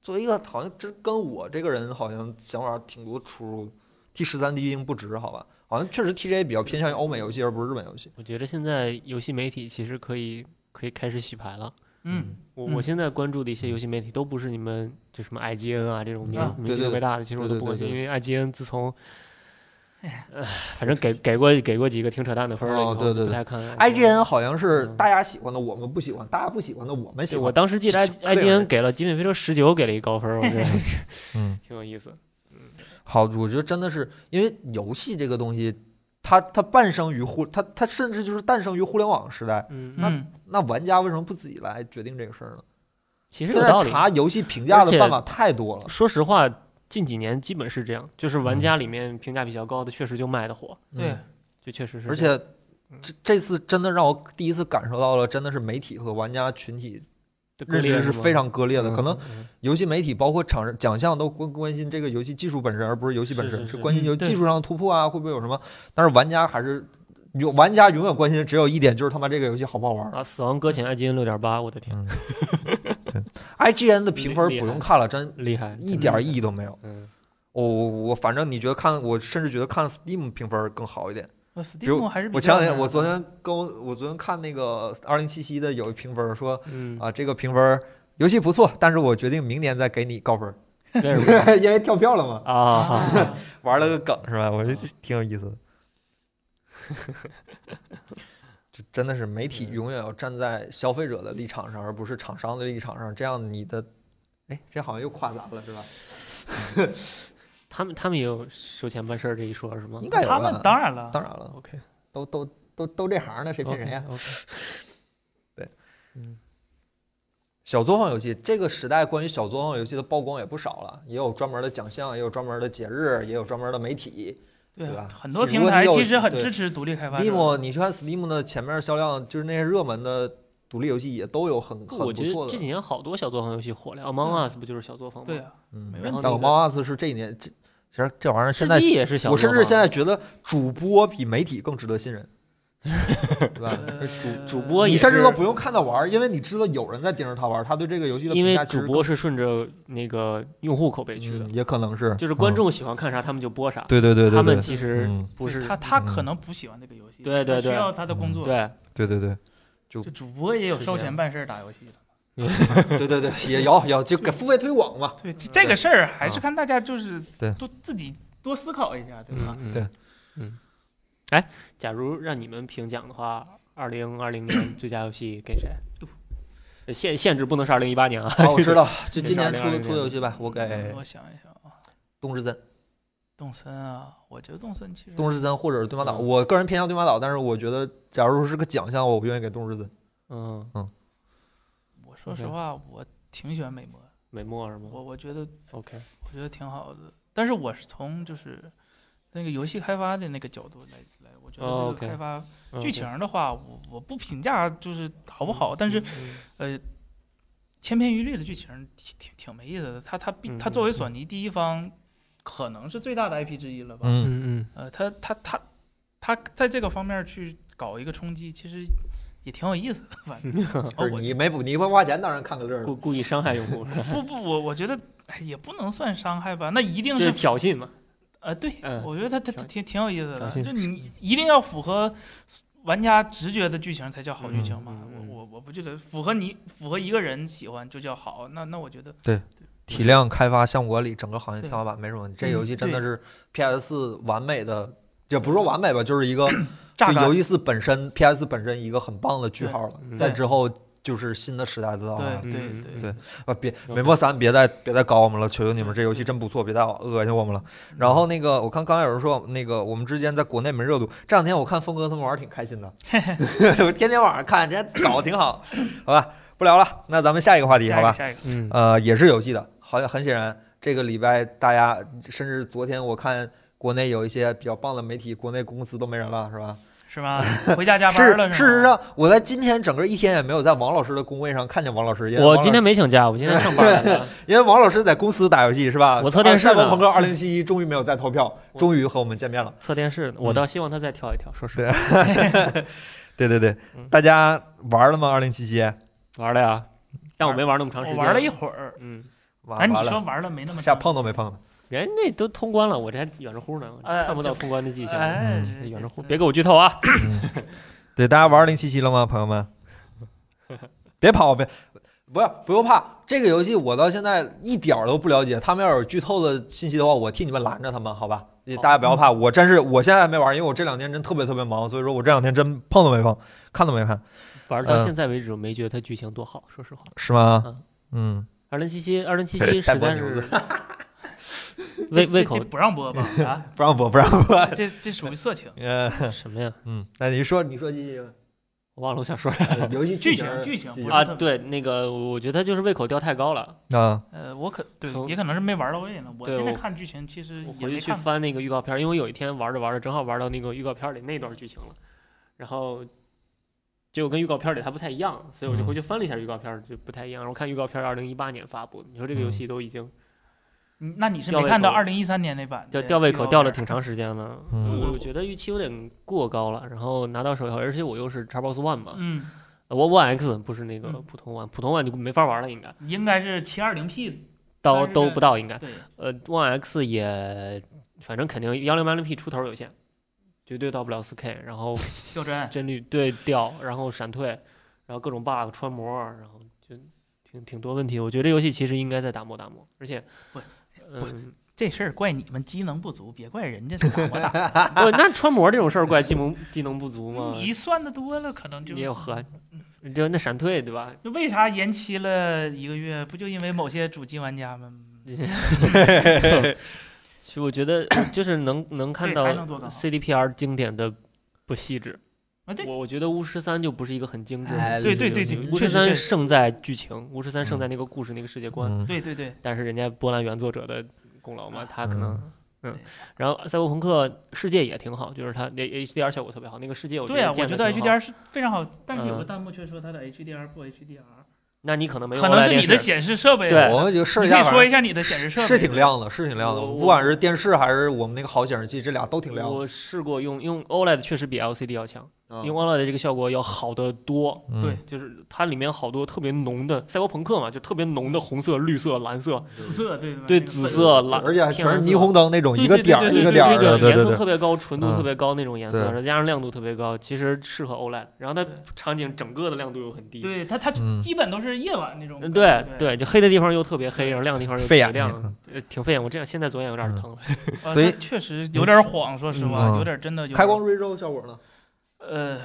A: 作为一个好像这跟我这个人好像想法挺多出入。T 十三 D 应不值，好吧？好像确实 TGA 比较偏向于欧美游戏，而不是日本游戏。
B: 我觉得现在游戏媒体其实可以可以开始洗牌了。
C: 嗯，
B: 我我
C: 嗯
B: 现在关注的一些游戏媒体都不是你们就什么 IGN 啊这种名
C: 啊
B: 名
A: 对
B: 气
A: 对
B: 特别大的，其实我
A: 对
B: 都
A: 对
B: 不关
A: 对
B: 心，因为 IGN 自从，唉，反正给给过给过几个挺扯淡的分儿了以
A: 哦
B: 后，
A: 对对
B: 不
A: 对
B: 太看
A: IGN 好像是
B: 嗯
A: 大家喜欢的，我们不喜欢；大家不喜欢的，我们喜
B: 对我
A: 欢。
B: 当时记得 I
A: 这样
B: IGN 给了《极品飞车十九》给了一高分儿，我觉得
A: 嗯，
B: 挺有意思。
A: 好，我觉得真的是因为游戏这个东西，它它诞生于互，它它甚至就是诞生于互联网时代。
B: 嗯，
C: 嗯，
A: 那玩家为什么不自己来决定这个事儿呢？
B: 其实
A: 现
B: 有
A: 在
B: 道理。
A: 查游戏评价
B: 而
A: 的
B: 且
A: 办法太多了。
B: 说实话，近几年基本是这样，就是玩
A: 嗯
B: 家里面评价比较高的，确实就卖的火，
C: 对
A: 嗯，，
B: 就确实是这样。
A: 而且
B: 嗯
A: 这这次真的让我第一次感受到了，真的是媒体和玩家群体认知是非常割裂
B: 嗯
A: 的。可能游戏媒体包括厂商奖项都关关心这个游戏技术本身，而不是游戏本身，
B: 是是是
A: 关心
C: 嗯
A: 游
C: 对
A: 技术上的突破啊，会不会有什么？但是玩家还是有玩家永远关心的只有一点，就是他妈这个游戏好不好玩。
B: 啊，《死亡搁浅》IGN 六点八，我的天，
A: 嗯，IGN 的评分
B: 厉害
A: 不用看了，真
B: 厉害，
A: 一点意义都没有。
B: 嗯，
A: 我我我反正你觉得看，我甚至觉得看 Steam 评分更好一点。
C: 我
A: 如
C: 呃 Steam 还是比
A: 我前
C: 较
A: 两天
B: 啊
C: 难
A: 我昨
C: 的
A: 天跟我我昨天看那个二零七七的有一评分说
B: 嗯，
A: 啊，这个评分游戏不错，但是我决定明年再给你 高分，
B: 威尔 伯
A: 因为跳票了嘛，
B: 啊， 好
C: 啊
A: 玩了个梗是吧？我觉得这挺有意思的。就真的是媒体
B: 嗯
A: 永远要站在消费者的立场上，而不是厂商的立场上，这样你的，哎，这好像又夸咱了是吧？
B: 他们他们也有收钱办事儿这一说是吗
A: 应该有
C: 他们
A: 吧？
C: 当然 了，
A: 当然了，
B: ？OK，
A: 都都都都这行的，谁骗谁呀？
B: ？OK，
A: 小作坊游戏这个时代，关于小作坊游戏的曝光也不少了，也有专门的奖项，也有专门的节日，也有专门的媒体。
C: 对
A: 对
C: 啊
A: 吧
C: 很多
A: 如
C: 平
A: 果你
C: 台
A: 有
C: 其实很
A: 对
C: 支持独立
B: 哎
C: 开发者的。
A: Steam，你去看 Steam 的前面销量，就是那些热门的独立游戏也都有很很
B: 我
A: 不
B: 觉
A: 错
B: 得这
A: 的
B: 几。年好多小作坊游戏火了，Among Us 不就是小作坊吗？
C: 对，啊，
A: 嗯
C: 没，
B: 然后
A: 但
B: 那
A: 我
B: 个
A: Among Us 是这一年，这其实这玩意儿现在
B: 吃鸡也是小作
A: 我
B: 坊，啊
A: 甚至现在觉得主播比媒体更值得信 任，对吧？主
B: 主
C: 呃
B: 播
A: 你
B: 也
A: 甚至都
B: 是
A: 不用看他玩儿，因为你知道有人在盯着他玩儿，他对这个游戏的
B: 因
A: 评
B: 为
A: 价其实
B: 主播是顺着那个用户口碑去的
A: 嗯，也可能是
B: 就是观
A: 嗯
B: 众喜欢看啥他们就播啥，
A: 对对对对
B: 他们
A: 对
B: 其实
A: 嗯
B: 不是
C: 他，他可
A: 嗯
C: 能不喜欢这个游戏，
B: 对对
C: 他
B: 对
C: 需要他的工作。，
B: 对，
A: 对对对
C: 就主播也有
B: 是
C: 收
B: 这
C: 钱
B: 样
C: 办事儿打游戏的。
A: 对对对，也有有就给付费推广 嘛，
C: 对，这这个事儿
B: 啊
C: 还是看大家就是
A: 对
C: 多自己多思考一下，对吧？
B: 嗯，
A: 对
B: 嗯嗯。哎，假如让你们评奖的话，二零二零年最佳游戏给谁？呃限限制不能是二零一八年啊。
A: 啊，我知道， 就今
B: 这是
A: 年出
B: 2020
A: 出游戏吧，我给
C: 我想一想啊，
A: 东之森，
C: 动森啊，我觉得动森其实
A: 东之森或者是对马岛，
B: 嗯
A: 我个人偏向对马岛，但是我觉得假如是个奖项，我不愿意给东之森。
B: 嗯，
C: 我说实
B: OK
C: 话，我挺喜欢美墨，
B: 美墨是吗
C: 我我觉得
B: ？OK，
C: 我觉得挺好的，但是我是从就是那个游戏开发的那个角度来来，我觉
B: 哦
C: 得这
B: ，OK
C: 个开发
B: 嗯
C: 剧情的话，我我不评价就是好不好，但是
B: 嗯
C: 呃，千篇一律的剧情挺挺挺没意思的。它它毕它
B: 嗯
C: 作为
B: 嗯
C: 索尼第一方，可能是最大的 IP 之一了吧？
A: 嗯，
B: 嗯
C: 呃，它它它它在这个方面去搞一个冲击，其实也挺有意思的。 反正
B: 嗯，
A: 不
C: 哦
A: 是
C: 我
A: 你没补，你不花钱当然看个乐儿
B: 故
A: 了。
B: 故意伤害用户是吧？
C: 不不，我我觉得哎也不能算伤害吧，那一定
B: 就是是挑衅嘛。
C: 呃，对，
B: 嗯
C: 我觉得它它
B: 挑
C: 挺挺有意思
B: 挑
C: 的，
B: 衅
C: 就是你一定要符合玩家直觉的剧情才叫好剧
A: 嗯
C: 情嘛。
B: 嗯嗯
C: 我我我不觉得符合你符合一个人喜欢就叫好，那那我觉得
A: 体量开发、项目管理，整个行业
C: 对
A: 天花板没什么问题。这
C: 嗯
A: 游戏真的是 PS 完美的，也不是说完美吧，就是一 个
C: 榨
A: 对
C: 干
A: 游戏四本身 PS 本身一个很棒的句号了。
B: 嗯
A: 在之后就是新的时代的到来了。
C: 对对
B: 嗯
C: 对
B: 嗯
A: 对啊，别
B: OK
A: 美墨三，别再别再搞我们了，求求你们，这游戏真不错，别再恶心我们了。
C: 嗯
A: 然后那个，我看刚才有人说，那个我们之间在国内没热度，这两天我看峰哥他们玩儿挺开 心的，我天天晚上看，人家搞得挺好，好吧，不聊了，那咱们下一个话题，
C: 下
A: 好
C: 一个
A: 吧？
C: 下一个，
B: 嗯，
A: 呃，也是游戏的，好像很显然，这个礼拜大家甚至昨天我看国内有一些比较棒的媒体，国内公司都没人了，是吧？
C: 是吗？回家加
A: 是
C: 班了
A: 事实
C: 吗？
A: 上，我在今天整个一天也没有在王老师的工位上看见王老师。因为王
B: 我
A: 老
B: 今天没请假，我今天上班啊来的。
A: 因为王老师在公司打游戏是吧？啊
B: 我测电视
A: 赛
B: 呢
A: 博朋克二零七一终于没有再投票，
B: 我
A: 终于和我们见面了。
B: 测电视呢，我倒希望他再跳一跳，说实
A: 对对 对对
B: 嗯，
A: 大家玩了吗？二零七七
B: 话，玩了呀，但我没玩那么长时
C: 我
B: 间。
C: 玩了一会儿，
B: 嗯，
C: 哎，
A: 啊完
C: 你
A: 完
C: 说
A: 了，
C: 玩了没那么
A: 下碰都没碰呢。
B: 人那都通关了，我这还远着乎呢，
C: 哎
B: 看不到
C: 就
B: 通关的迹象。
C: 哎，
A: 嗯
B: 远着乎，
C: 这
B: 别给我剧透啊！
A: 对，大家玩零七七了吗，朋友们？别跑，别不要不用怕，这个游戏我到现在一点儿都不了解。他们要有剧透的信息的话，我替你们拦着他们，好吧？也大家不要怕，我真是我现在还没玩，因为我这两天真特别特别忙，所以说我这两天真碰都没碰，看都没看，
B: 玩到
A: 嗯
B: 现在为止，我没觉得它剧情多好，说实话。
A: 是吗？嗯，
B: 二零七七，二零七七
A: 赛
B: 实
A: 博
B: 在
A: 牛
B: 是
A: 子
B: 胃胃
C: 这
B: 口
C: 这不让 播吧？啊，
A: 不让播，不让播。
C: 这这属于色情。
A: 呃，
B: 什么呀？
A: 嗯，那你说，你说继续吧，
B: 我忘了我想说啥
A: 呃游戏
C: 剧
A: 情
C: 情剧情不是
B: 啊？
C: 特别
B: 对，那个我觉得它就是胃口吊太高了。
A: 啊，
C: 呃，我可对
B: 从，
C: 也可能是没玩到位呢。我
B: 对
C: 现在
B: 我
C: 看剧情其实
B: 我
C: 也
B: 回去
C: 没
B: 去
C: 看，
B: 翻那个预告片儿，因为有一天玩着玩着，正好玩到那个预告片儿里那段剧情了，然后结果跟预告片儿里它不太一样，所以我就回去翻了一下预告片儿，就不太一样。然后看预告片儿，二零一八年发布的，你说这个游戏都已经
C: 嗯那你是
B: 吊
C: 没
B: 胃
C: 看到
B: 口
C: 二零一三年那版
B: 吊
C: 的
B: 吊胃口
C: 预告
B: 吊了挺
C: 片儿
B: 长时间了，
A: 嗯
B: 我我觉得预期有点过高了。然后拿到手以后，而且我又是 Xbox One 嘛
C: 嗯，
B: 呃，One One X 不是那个
C: 嗯
B: 普通 One，普通 One 就没法玩了，应该
C: 应该是七二零 P
B: 到
C: 32
B: 都不到应该。
C: 对，
B: 呃，One X 也反正肯定幺零八零 P 出头有限，绝对到不了四 K，然 后
C: 吊针
B: 帧率对掉，然后闪退，然后各种 bug 穿模，然后就挺挺多问题。我觉得这游戏其实应该再打磨打磨，而且
C: 不不
B: 嗯，
C: 这事儿怪你们机能不足，别怪人家 是打我打，
B: 不，那穿模这种事儿怪技能技能不足吗？
C: 你算的多了，可能就
B: 也有和，就那闪退对吧？
C: 就为啥延期了一个月？不就因为某些主机玩家们？
B: 其实我觉得就是能能看
C: 对
B: 到
C: 还能做更好
B: CDPR 经典的不细致。
C: 啊对
B: 我我觉得巫师三就不是一个很精致的
A: 哎
B: 游戏。
A: 对对
C: 对对
B: 巫
C: 确
B: 师
C: 实
B: 三
C: 确实
B: 胜在剧情，巫师三胜
A: 嗯
B: 在那个故事、那个世界观，
A: 嗯，
C: 对对对，
B: 但是人家波兰原作者的功劳嘛，他可能。嗯
C: 对
B: 然后赛博朋克世界也挺好，就是它那 HDR 效果特别好，那个世界我
C: 对啊，我
B: 建
C: 觉
B: 得
C: 得
B: 挺好
C: HDR 是非常好，但是有个
B: 嗯
C: 弹幕却说它的 HDR 不 HDR，
B: 那你可能没有 E
C: 可能
B: OLED
C: 是你的
B: 电视
C: 显示设备。啊
B: 对
A: 我们就试
C: 你
A: 一
C: 可
A: 下，
C: 以
A: 反
C: 说
A: 正
C: 一下你的显示设备。
A: 是挺亮的，是挺亮的。
B: 我
A: 不管是电视还是我们那个好显示器，这俩都挺亮的。
B: 我试过用用 OLED 确实比 LCD 要强，
A: 嗯
B: 用 OLED 这个效果要好得多。
A: 嗯
C: 对
B: 就是它里面好多特别浓的赛博朋克嘛，就特别浓的红色、绿色、蓝色，
C: 紫色，嗯对吧
B: 对
C: 那个
B: 紫
C: 粉
B: 色、蓝，
A: 而且还
B: 天
A: 全是
B: 蓝色
A: 霓虹灯那种
C: 对
A: 一个
C: 对
A: 点儿
C: 对
B: 对
A: 一
B: 对
A: 点儿
B: 对
A: 的，对
B: 颜
A: 对
B: 色
A: 对
B: 特。别高，纯度
A: 嗯
B: 特别高那种颜色，
A: 对
B: 然后加上亮度特别高，其实适合 OLED。然 E 后它
C: 对
B: 场景整个的亮度又很低，
C: 对它它
A: 嗯
C: 基本都是夜晚那种
B: 嗯
C: 感
B: 对
C: 觉。对
B: 对，就黑的地方又特别黑，然后亮的地方又
A: 费眼
B: 贼亮
A: 睛，
B: 呃挺费眼。我这样现在左眼有点
A: 嗯
B: 疼了，
C: 呃
A: 所以
C: 它确实有点晃，说实话，
A: 嗯
C: 有点真的有点
A: 开光。瑞州效果呢？
C: 呃，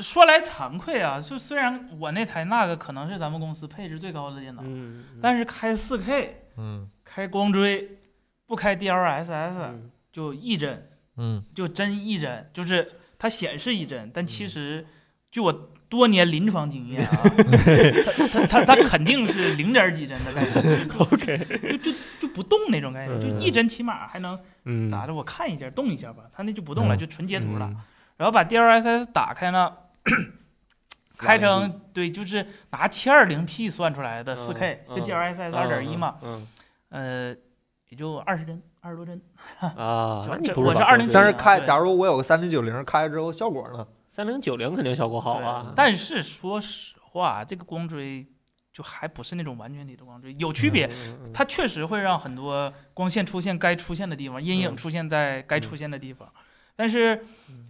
C: 说来惭愧啊，就虽然我那台那个可能是咱们公司配置最高的电脑，
B: 嗯，嗯
C: 但是开 4K、
A: 嗯
C: 开光追，不开 DLSS
B: 嗯
C: 就一帧，
A: 嗯
C: 就真一帧，就是它显示一帧，但其
B: 嗯
C: 实据我多年临床经验 啊，它它它它肯定是零点几帧的概念，
B: OK，
C: 就就就不动那种概念，就
B: 嗯
C: 一帧起码还能
B: 嗯，
C: 咋的，我看一下动一下吧，它那就不动了，
A: 嗯
C: 就纯截图了。
B: 嗯，
C: 然后把 DLSS 打 开呢，开成对，就是拿七二零 P 算出来的四 K，
B: 嗯
C: 就 DLSS 二点一嘛，
B: 嗯，
C: 呃，也就二十帧，二十多帧。
B: 嗯啊，那你
C: 这
B: 不
C: 我是
B: 把控
C: 20
B: 制
A: 但是
B: 的
A: 开，
C: 对
A: 假如我有个三零九零开之后效果呢？
B: 三零九零肯定效果好啊
C: 对，但是说实话，这个光追就还不是那种完全体的光追，有区别。
B: 嗯
C: 它确实会让很多光线出现该出现的地方，阴
B: 嗯
C: 影出现在该出现的地方，但是，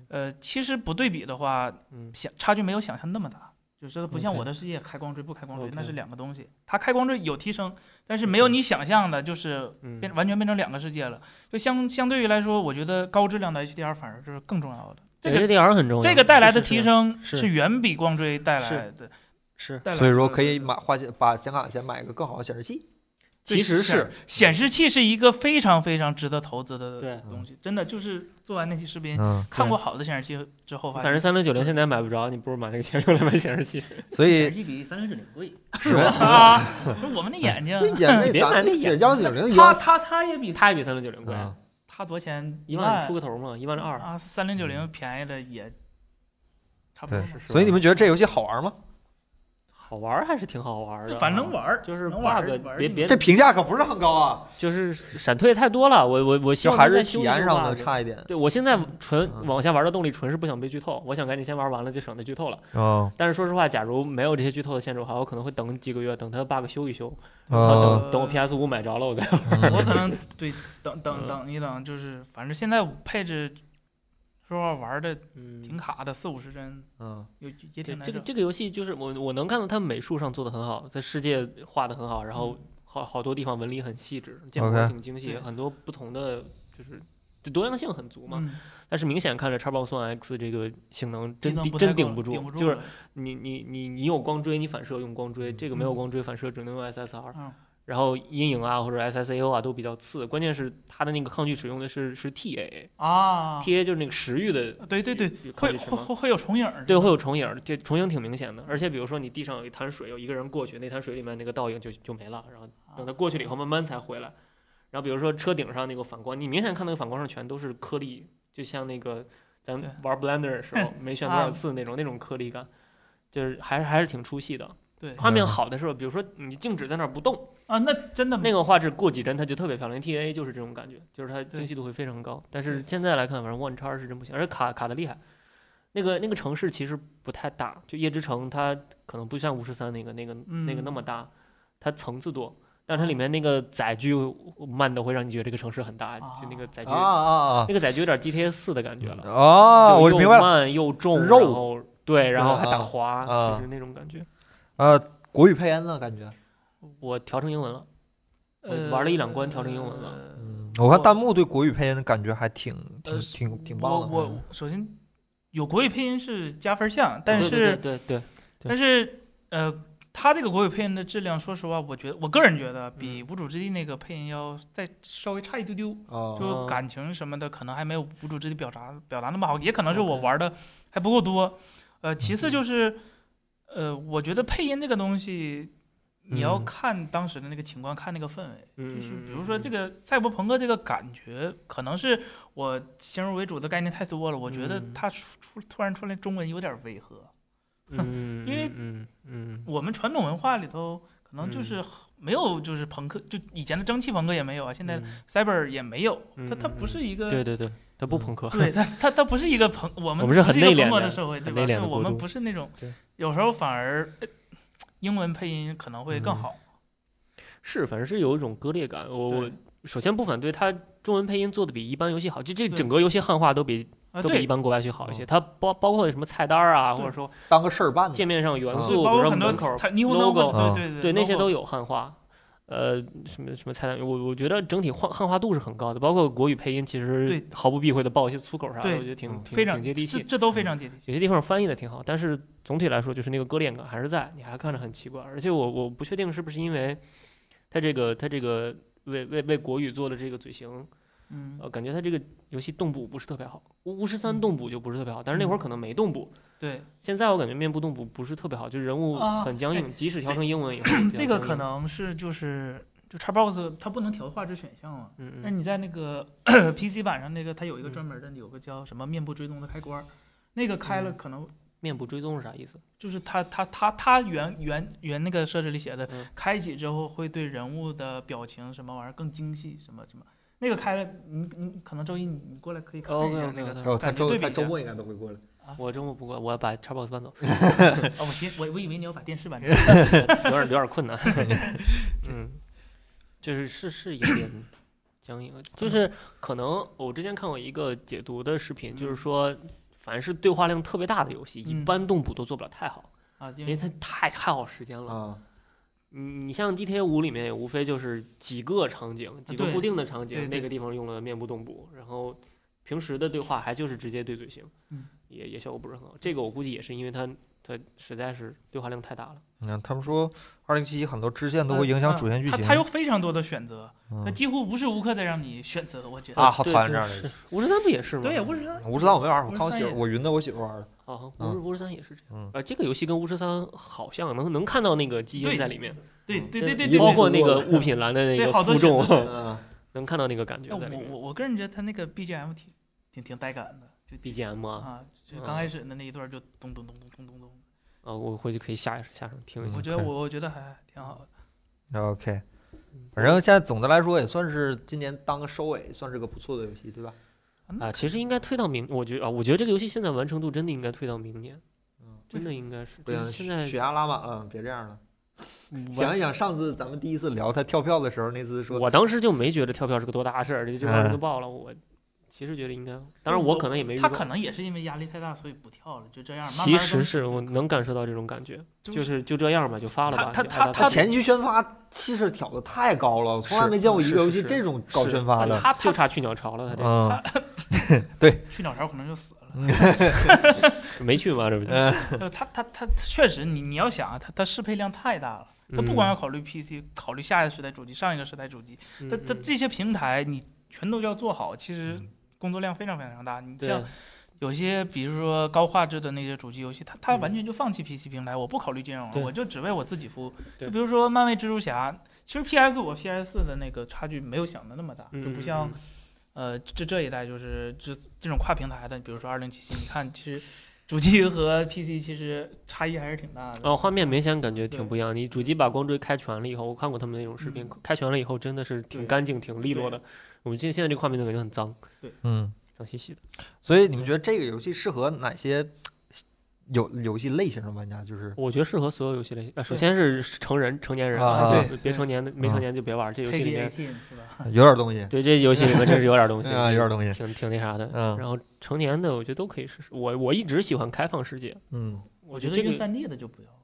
C: 呃，其实不对比的话，
B: 嗯
C: 想差距没有想象那么大，就是不像
B: OK
C: 我的世界开光追不开光追
B: OK
C: 那是两个东西。它开光追有提升，但是没有你想象的，就是
B: 嗯
C: 变完全变成两个世界了。就相相对于来说，我觉得高质量的 HDR 反而是更重要的。这个
B: HDR 很重要，
C: 这个带来的
B: 是是
C: 提升
B: 是
C: 是远比光追带
B: 是
C: 来的，
B: 是
C: 带来
A: 所以说
C: 的
A: 可以买花钱把显卡钱买个更好的显示器。
C: 对
B: 其实是
C: 显显示器是一个非常非常值得投资
B: 对
C: 的东西，真的就是做完那期视频，
A: 嗯，
C: 看过好的显示器之后，发
B: 反
C: 现
B: 正三零九零现在买不着，你不如把那个钱用来买显示器。
A: 所
C: 显
A: 以
C: 示器比三零九零 贵
A: 是吧？
C: 啊！我们的眼睛，
A: 那 眼那
B: 别买
A: 咱
B: 那
A: 写
B: 眼
A: 幺九零
C: 它它它也比它
B: 它也比三零九零贵，
A: 嗯，
C: 它多少钱？
B: 一万出个头嘛，一万二。
C: 啊，三零九零便宜的也差不多
A: 嗯对
C: 嘛。
B: 是是
A: 所以你们觉得这游戏好玩吗？
B: 好玩儿还是挺好玩儿的
C: 就
B: 啊，
C: 反正玩儿，
B: 就是
C: 能玩儿
B: bug，
C: 玩儿
B: 别
C: 就
B: 别
A: 这评价可不是很高啊，
B: 就是闪退太多了，我我我希
A: 就
B: 望
A: 还
B: 它再
A: 是
B: 修
A: 体
B: 一
A: 验
B: 修
A: 上的
B: bug
A: 差一点。
B: 对我现在纯
A: 嗯
B: 往下玩的动力纯是不想被剧透，我想赶紧先玩完了就省得剧透了。
A: 嗯
B: 但是说实话，假如没有这些剧透的限制的话，我可能会等几个月，等它的 bug 修一修，然后
C: 哦
A: 嗯
B: 等等我 PS 五买着了我再。
C: 我 可能对等等
B: 嗯
C: 等一等，就是反正现在我配置，说实话玩的
B: 嗯，
C: 挺卡的，四五十帧
A: 嗯
C: 有
B: 对
C: 也挺难
B: 这个
C: 受。
B: 这个游戏就是我我能看到它美术上做的很好，在世界画的很好，然后好好多地方纹理很细致，建模
A: OK
B: 挺精细，
C: 嗯对
B: 很多不同的就是就多样性很足嘛。
C: 嗯，
B: 但是明显看着 Xbox One X 这个性能
C: 技
B: 真
C: 能
B: 顶
C: 不太
B: 真
C: 够
B: 顶
C: 不
B: 不住，
C: 住
B: 就是
C: 了
B: 你你你你有光追，你反射用光追，这个没有
C: 嗯
B: 光追反射只能用 SSR，、
C: 嗯
B: 然后阴影啊或者 SSAO 啊都比较次，关键是它的那个抗拒使用的是是 TA，TA、
C: 啊，
B: TA 就是那个食欲的
C: 对对对，
B: 有抗
C: 会
B: 拒什
C: 会
B: 么？
C: 会会有重影儿，
B: 对，
C: 是吧
B: 会有重影儿，这重影挺明显的。而且比如说你地上有一滩水，有一个人过去，那滩水里面那个倒影就就没了，然后
C: 啊
B: 等他过去了以后慢慢才回来。然后比如说车顶上那个反光，你明显看那个反光上全都是颗粒，就像那个咱
C: 对啊
B: 玩 Blender 的时候没选多少次那种那种颗粒感，就是还是还是挺出戏的。
C: 对
B: 画面好的时候，比如说你静止在那儿不动，
C: 啊，那真的
B: 那个画质过几帧它就特别漂亮。T A 就是这种感觉，就是它
C: 对
B: 精细度会非常高。但是现在来看，反正 One 叉是真不行，而且卡卡的厉害。那个那个城市其实不太大，就夜之城它可能不像巫师三那个那个那个那
C: 嗯
B: 么大，它层次多，但是它里面那个载具慢的会让你觉得这个城市很大，就那个载具、
A: 啊啊啊
B: 那个载具有点 GTA 四的感觉了。
A: 啊！
B: 就
A: 我
B: 又
A: 明白了。
B: 慢又重，
A: 肉
B: 然后对，然后还打
A: 啊
B: 滑，
A: 啊
B: 就是那种感觉。
A: 呃，国语配音呢，感觉。
B: 我调成英文了，我
C: 呃
B: 玩了一两关调成英文了
C: 呃
A: 嗯，我看弹幕对国语配音的感觉还挺挺
C: 呃
A: 挺挺
C: 我
A: 棒的。嗯
C: 我首先有国语配音是加分项，但
B: 对
C: 是
B: 对对对对对
C: 但是呃，他这个国语配音的质量，说实话，我觉得我个人觉得
B: 嗯
C: 比《无主之地》那个配音要再稍微差一丢丢，
A: 哦
C: 就感情什么的可能还没有《无主之地》表达表达那么好，也可能是我玩的还不够多。呃，其
B: 嗯
C: 次就是呃，我觉得配音这个东西。你要
B: 嗯
C: 看当时的那个情况，看那个氛围，就是
B: 嗯，
C: 比如说这
B: 个，
C: 个赛博朋克这个感觉，可能是我先入为主的概念太多了。我觉得
B: 嗯
C: 它出出突然出来中文有点违和。
B: 嗯，
C: 因为
B: 嗯嗯
C: 我们传统文化里头可能就
B: 嗯
C: 是没有，就是朋克，就以前的蒸汽朋克也没有啊，现在
B: 嗯
C: cyber 也没有，它
B: 嗯
C: 它
B: 嗯
C: 不是一个
B: 对对对，它不朋克，
C: 对它它它不是一个朋，我们
B: 我们是很
C: 一个
B: 内敛
C: 朋克
B: 的
C: 的社会，对
B: 很
C: 吧？
B: 内敛
C: 对
B: 的
C: 我
B: 国
C: 们
B: 度
C: 不是那种
B: 对，
C: 有时候反而呃英文配音可能会更
B: 嗯
C: 好。
B: 是反正是有一种割裂感。我我
C: 对
B: 首先不反对它中文配音做的比一般游戏好，就这
C: 对
B: 整个游戏汉化都比
C: 啊，
B: 都比
C: 对
B: 一，般国外游戏好一
A: 哦
B: 些。它包包括什么菜单儿啊，或
C: 对
B: 者说
A: 当个事儿办的
B: 界。面上元
A: 嗯
B: 素，
C: 对
B: 比
C: 包
B: 如
C: 括
B: 说
C: 很
B: 门
C: 多
B: 口儿
C: 彩霓虹
B: logo，
A: 啊
C: 灯，对对
B: 对那些
C: logo
B: 都有汉化。呃，什么什么菜单，我我觉得整体汉汉化度是很高的，包括国语配音，其实
C: 对
B: 毫不避讳的爆一些粗口啥的，
C: 对
B: 我觉得挺
A: 嗯
B: 挺
C: 非常
B: 挺接地气
C: 这。这都非常接地气。
B: 有些地方翻译的挺好，但是总体来说就是那个割裂感还是在，你还看着很奇怪。而且我我不确定是不是因为他这个他这个为为为国语做的这个嘴型，
C: 嗯，
B: 呃，感觉他这个游戏动捕不是特别好。巫巫师
C: 嗯
B: 三动捕就不是特别好，但是那会儿可能没动捕。
C: 对，
B: 现在我感觉面部动捕不是特别好，就人物
C: 啊
B: 很僵
C: 哎
B: 硬，即使调成英文以后 比较
C: 这个
B: 僵
C: 可
B: 硬，
C: 能是就是就 Xbox 它不能调画质选项嘛。
B: 嗯
C: 那
B: 嗯，
C: 你在 那个 PC 版上那个，它有一个
B: 嗯
C: 专门的，有个叫什么面部追踪的开关儿，那个开了
B: 嗯
C: 可能
B: 面部追踪是啥意思？
C: 就是它它它它原原原那个设置里写的
B: 嗯，
C: 开启之后会对人物的表情什么玩意儿更精细，什么什么。那个开了，你你可能周一你你过来可以看一
B: OK
C: 下
B: OK
C: 那个
B: OK，
A: 哦，他
C: 感觉
A: 周
C: 对比
A: 他
C: 一下
A: 周末应该都会过来。
B: 我周末不过，我要把 Xbox 搬走，
C: 啊，我寻我我以为你要把电视版
B: 有点有点困难。嗯，就是是是有点僵硬，就是可能我之前看过一个解读的视频，就是
C: 嗯
B: 说。凡是对话量特别大的游戏，一
C: 嗯
B: 般动捕都做不了太好，
C: 啊，因
B: 因为
C: 为
B: 它太太耗时间了。
A: 啊，
B: 你你像 GTA 五里面也无非就是几个场景，几个
C: 对
B: 固定的场景，
C: 对对
B: 那个地方用了面部动捕，然后平时的对话还就是直接对嘴型，
C: 嗯
B: 也也效果不是很好。这个我估计也是因为它它实在是对话量太大了。
A: 你看嗯他们说二零七一很多支线都会
C: 呃
A: 影响
C: 啊
A: 主线剧
C: 它
A: 情。
C: 它有非常多的选择，它
A: 嗯
C: 几乎无时无刻在让你选择，我觉得。
A: 啊，嗯好
B: 对
A: 讨厌
B: 对
A: 这样
B: 是
A: 的。
B: 五十三不也是吗？
C: 对，无时无刻
A: 五十三我没玩儿，我看我
C: 53
A: 媳妇
C: 也
A: 儿，我云的我媳妇儿玩儿的。
B: 啊，
A: 嗯
B: 巫师巫师三也是这样
A: 嗯。
B: 啊，这个游戏跟巫师三好像，能能看到那个基因
C: 对
B: 在里面，
C: 对对对对
A: 嗯一
C: 对，
B: 包
A: 类似
B: 括那
A: 做
B: 个物品栏的那
C: 对
B: 个
C: 好多
B: 负重，
A: 嗯，
B: 能看到那个感觉
C: 那
B: 在里
C: 哎我
B: 面。
C: 我我个人觉得他那个 BGM 挺挺挺带感的，就
B: BGM 啊，
C: 啊，就刚开始的那一段就咚咚咚咚咚咚咚，
B: 啊，我回去可以下下上听一下
C: 我。觉得我我觉得还挺好的。
A: OK，反正现在总的来说也算是今年当个收尾，算是个不错的游戏，对吧？
C: 嗯
B: 啊，其实应该推到明，我觉得啊，我觉得这个游戏现在完成度真的应该推到明年，
A: 嗯，
B: 真的应该是。
A: 不
B: 就
A: 行，
B: 是现在
A: 血压拉满了，别这样了。
B: 嗯
A: 想一想，上次咱们第一次聊他跳票的时候，那次说
B: 我当时就没觉得跳票是个多大事儿，这就完
A: 嗯
B: 就爆了。我其实觉得应该，当然
C: 我
B: 我可能也没预
C: 他
B: 告
C: 可能也是因为压力太大，所以不跳了，就这样。慢慢
B: 其
C: 地
B: 实是我能感受到这种感觉，就是就这样吧，就发了吧。
C: 他
B: 就
C: 他
B: 爱咋
C: 他
A: 他
B: 咋
A: 前期宣发气势挑的太高了，从来没见过一个游戏
B: 是是是
A: 这种搞宣发的。
C: 他
B: 就
C: 他
B: 差去鸟巢了，他这
A: 嗯，
C: 去鸟巢可能就死 了。
B: 没去嘛，这不就？
C: 呃他他他他确实，你你要想啊，他他适配量太大了。他不光要考虑 PC，考虑下一个时代主机、上一个时代主机，
B: 嗯
C: 他他
B: 嗯
C: 这些平台你全都要做好，其实工作量非常非常大。你
B: 对
C: 像有些比如说高画质的那些主机游戏，它它
B: 嗯
C: 完全就放弃 PC 平台，我不考虑兼容了，
B: 对
C: 我就只为我自己服务。
B: 对
C: 就比如说漫威蜘蛛侠，其实 PS 五、PS 四的那个差距没有想的那么大，
B: 嗯
C: 就
B: 嗯
C: 不像
B: 嗯
C: 呃这这一代就是这这种跨平台的，比如说二零七七，你看其实主机和 PC 其实差异还是挺大的。
B: 哦，画面明显感觉
C: 对
B: 挺不一样。你主机把光追开全了以后，我看过他们那种视频
C: 嗯，
B: 开全了以后真的是挺
C: 对
B: 干净、挺利落
C: 对
B: 的。我们现现在这个画面就感觉很脏，
A: 嗯，
B: 脏兮兮的。
A: 所以你们觉得这个游戏适合哪些有游戏类型的玩家？就是
B: 我觉得适合所有游戏类型。呃，首
C: 对
B: 先是成人、成年人
A: 啊
C: 对
B: 别成年的没成年就别玩这游戏里
C: KD
B: 面。
C: 18是吧？
A: 有点东西，
B: 对，这游戏里面真是有点东西，
A: 啊，有点东西。
B: 挺挺那啥的。
A: 嗯
B: 然后成年的我觉得都可以试试。我我一直喜欢开放世界
A: 嗯，
C: 我
B: 觉
C: 觉
B: 得
C: 得
B: 这个
C: 晕三 D 的就不要了，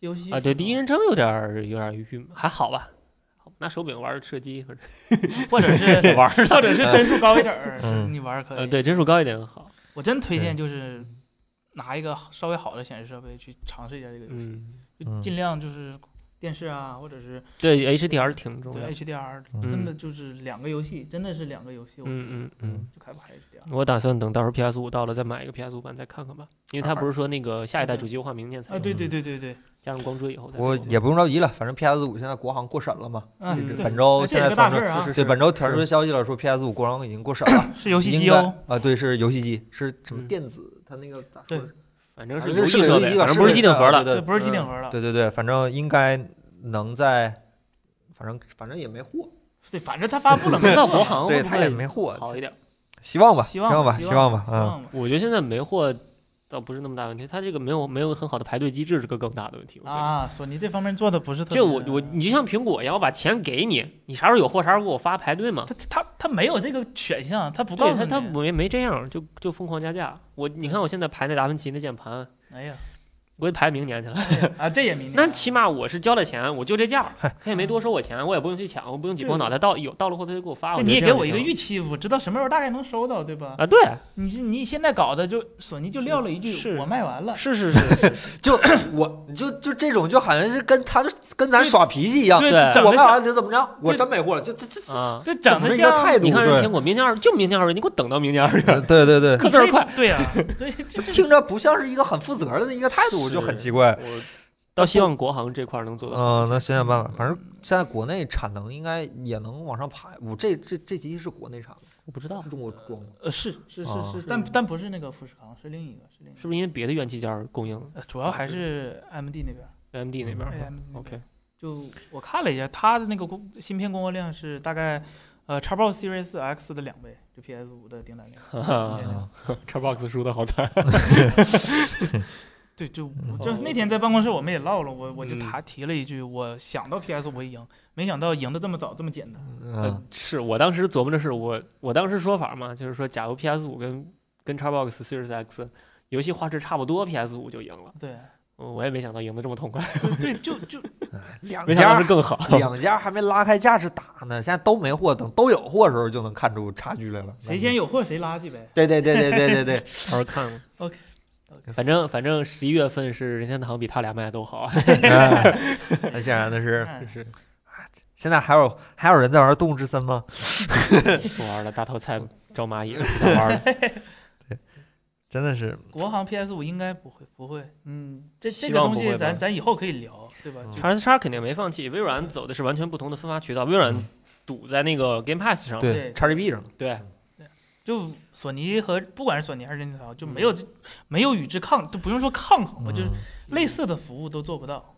C: 游戏
B: 啊，对，第一
C: 人。
B: 人称有点儿有点儿郁闷，还好吧。好拿手柄玩儿射击， 反正
C: 或者是
B: 玩儿
C: 或者是帧数高一点儿，
A: 嗯
C: 是你玩儿可
B: 呃，
C: 以。
B: 对，帧数高一点好。
C: 我真推
A: 对
C: 荐就是拿一个稍微好的显示设备去尝试一下这个游戏，
B: 嗯，
A: 嗯
C: 就尽量就是电视啊，或者是
B: 对，HDR 挺重要
C: 对。HDR，
A: 嗯
C: 真的就是两个游戏，真的是两个游戏，我
B: 嗯嗯嗯，
C: 就开发 HDR。
B: 我打算等到时候 PS 五到了再买一个 PS 五版再看看吧，因为它不是说那个下一代主机优化明年才
C: 啊，
B: 有，
C: 对
A: 嗯
C: 对对对对，
B: 加上光追以后再
A: 我
B: 说
A: 也不用着急了，反正 PS 五现在国行过审了嘛。
C: 嗯
B: 这是
C: 对
A: 本周
C: 那
A: 现
C: 这
A: 在
C: 也是个大
A: 传
C: 事
A: 出
C: 儿啊
B: 是，
A: 对，本周传出
B: 是
A: 消息了，说 PS 五国行已经过审了，
C: 是游戏
A: 应
C: 机
A: 该
C: 哦。
A: 啊，对，是游戏机，是什么
B: 嗯
A: 电子？它那个咋说
C: 对
A: 来着？
B: 反正
A: 反
B: 是
A: 正
B: 游
A: 是
B: 戏
A: 个
B: 设
A: 游戏
B: 备，
A: 机吧
B: 反正不是
A: 是
B: 机
A: 个对
B: 顶盒了。
A: 对嗯
C: 这不是机顶盒了，
A: 对对对，反正应该能在，反正反正也没货，
C: 对，反正它发布了
B: 不
C: 没
B: 知
C: 到
B: 道国行
A: 对，
B: 会不
A: 它也
B: 会
A: 没货，
B: 好一点。
A: 希望吧，希
C: 希望
A: 吧，
C: 希
A: 希望吧，
C: 希
A: 嗯，
C: 望吧。
B: 我觉得现在没货倒不是那么大问题，它这个没有没有很好的排队机制是个更大的问题。
A: 嗯
B: 我觉得，
C: 啊，索尼这方面做的不是特别。
B: 这我我你就像苹果一样，我把钱给你，你啥时候有货啥时候给我发排队嘛。
C: 他他他没有这个选项，他不告
B: 对
C: 诉
B: 他
C: 你。
B: 他没没这样，就就疯狂加价。我你看我现在排那达芬奇那键盘，
C: 哎呀，
B: 我也排明年去了。
C: 啊，这也明年啊。
B: 那起码我是交了钱，我就这价 儿，他也没多收我钱，我也不用去抢，我不用挤破脑袋到有到了后他就给啊我发。
C: 就
B: 我
C: 你
B: 觉
C: 也
B: 得
C: 给
B: 这样
C: 我一
B: 就
C: 个
B: 行
C: 预期，我知道什么时候大概能收到，对吧？
B: 啊，对，
C: 你是你现在搞的就索尼就撂了一句
B: 是
C: 我卖完了，
B: 是是是 是，
A: 就我就就这种就好像是跟他跟咱耍脾气一样，
C: 对
B: 啊对
C: 整
A: 我
C: 的
A: 卖完
C: 像
A: 了就怎么着，我
C: 对
A: 真没货了，就这这
B: 啊，
C: 对整
A: 整的
C: 的
A: 一个态
C: 像
A: 度，
B: 你看
A: 对
B: 人苹果明年二就明年二月，你给我等到明年二 月，
A: 对对对，
B: 刻字儿快。
C: 对呀，对，这这
A: 听着不像是一个很负责任的一个态度，我就很
B: 是
A: 奇怪。
B: 我倒希望国行这块儿能做到。
A: 嗯，那想想办法，反正现在国内产能应该也能往上爬。我这这这机器是国内产的，
B: 我不知道
A: 是中国装的。
C: 呃是是
A: 啊
B: 哦
C: 是是，但但不是那个富士康，是另一个，是另一
B: 是不
C: 个，
B: 是因为别的元器件儿供应
C: 呃主要还是 AMD 那边
B: AMD 那边儿
C: ，AMD 那边
B: 嗯？OK，
C: 就我看了一下，它的那个供芯片供货量是大概呃 Xbox Series X 的两倍，就 PS 五的订 单量。
B: 啊
C: 芯片量
A: 嗯
B: Xbox 输的好惨。
C: 对，就
A: 嗯
C: 我就是那天在办公室我们也唠了，我我就
B: 嗯
C: 他提了一句，我想到 PS 我会赢，没想到赢的这么早这么简单。
B: 呃
A: 嗯，
B: 是我当时琢磨的是我我当时说法嘛，就是说假如 PS 五跟跟 Xbox Series X 游戏画质差不多，PS 五就赢了。
C: 对
B: 嗯我也没想到赢得这么痛快，
C: 对对，就就
A: 两
B: 没想到
A: 家
B: 是更好。
A: 两家还没拉开架势打呢，现在都没货，等都有货的时候就能看出差距来了。
C: 谁先有货谁垃圾呗。
A: 对？对对对对对对对，
B: 到时候 看看。啊
C: OK，
B: 反正反正十一月份是任天堂比他俩卖的都好啊。
A: 哎那显然的是，啊
C: 嗯
B: 是
A: 现在还有还有人在玩《动物之森》吗？
B: 不玩了，大头菜招蚂蚁了，不想玩 了。
A: 真的是，
C: 国行 PS 五应该不会不会，嗯，这这
B: 希
C: 个
B: 望
C: 东
B: 不会
C: 西
B: 吧
C: 咱咱以后可以聊，对吧？
A: 嗯
C: 就
B: 叉 S 叉肯定没放弃，微软走的是完全不同的分发渠道，微软
A: 嗯
B: 堵在那个 Game Pass 上，
A: 对，
C: 嗯
A: 嗯
C: 对
A: x GP 上了。
B: 对
C: 就索尼和不管是索尼还是任天堂，就没有、
A: 嗯
C: 没有与之抗，都不用说抗衡吧，就是嗯类似的服务都做不到。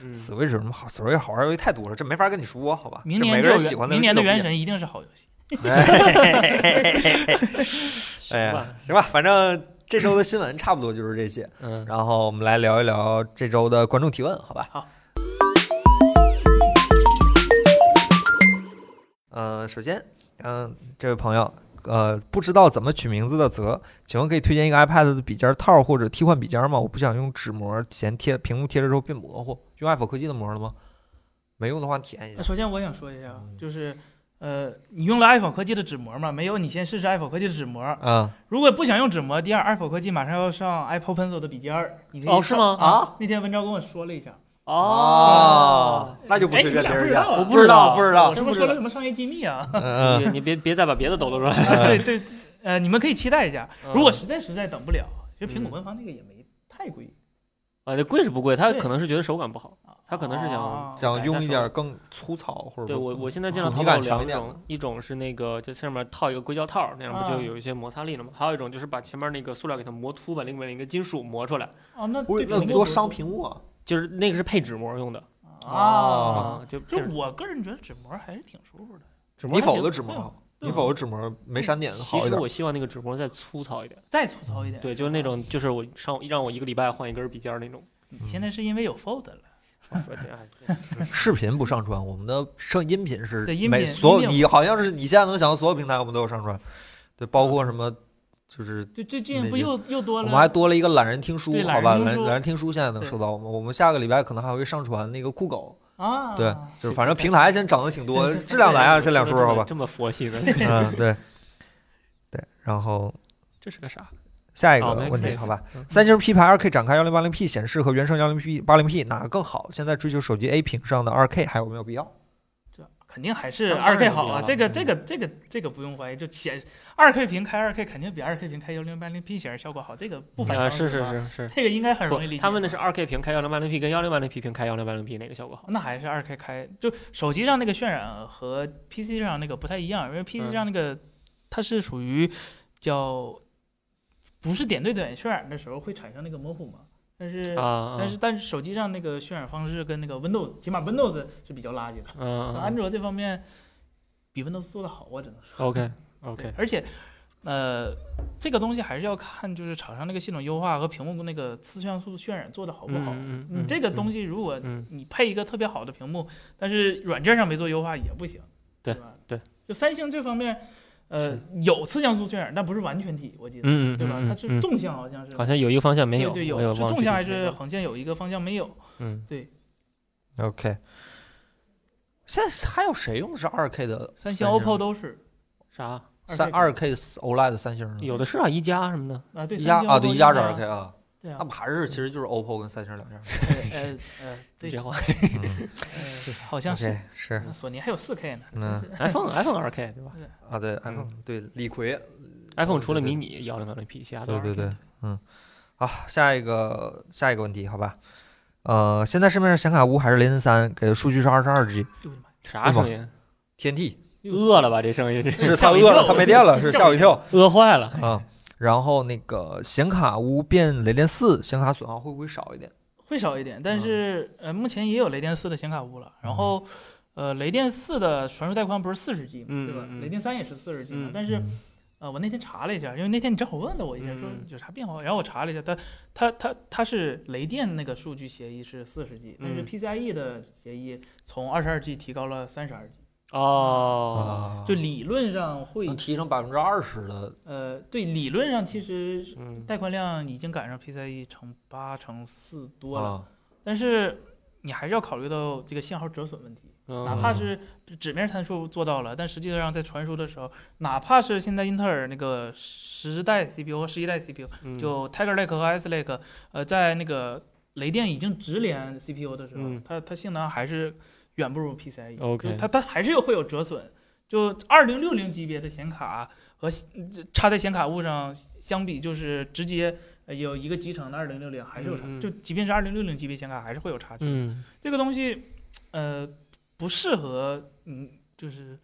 B: 嗯
A: Switch 什么好，Switch 好玩游戏太多了，这没法跟你说，好吧？
C: 明
A: 这每
C: 年
A: 个
C: 就
A: 人
C: 有
A: 喜欢的
C: 明年的
A: 游戏
C: 原
A: 都
C: 神一定是好游戏。
A: 不一样。哎， 哎
B: 行
A: 呀
B: 吧，，
A: 行吧，反正这周的新闻差不多就是这些，
B: 嗯，
A: 然后我们来聊一聊这周的观众提问，好吧？
C: 好。
A: 呃，首先，嗯、这位朋友，呃，不知道怎么取名字的泽，请问可以推荐一个 iPad 的笔尖套或者替换笔尖吗？我不想用纸膜，嫌贴屏幕贴着之后变模糊。用爱否科技的膜了吗？没用的话填一下
C: 那。首先我想说一下啊
A: 嗯，
C: 就是呃，你用了爱否科技的纸膜吗？没有，你先试试爱否科技的纸膜。
A: 啊、
C: 如果不想用纸膜，第二，爱否科技马上要上 Apple Pencil 的笔尖儿，你可以
B: 哦是吗
C: 上啊，那天文昭跟我说了一下，
A: 哦
B: 哦，，
A: 那就不
C: 哎
A: 推
C: 你
A: 荐
C: 俩
A: 别
C: 不
A: 人
C: 知
A: 家
C: 道啊
A: 我不知道，不知道
C: 我。是不是说了什么商业机密啊？
A: 嗯嗯
B: 你你别别再把别的抖了出来。
C: 对对，呃，你们可以期待一下。
B: 嗯
C: 如果实在实在等不了，其实苹果
B: 嗯
C: 官方那个也没太贵，
B: 啊，这贵是不贵，他
C: 对
B: 可能是觉得手感不好。他可能是想
C: 啊
A: 想用一点更粗糙或者
B: 对我，我现在见
A: 嗯
B: 到
A: 手
B: 淘
A: 提
B: 宝
A: 感
B: 有
A: 强一
B: 两
A: 点
B: 种，一种是那个就上面套一个硅胶套，那样不
C: 啊
B: 就有一些摩擦力了吗？还有一种就是把前面那个塑料给它磨凸，把另外一个金属磨出来，
C: 哦，那
A: 不
C: 对
A: 是那
C: 苹果
A: 多
C: 不是
A: 伤屏幕啊！
B: 就是那个是配纸膜用的
C: 啊。
B: 啊，就
C: 就
B: 配
C: 我个人觉得纸膜还是挺舒服的，
B: 纸膜
A: 你
B: 还
A: 否
B: 行
A: 的纸膜
C: 对
A: 好，嗯
C: 对
A: 你否的纸膜没闪点
B: 其
A: 好一
B: 实
A: 点
B: 我希望那个纸膜再粗糙一点，
C: 再粗糙一点。
B: 对，就是那种就是我上让我一个礼拜换一根笔尖儿那种。
C: 你现在是因为有 Fold 了，
B: 我天哎 对
A: 视频不上传，我们的上音频是
C: 对音
A: 每
C: 频
A: 所有
C: 音频
A: 你好像是你现在能想到所有平台我们都有上传，对，包括什么就是
C: 就最近不
A: 那
C: 又又多
A: 我
C: 了？
A: 们还多了一个懒人听书
C: 对，
A: 好吧，
C: 懒人听
A: 懒
C: 书
A: 懒人听书现在能
C: 对
A: 收到我们，我们下个礼拜可能还会上传那个酷狗，
C: 啊，
A: 对，就是反正平台现在整的挺多，质量咱啊先两
B: 说
A: 说
B: 得这
A: 好
B: 么
A: 吧，
B: 这么佛系的，
A: 嗯对对，然后
B: 这是个啥？
A: 下一个
B: 哦没
A: 问题
B: 没
A: 好吧，
B: 嗯
A: 三星 P 盘 2K 展开 1080P 显示和原生 1080P 80P 哪个更好？现在追求手机 A 屏上的 2K 还有没有必要？
C: 这肯定还是
B: 当然
C: 二
B: 有
C: K
B: 必
C: 好啊，
B: 要
C: 这个
A: 嗯
C: 这个这个这个不用怀疑，就显二 K 屏开二 K 肯定比二 K 屏开幺零八零 P 显示效果好，这个不反
B: 啊，
C: 常
B: 是是
C: 吧，
B: 是是。
C: 这个应该很
B: 不
C: 容易理解。
B: 他问的是，2K 屏开 1080P 跟 1080P 屏开 1080P 哪个效果好？
C: 那还是二 K 开，就手机上那个渲染和 PC 上那个不太一样，因为
B: 嗯
C: PC 上那个它是属于叫不是点对点渲染的时候会产生那个模糊嘛，但是
B: 啊啊，
C: 但是但是手机上那个渲染方式跟那个 Windows，起码 Windows 是比较垃圾的。
B: 嗯
C: 安
B: 嗯
C: 卓这方面比 Windows 做的好，我只能说。
B: ，OK
C: 对
B: OK，
C: 而且，呃，这个东西还是要看就是厂商那个系统优化和屏幕那个次像素渲染做的好不好。
B: 嗯
C: 你这个东
B: 西，
C: 西如果
B: 嗯，
C: 你配一个特别好的屏幕，但是软件上没做优化也不行，
B: 对
C: 吧？
B: 对，
C: 就三星这方面，呃
B: 是，
C: 有次像素渲染，但不是完全体，我记得，
B: 嗯嗯，
C: 对吧？
B: 嗯
C: 它
B: 嗯
C: 是纵向好像是，
B: 好像有一个方向没有，
C: 对对
B: 我也
C: 有，是
B: 忘了
C: 纵
B: 具
C: 向
B: 体
C: 还
B: 谁
C: 是
B: 了
C: 横线有一个方向没有。
B: 嗯
A: OK，现在还有谁用的是 2K 的？
C: 三星、OPPO 都是
B: 啥
A: 三 2K OLED 三星
C: 嗯
A: 呢？
B: 有的是啊，一加什么的，
C: 啊，对，
A: 一
C: 三
A: 加
C: 星
A: 啊，
C: OPPO
A: 对，一加是
C: 一
A: 2K 啊，
C: 对啊
A: 那，不还是其实就是 OPPO 跟三星两家吗？
C: 呃呃，对
B: 你，这话
A: 嗯
C: 呃好 像是
A: OK，。是
C: 那索尼还有四 K 呢，
A: 嗯
C: 真是哎
B: iPhone iPhone 2K 对吧
A: 啊，对 iPhone
C: 嗯
A: 对李逵，
B: ？iPhone 除了
A: 对对
B: 迷你幺零八零 P，其他
C: 啊
B: 都
A: 对
B: 是
A: 对
B: 2K
A: 对，嗯，好，下一个下一个问题，好吧。呃，现在市面上显卡屋还是雷神三，给的数据是二十二 G，
C: 哎呦我的妈呀
B: 啥声音？
A: 天 T
B: 饿了吧？这声音
A: 是他
B: 是
C: 吓我一
A: 饿了，
C: 跳
A: 他没电了，是吓我一跳
B: 饿坏了。
A: 啊。然后那个显卡屋变雷电四，显卡损耗会不会少一点？
C: 会少一点，但是
A: 嗯
C: 呃，目前也有雷电四的显卡屋了，然后。呃，雷电四的传输带宽不是四十 G
B: 嗯
C: 吗？对吧
B: 嗯嗯？
C: 雷电三也是四十 G
B: 嗯
C: 的，但是呃，我那天查了一下，因为那天你正好问了我一下，说
B: 嗯
C: 有啥变化，然后我查了一下，它它它它是雷电那个数据协议是四十 G，但是
B: 嗯
C: PCIe E 的协议从二十二 G 提高了三十二 G，
A: 啊
B: 哦，
C: 就理论上会
A: 能提升百分之二十的，
C: 呃，对，理论上其实是
B: 嗯，
C: 带宽量已经赶上 PCIe 乘八乘四多了，
A: 啊，
C: 但是你还是要考虑到这个信号折损问题。哪
B: 嗯
C: 怕是纸面参数做到了，但实际上在传输的时候，哪怕是现在英特尔那个十代 CPU 和十一代 CPU，
B: 嗯
C: 就 Tiger Lake 和 Ice Lake，呃，在那个雷电已经直连 CPU 的时候，
B: 嗯
C: 它它性能还是远不如 PCIe。
B: OK
C: E 就它它还是有会有折损。就二零六零级别的显卡和这插在显卡坞上相比，就是直接呃有一个集成的二零六零还是有差，
B: 嗯嗯
C: 就即便是二零六零级别显卡还是会有差距。
B: 嗯
C: 这个东西，呃，不适合嗯，就是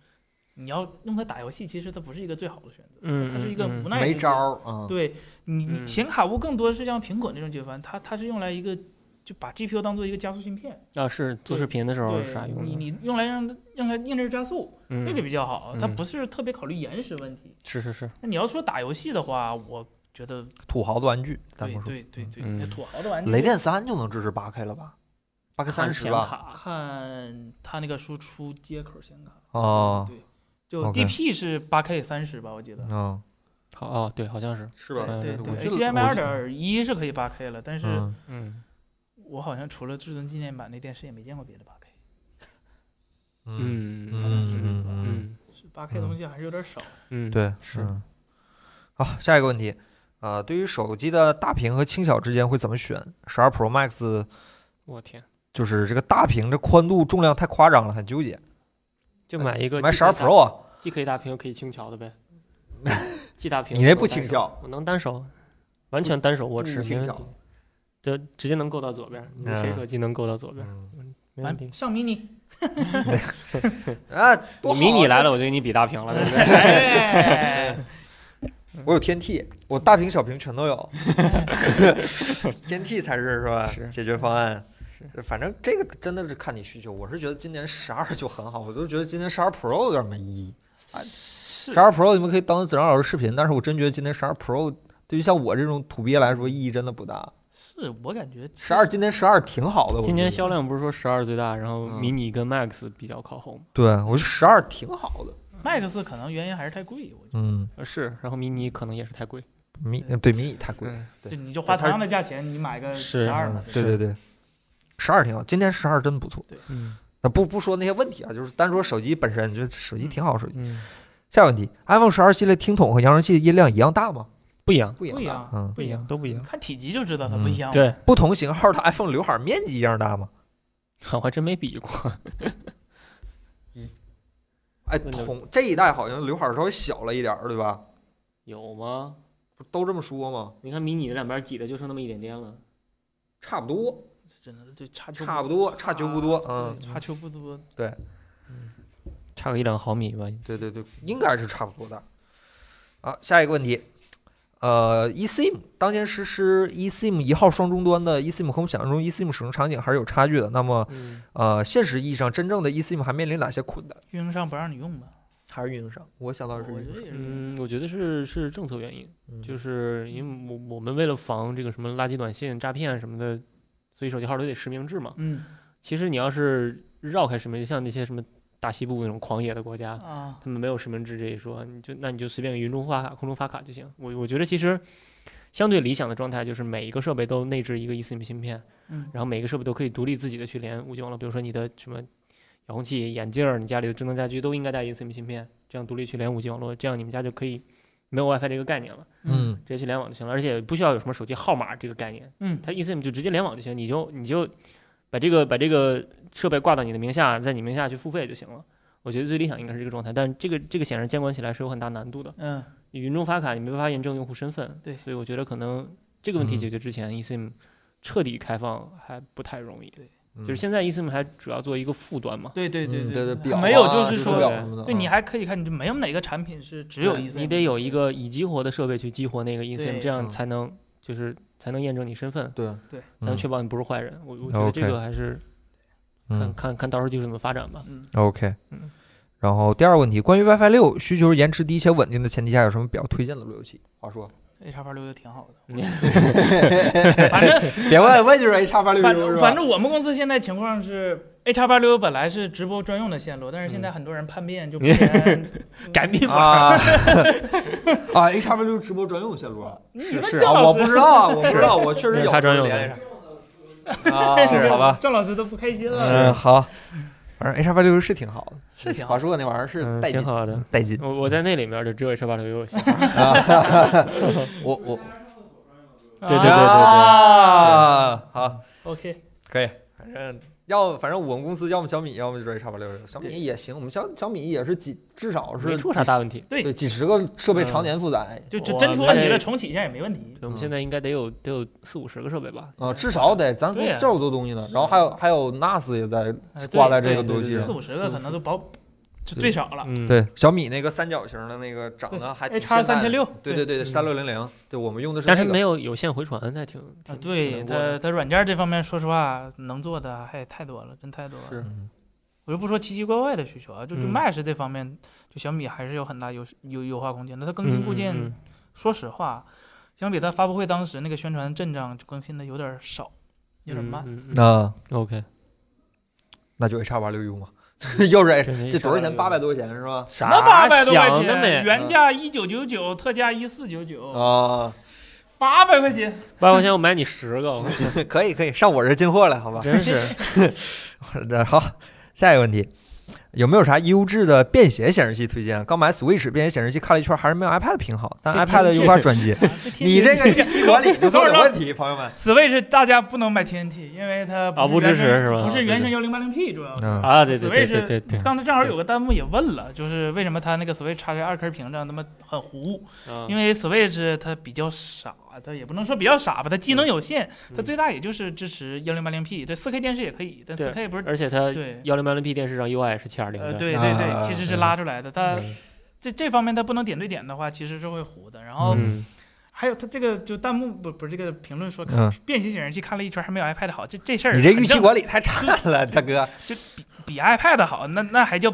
C: 你要用它打游戏，其实它不是一个最好的选择，
B: 嗯，
C: 它是一个
B: 嗯嗯
C: 无奈的
A: 没
C: 一个
A: 招儿啊。
C: 对你，你
B: 嗯
C: 显卡坞更多是像苹果那种解决方案，它它是用来一个就把 GPU 当做一个加速芯片，
B: 啊，是做视频的时候
C: 对
B: 是啥用的？
C: 你你用来让它用来硬件加速，
B: 嗯
C: 这个比较好，它
B: 嗯
C: 不是特别考虑延时问题。
B: 是是是，
C: 那你要说打游戏的话，我觉得
A: 土豪的玩具，咱
C: 对
A: 不说，
C: 对对对，
B: 嗯
C: 那土豪的玩具
A: 雷电三就能支持八 K 了吧？八 K 三
B: 看
A: 十
B: 显
A: 吧？
B: 卡，
C: 看它那个输出接口显卡，
A: 哦，
C: 对，就
A: OK
C: DP 是八 K 三十吧，我记得。
A: 嗯，
B: 好啊，对，好像是，
A: 是
B: 嗯
C: 对
B: 我
A: 记
C: 对
A: 得
C: ，HDMI
A: 我
C: 二
A: 记
C: 点一是可以八 K 了，但是
A: 嗯，
B: 嗯
C: 我好像除了至尊纪念版那电视也没见过别的八 K。
A: 嗯
B: 嗯
A: 嗯嗯
B: 嗯
C: 八 K 东西还是有点少。
B: 嗯，
A: 嗯，，对，
B: 是
A: 嗯好，下一个问题，呃，对于手机的大屏和轻巧之间会怎么选？十二 Pro Max
B: 我天，
A: 就是这个大屏这宽度重量太夸张了，很纠结。
B: 就买一个
A: 买
B: GK
A: 十二
B: 大
A: Pro 啊，
B: 既可以大屏又可以轻巧 的呗。既大屏，
A: 你那
B: 又能
A: 不
B: 单
A: 轻
B: 手
A: 巧，
B: 我能单手，完全单手握
A: 不
B: 持，
A: 轻
B: 没问
A: 巧
B: 题，就直接能够到左边儿，你的
A: 嗯
B: 谁手机能够到左边儿，
A: 嗯
B: 没问题。
C: 上迷你，
A: 啊，
B: 你
A: 多好
B: 迷你
A: 啊
B: 来
A: 这
B: 了，我就给你比大屏了，对不对？
C: 哎，
A: 我有天 T，我大屏小屏全都 有，天 T 才是是吧？
B: 是
A: 解决方案
B: 是。
A: 反正这个真的是看你需求，我是觉得今年十二就很好，我都觉得今年十二 Pro 有点没意义。
C: 是
A: 十二 Pro 你们可以当子章老师视频，但是我真觉得今年十二 Pro 对于像我这种土鳖来说意义真的不大。
C: 是，我感觉
A: 十二今年十二挺好的，我
B: 今年
A: 觉得
B: 销量不是说十二最大，然后
A: 嗯
B: 迷你跟 Max 比较靠后，
A: 对我觉得十二挺好的。
C: Max 可能原因还是太贵，我觉
A: 嗯，
B: 呃是，然后迷你可能也是太贵，
A: 迷
C: 嗯
A: 呃对迷你太贵了。
C: 得
A: 对
C: 就你就花
A: 它
C: 同样的价钱，你买个
B: 是
C: 十二
A: 嗯
C: 嘛，
A: 对对对，十二挺好，今年十二真不错。
B: 嗯
A: 那不不说那些问题啊，就是单说手机本身，就手机挺好，手机。
B: 嗯，
A: 下一个问题，iPhone 十二系列听筒和扬声器音量一样大吗？
B: 不一样，
A: 不
C: 不一样，
A: 嗯，
B: 不一样，，都嗯不一
C: 你
B: 样。
C: 看体积就知道它不一样。，
B: 对，
A: 不同型号的 iPhone 刘海面积一样大吗？
B: 我还真没比过，
A: 哎，
B: 那就
A: 同这一代好像刘海稍微小了一点儿，对吧？
B: 有吗？
A: 不都这么说吗？
B: 你看迷你的两边挤的就剩那么一点点了，
A: 差不多，
C: 真的就差就
A: 差不多，差球不多。嗯，
C: 对差球不多。
B: 差个一两毫米吧。
A: 对对对，应该是差不多的。啊，下一个问题，呃，eSIM 当年实施 eSIM 一号双终端的 eSIM 和我们想象中 eSIM 使用场景还是有差距的。那么，
B: 嗯，
A: 呃，现实意义上，真正的 eSIM 还面临哪些困难？
C: 运营商不让你用吧？
A: 还是运营商？我想到
C: 我
A: 的是运
C: 觉
A: 营
C: 得
A: 商
C: 也是。
B: 嗯，我觉得是是政策原因，
A: 嗯，
B: 就是因为我我们为了防这个什么垃圾短信、诈骗什么的，所以手机号都得实名制嘛。
C: 嗯
B: 其实你要是绕开实名制，像那些什么大西部那种狂野的国家，
C: 啊，
B: 他们没有实名制这一说，你就那你就随便云中发卡、空中发卡就行。我我觉得其实相对理想的状态就是每一个设备都内置一个 eSIM 芯片，
C: 嗯，
B: 然后每个设备都可以独立自己的去连物用了。比如说你的什么遥控器、眼镜儿，你家里的智能家居都应该带 eSIM 芯片，这样独立去连五 G 网络，这样你们家就可以没有 WiFi 这个概念了，
A: 嗯，
B: 直接去联网就行了，而且不需要有什么手机号码这个概念，
C: 嗯
B: 它 eSIM 就直接联网就行，你就你就把这个把这个设备挂到你的名下，在你名下去付费就行了。我觉得最理想应该是这个状态，但这个这个显然监管起来是有很大难度的。
C: 嗯
B: 云中发卡你没办法验证用户身份，
C: 对
B: 所以我觉得可能这个问题
A: 嗯
B: 解决之前、eSIM 彻底开放还不太容易。
A: 嗯
B: 就是现在 eSIM 还主要做一个副端嘛，
C: 对对对
A: 嗯对对，表
C: 没有
A: 啊
C: 就
A: 就是表
C: 说，
A: 什么的
C: 对你
A: 啊
C: 还可以看，你就没有哪个产品是只有
B: 对
C: eSIM，
B: 你得有一个已激活的设备去激活那个 eSIM，
C: 对
B: 这样
A: 嗯
B: 才能就是才能验证你身份，
A: 对
C: 对，
B: 才能
A: 嗯哦
B: 确保你不是坏人。我我觉得这
A: OK
B: 个还是看
A: 嗯
B: 看看到时候技术怎么发展 吧。
C: 嗯，
A: ，OK，
B: 嗯
A: 然后第二个问题，关于 WiFi 六需求是延迟低且稳定的前提下，有什么比较推荐的路由器？话说，
C: A 叉八六就挺好的，
A: 反正别问，问就是 A 叉八六
C: 反
A: 六
C: 正
A: 是
C: 反
A: 吧？
C: 正我们公司现在情况是 A 叉八六本来是直播专用的线路，但是
A: 嗯
C: 现在很多人叛变就不 连
B: 改密码，
A: 啊啊，A 叉八六直播专用线路啊，
C: 你们
B: 是
C: 嗯郑
A: 啊，我
C: 老师
A: 不知道啊，我不知道，我确实
B: 是
A: 有
B: 他专用的
A: 连 上啊，
B: 是
A: 好 吧，
C: 郑老师都不开心了，
A: 嗯，好，反正 A 叉八六是挺好的，
C: 是挺好
A: 话。说那玩意儿是
B: 嗯，
A: 带
B: 挺
A: 劲，
B: 好的。
A: 带劲。
B: 我我在那里面就只有 H 八六有 信
A: 我我
B: 对对对对
A: 啊好。
C: OK，
A: 可以，反
C: 嗯
A: 正要反正我们公司要么小米，要么就是 H 八六六。小米也行，我们小小米也是几至少
B: 没
A: 是
B: 出啥嗯大问题。
A: 对几十个设备常年负载，
C: 就就
B: 我
C: 真出问题
B: 们
C: 了，重启一下也没问题。
A: 嗯
B: 我们现在应该得有得有四五十个设备吧？
A: 啊、至少得咱公司
C: 对呀
A: 这么多东西呢。然后还有还有 NAS 也在
C: 哎对
A: 挂在这
C: 对
A: 个
C: 对
A: 东西
C: 对
A: 上
C: 四，五十个可能都保，就最少了。
B: 嗯，，
A: 对，小米那个三角形的那个长得还挺
C: HR
A: 现代的
C: 36
A: 对对对，
B: 嗯
A: 三六零零，对我们用的是
B: 但
A: 那
B: 是
A: 个
B: 没，有有线回传，那挺
C: 啊，
B: 挺挺
C: 对
B: 难过的
C: 它它软件这方面，说实话能做的还太多了，真太多了。
B: 是
A: 嗯
C: 我就不说奇奇怪怪的需求啊，就就
B: 嗯
C: Mesh 这方面，就小米还是有很大优势优优化空间的。它更
B: 嗯
C: 新固件，
B: 嗯嗯
C: 说实话，相比它发布会当时那个宣传阵仗，就更新的有点少，有点慢。
B: 嗯嗯嗯
A: 那
B: OK，
A: 啊那就 H 八六 U 嘛， 又是 H，
B: 这
A: 这多少钱？
B: HR86
A: 八百多块钱是吧？
B: 啥
C: 什么八百多块
B: 想的嗯
C: 钱？
B: 没？
C: 原价一九九九，特价一四九九，
A: 啊，
C: 八百块钱。
B: 八百块钱我买你十个，我跟你说
A: 可以可以，上我这儿进货来，好吧？
B: 真是
A: 这好，下一个问题，有没有啥优质的便携显示器推荐？刚买 Switch 便携显示器看了一圈，还是没有 iPad 屏好，但
B: 这
A: iPad 又
B: 真是
A: 无法转接。
B: 嗯
A: 你这个机管理就都有 问题，朋友们。
C: Switch 大家不能买 TNT，因为它
B: 啊不
C: 是原
B: 支
C: 生
B: 持是吧
C: 不是
B: 啊
C: 原生
A: 对
C: 幺零八零 P 主要是。
A: 嗯，
B: 啊！对对
C: Switch
B: 对对对对，
C: 刚才正好有个弹幕也问了，就是为什么它那个 Switch 插开二颗屏这样他妈很糊？因
B: 为
C: 为 Switch 它比较傻，它也不能说比较傻吧，它机能有限，它
B: 嗯
C: 最大也就是支持幺零八零 P，对四 K 电视也可以，但
B: 对
C: 四 K 不是
B: 而且它
C: 对，
B: 幺零八零 P 电视上 UI 是七二零
C: 呃，
B: 的，
C: 对对
A: 啊
C: 对，其实是
B: 嗯
C: 拉出来的。它
B: 嗯
C: 这这方面它不能点对点的话，其实是会糊的。然后
B: 嗯，
C: 还有它这个就弹幕不不是这个评论说
A: 嗯，
C: 便携显示器看了一圈还没有 iPad 好，这这事儿
A: 你这
C: 很
A: 预期
C: 正
A: 管理太差了，大哥。
C: 比 iPad 好，那那还 叫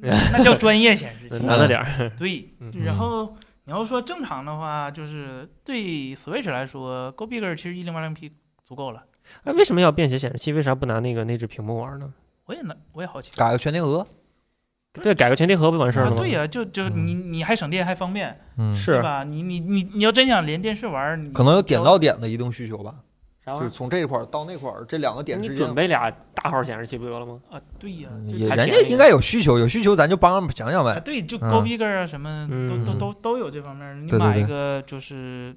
C: 那叫专业显示器。
B: 难了点儿，
C: 对
B: 嗯，
C: 然后你要说正常的话，就是对 Switch 来说，Go Bigger 其实一零八零 P 足够了。
B: 哎，为什么要便携显示器？为啥不拿那个内置屏幕玩呢？
C: 我也能，我也好奇。
A: 改个全天额，
B: 对，改个全贴合不完事儿
C: 啊
B: 了吗？
C: 对呀、就就
A: 嗯
C: 你你还省电还方便，
A: 嗯，
C: 对
B: 是，
C: 吧？你你你你要真想连电视玩儿，你
A: 可能有点到点的移动需求吧，
B: 啥
C: 啊
A: 就是从这一块儿到那块儿这两个点
B: 你
A: 之
B: 准
A: 间。
B: 备俩大号显示器不得了吗？
C: 啊，对呀、
A: 嗯
C: 就
A: 也
C: 它
B: 太
A: 人家
B: 便宜
A: 应该有需求，有需求咱就帮着想想
C: 啊，
A: 呗。
C: 对，就
A: 嗯
C: Go Bigger 啊，什么都都
B: 嗯
C: 都都有这方面儿。你
A: 对对
C: 买
A: 对
C: 一个就是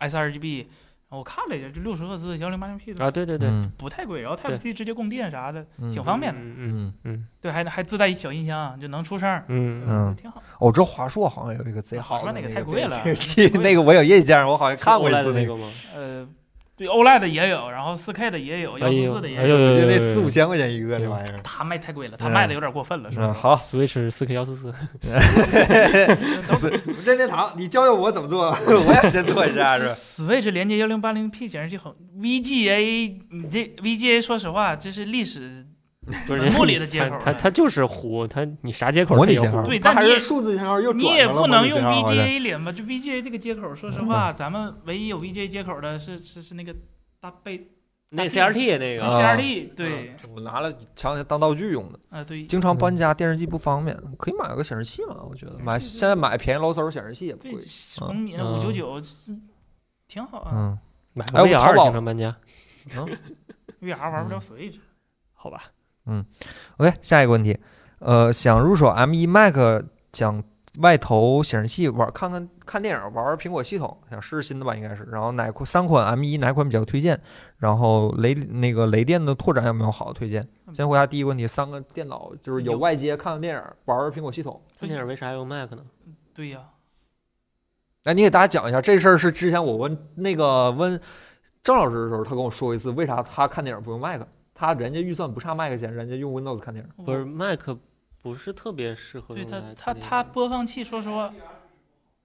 C: sRGB，我看了一下，就六十赫兹幺零八零 P 的，
B: 啊，对对对，
A: 嗯
C: 不太贵。然后
B: 对
C: Type C 直接供电啥的，
A: 嗯
C: 挺方便的。
B: 嗯
A: 嗯，
B: 嗯
C: 对，还还自带一小音箱，就能出声儿，
B: 嗯嗯，
A: 嗯
C: 挺好。
A: 哦，我知道华硕好像有一个贼
C: 华
A: 好的
C: 硕那个
A: 个
C: 太贵了
A: 显示器
C: 那个贵
A: 那个我有印象，我好像看过一
B: OLED
A: 次
B: E 那
A: 个，
B: 吗？
C: 呃，对，OLED 的也有，然后4 K 的也有，
B: 哎
C: 幺四
B: 呦
C: 四的
B: 哎
C: 也有。
A: 我
B: 呦，
A: 记得那
B: 那
A: 四五。千块钱一个那玩意儿。
C: 他卖太贵了，他
A: 嗯
C: 卖的有点过分了，
A: 嗯，
C: 是吧？
B: 哎
A: 好，
B: Switch 四 K 幺四四，
A: 任天堂，你教教我怎么做， 我也先做一 下是吧？
C: Switch 连接幺零八零 P 显示器很 VGA，你这 VGA 说实话，这是历史
B: 不
C: 坟墓里的接口
B: 它它
C: 了
B: 它就是糊，它你啥接口
A: 模
B: 它
A: 拟
B: 也
A: 信
B: 糊
A: 号，，
C: 对
A: 它
C: 但
A: 还
C: 你也
A: 是数字信号又
C: 你
A: 转
C: 也
A: 成了
C: 不
A: 模
C: 能
A: 拟
C: 用
A: 信号好像
C: VGA 连吧？就 VGA 这个接口，说实话，
A: 嗯
C: 咱们唯一有 VGA 接口的是是是那个大背
B: 那 CRT 那个
A: 啊
B: 嗯
C: CRT，对，
A: 我拿了前两天当道具用的，
C: 啊对，
A: 经常搬家，电视机不方便，可以买个显示器嘛？我觉得买现在买便宜老手显示器也不
C: 对
A: 贵，，
C: 红米
B: 嗯
C: 五九九挺好啊
A: 嗯，
B: 买
A: 哎
B: 个
A: 我淘
B: VR
A: 宝
B: 经常搬家，
C: ，VR 玩不了
A: 嗯
C: Switch，
B: 好吧？
A: OK，下一个问题，呃，想入手 M1 Mac 讲外投显示器玩，看看看电影，玩玩苹果系统，想试试新的吧，应该是。然后哪款三款 M1 哪款比较推荐？然后雷那个雷电的拓展有没有好的推荐？先回答第一个问题，三个电脑就是有
C: 有
A: 外接，看看电影，玩玩苹果系统。
B: 它电影为啥要用 Mac 呢？
C: 对呀，
A: 来，你给大家讲一下这事儿是之前我问那个问郑老师的时候，他跟我说一次，为啥他看电影不用 Mac？他人家预算不差 Mac 钱，人家用 Windows 看电影。
B: 不是 Mac 不是特别适合
C: 对
B: 用
C: 它
B: 来
C: 它
B: 看
C: 它
B: 电影
C: 播放器，说实话，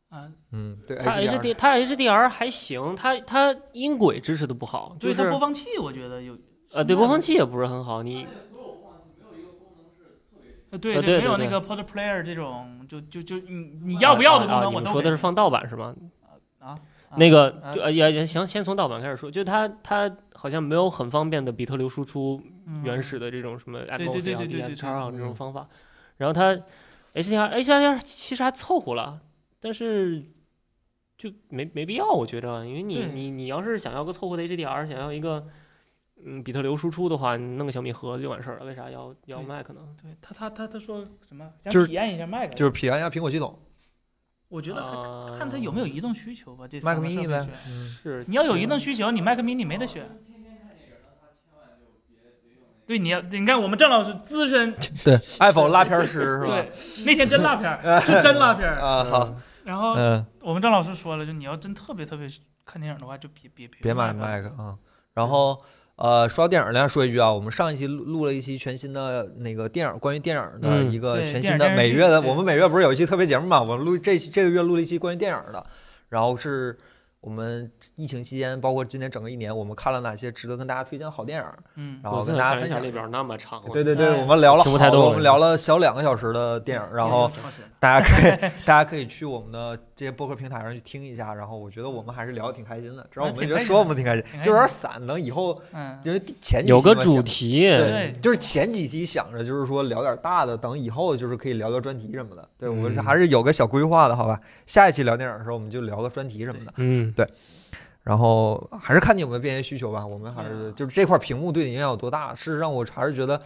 C: 啊，
A: 嗯，对，
B: 它 HD 它 HDR 还行，它它音轨支持的不好，就
C: 对它
B: 是
C: 播放器，我觉得有
B: 呃对播放器也不是很好，你
C: 呃对
B: 呃对
C: 没有
B: 对
C: 那
B: 对
C: 个 Pod Player 这种，就就就你你要不要的功
B: 啊
C: 能
B: 你
C: 我
B: 们
C: 都
B: 说的
C: 没
B: 是放盗版是吗？
C: 啊，啊
B: 那个
C: 啊
B: 就呃也也行，先从盗版开始说，就它它好像没有很方便的比特流输出
C: 嗯
B: 原始的这种什么
C: 对对
B: MOC 啊、
C: 对对对对
B: DS 叉啊
A: 嗯
B: 这种方法，然后它 HDR HDR 其实还凑合了，但是就没没必要，我觉着，啊因为你
C: 对
B: 你你要是想要个凑合的 HDR，想要一个嗯比特流输出的话，你弄个小米盒子就完事儿了，为啥要要
C: 对
B: Mac 呢？
C: 对他他他他说什么？想
A: 就是
C: 体验一下 Mac，
A: 就是体验一下苹果系统。
C: 我觉得还
B: 啊
C: 看它有没有移动需求吧。这
A: Mac
C: 三个
A: mini
C: 设备
A: 呗
C: 选
B: 是
C: 你要有移动需求，你 Mac mini 没得选。对，你要你看我们郑老师资深，
A: 对，iPhone 拉片师是吧？
C: 对，那天真拉片儿，是真拉片儿。
A: 啊，好，
C: 然后
A: 嗯，
C: 我们郑老师说了，就你要真特别特别看电影的话，就别别别
A: 别买
C: Mac 了
A: Mac 啊。然后呃，说到电影，大家说一句啊，我们上一期录录了一期全新的那个电影，关于电影的
B: 嗯
A: 一个
C: 对
A: 全
C: 电
A: 新
C: 影
A: 的
C: 电视
A: 每
C: 剧
A: 月的，
C: 对
A: 我们每月不是有一期特别节目嘛？我们录这期这个月录了一期关于电影的，然后是我们疫情期间，包括今年整个一年，我们看了哪些值得跟大家推荐的好电影，
C: 嗯，
A: 然
B: 我
A: 后
B: 真
A: 跟
B: 的
A: 大
B: 看
A: 家
B: 一
A: 分
B: 下
A: 享
B: 列。表那么长啊，
A: 对对对，
C: 哎
A: 我们聊了
B: 听不太
A: 好
B: 懂
A: 我们聊了小两个小时的电影，然后
C: 超神
A: 大家可以，大家可以去我们的这些播客平台上去听一下。然后我觉得我们还是聊得挺开心的，只要我们觉得说我啊们挺开心
C: 挺，开心的
A: 就有点散。等以后
C: 嗯，
A: 就是前几
B: 有个
A: 期嘛
B: 主
A: 想
B: 题，
C: 对
A: 就是前几期想着就是说聊点大的，等以后就是可以聊聊专题什么的。对我是
B: 嗯
A: 还是有个小规划的，好吧？下一期聊电影的时候我们就聊个专题什么的。
B: 嗯，
A: 然后还是看你有没有变现需求吧。我们还是
C: 嗯
A: 就是这块屏幕对你影响有多大？事实上，我还是觉得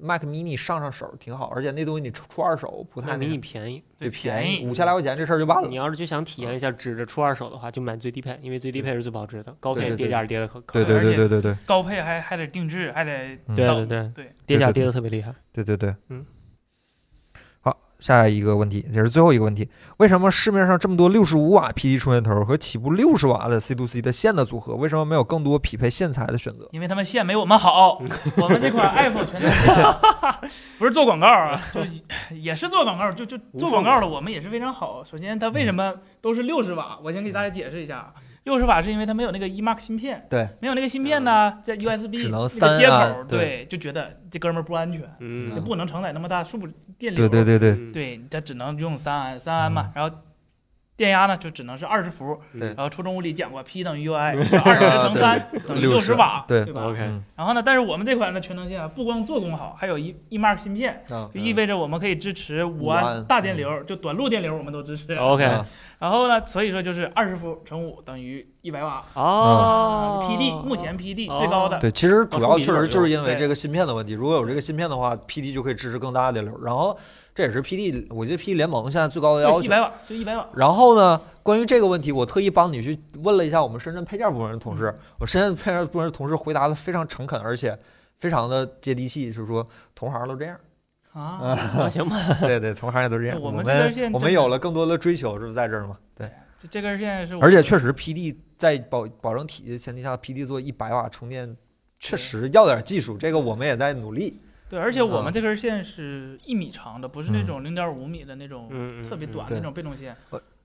A: Mac Mini 上上手挺好，而且那东西你出出二手不太
B: 那
A: 那
B: 比
A: 个
B: 你便宜。
A: 对
C: 对
A: 便
C: 便
A: 宜
C: 宜
A: 五千来块钱这事儿就办了
B: 你。要是就想体验一下指着出二手的话，就买最低配，因为最低配是最保值的，高
A: 对
B: 配
A: 对
B: 跌
A: 对
B: 价是跌的可
A: 对
B: 可厉
A: 对
B: 害
A: 对对对对
C: 高配还还得定制，还得
A: 嗯
B: 对
C: 到
B: 对对
C: 对，
B: 跌价
A: 对对
B: 跌的特别厉害。
A: 对对对，
B: 嗯。
A: 好，下一个问题也是最后一个问题：为什么市面上这么多六十五瓦 PD 充电头和起步六十瓦的 C to C 的线的组合，为什么没有更多匹配线材的选择？
C: 因为他们线没我们好，我们这款 iPhone 全都是，不是做 广告啊，就也是做广告，就就
B: 无
C: 做
B: 缝
C: 广告的我们也是非常好。首先，
A: 嗯
C: 它为什么都是六十瓦？我先给大家解释一下啊，六十瓦是因为它没有那个 eMark 芯片，
A: 对，嗯
C: 没有那个芯片呢，在 USB
A: 只能
C: 那个接
A: 三啊
C: 口，对，就觉得这哥们儿不安全，
B: 嗯
C: 就不能承载那么大数电流，
A: 对对对对，
B: 嗯
C: 对，它只能用三安三安嘛，然后。电压呢，就只能是二十伏，
A: 对啊
C: 然
B: 嗯
C: 后初中物理讲过，P 等于 U I，二十乘三等于
A: 60
C: 十瓦，
A: 对
C: 对吧？
B: ，OK，
A: 嗯
C: 然后呢，但是我们这款的全能线啊，不光做工好，还有一 eMark 芯片，
A: 啊
C: 就意味着我们可以支持
A: 五
C: 五
A: 安嗯
C: 安大电流，就短路电流我们都支持。
B: OK，
A: 啊
C: 然后呢，所以说就是二十伏乘五等于一百瓦。
B: 哦
A: 嗯
C: ，PD 目前 PD
B: 哦
C: 最高的，
A: 对，其实主
B: 啊
A: 要
B: 封闭
A: 确实
B: 管
A: 就是因
B: 用
A: 为
C: 对
A: 这个芯片的问题。如果有这个芯片的话，PD 就可以支持更大的电流。然后这也是 PD，我觉得 PD 联盟现在最高的要
C: 对，
A: 求
C: 一。百瓦就一百瓦。
A: 然后呢，关于这个问题，我特意帮你去问了一下我们深圳配件部门的同事，
C: 嗯
A: 我深圳配件部门的同事回答的非常诚恳，而且非常的接地气，就是说同行都这 样。
C: 啊，
B: 啊行吧，
A: 对对，同行也都这样。
C: 我
A: 们
C: 们这边现在
A: 我们
C: 真的
A: 有了更多的追求，是不是在这儿嘛？对，
C: 这这根线是我，
A: 而且确实 PD 在保保证体积的前提下，PD 做一百瓦充电。确实要点技术，这个我们也在努力。
C: 对，而且我
A: 嗯
C: 们这根线是一米长的，不是那种零点五米的那种
B: 嗯，嗯
C: 特别短
A: 对
C: 的那种被动线。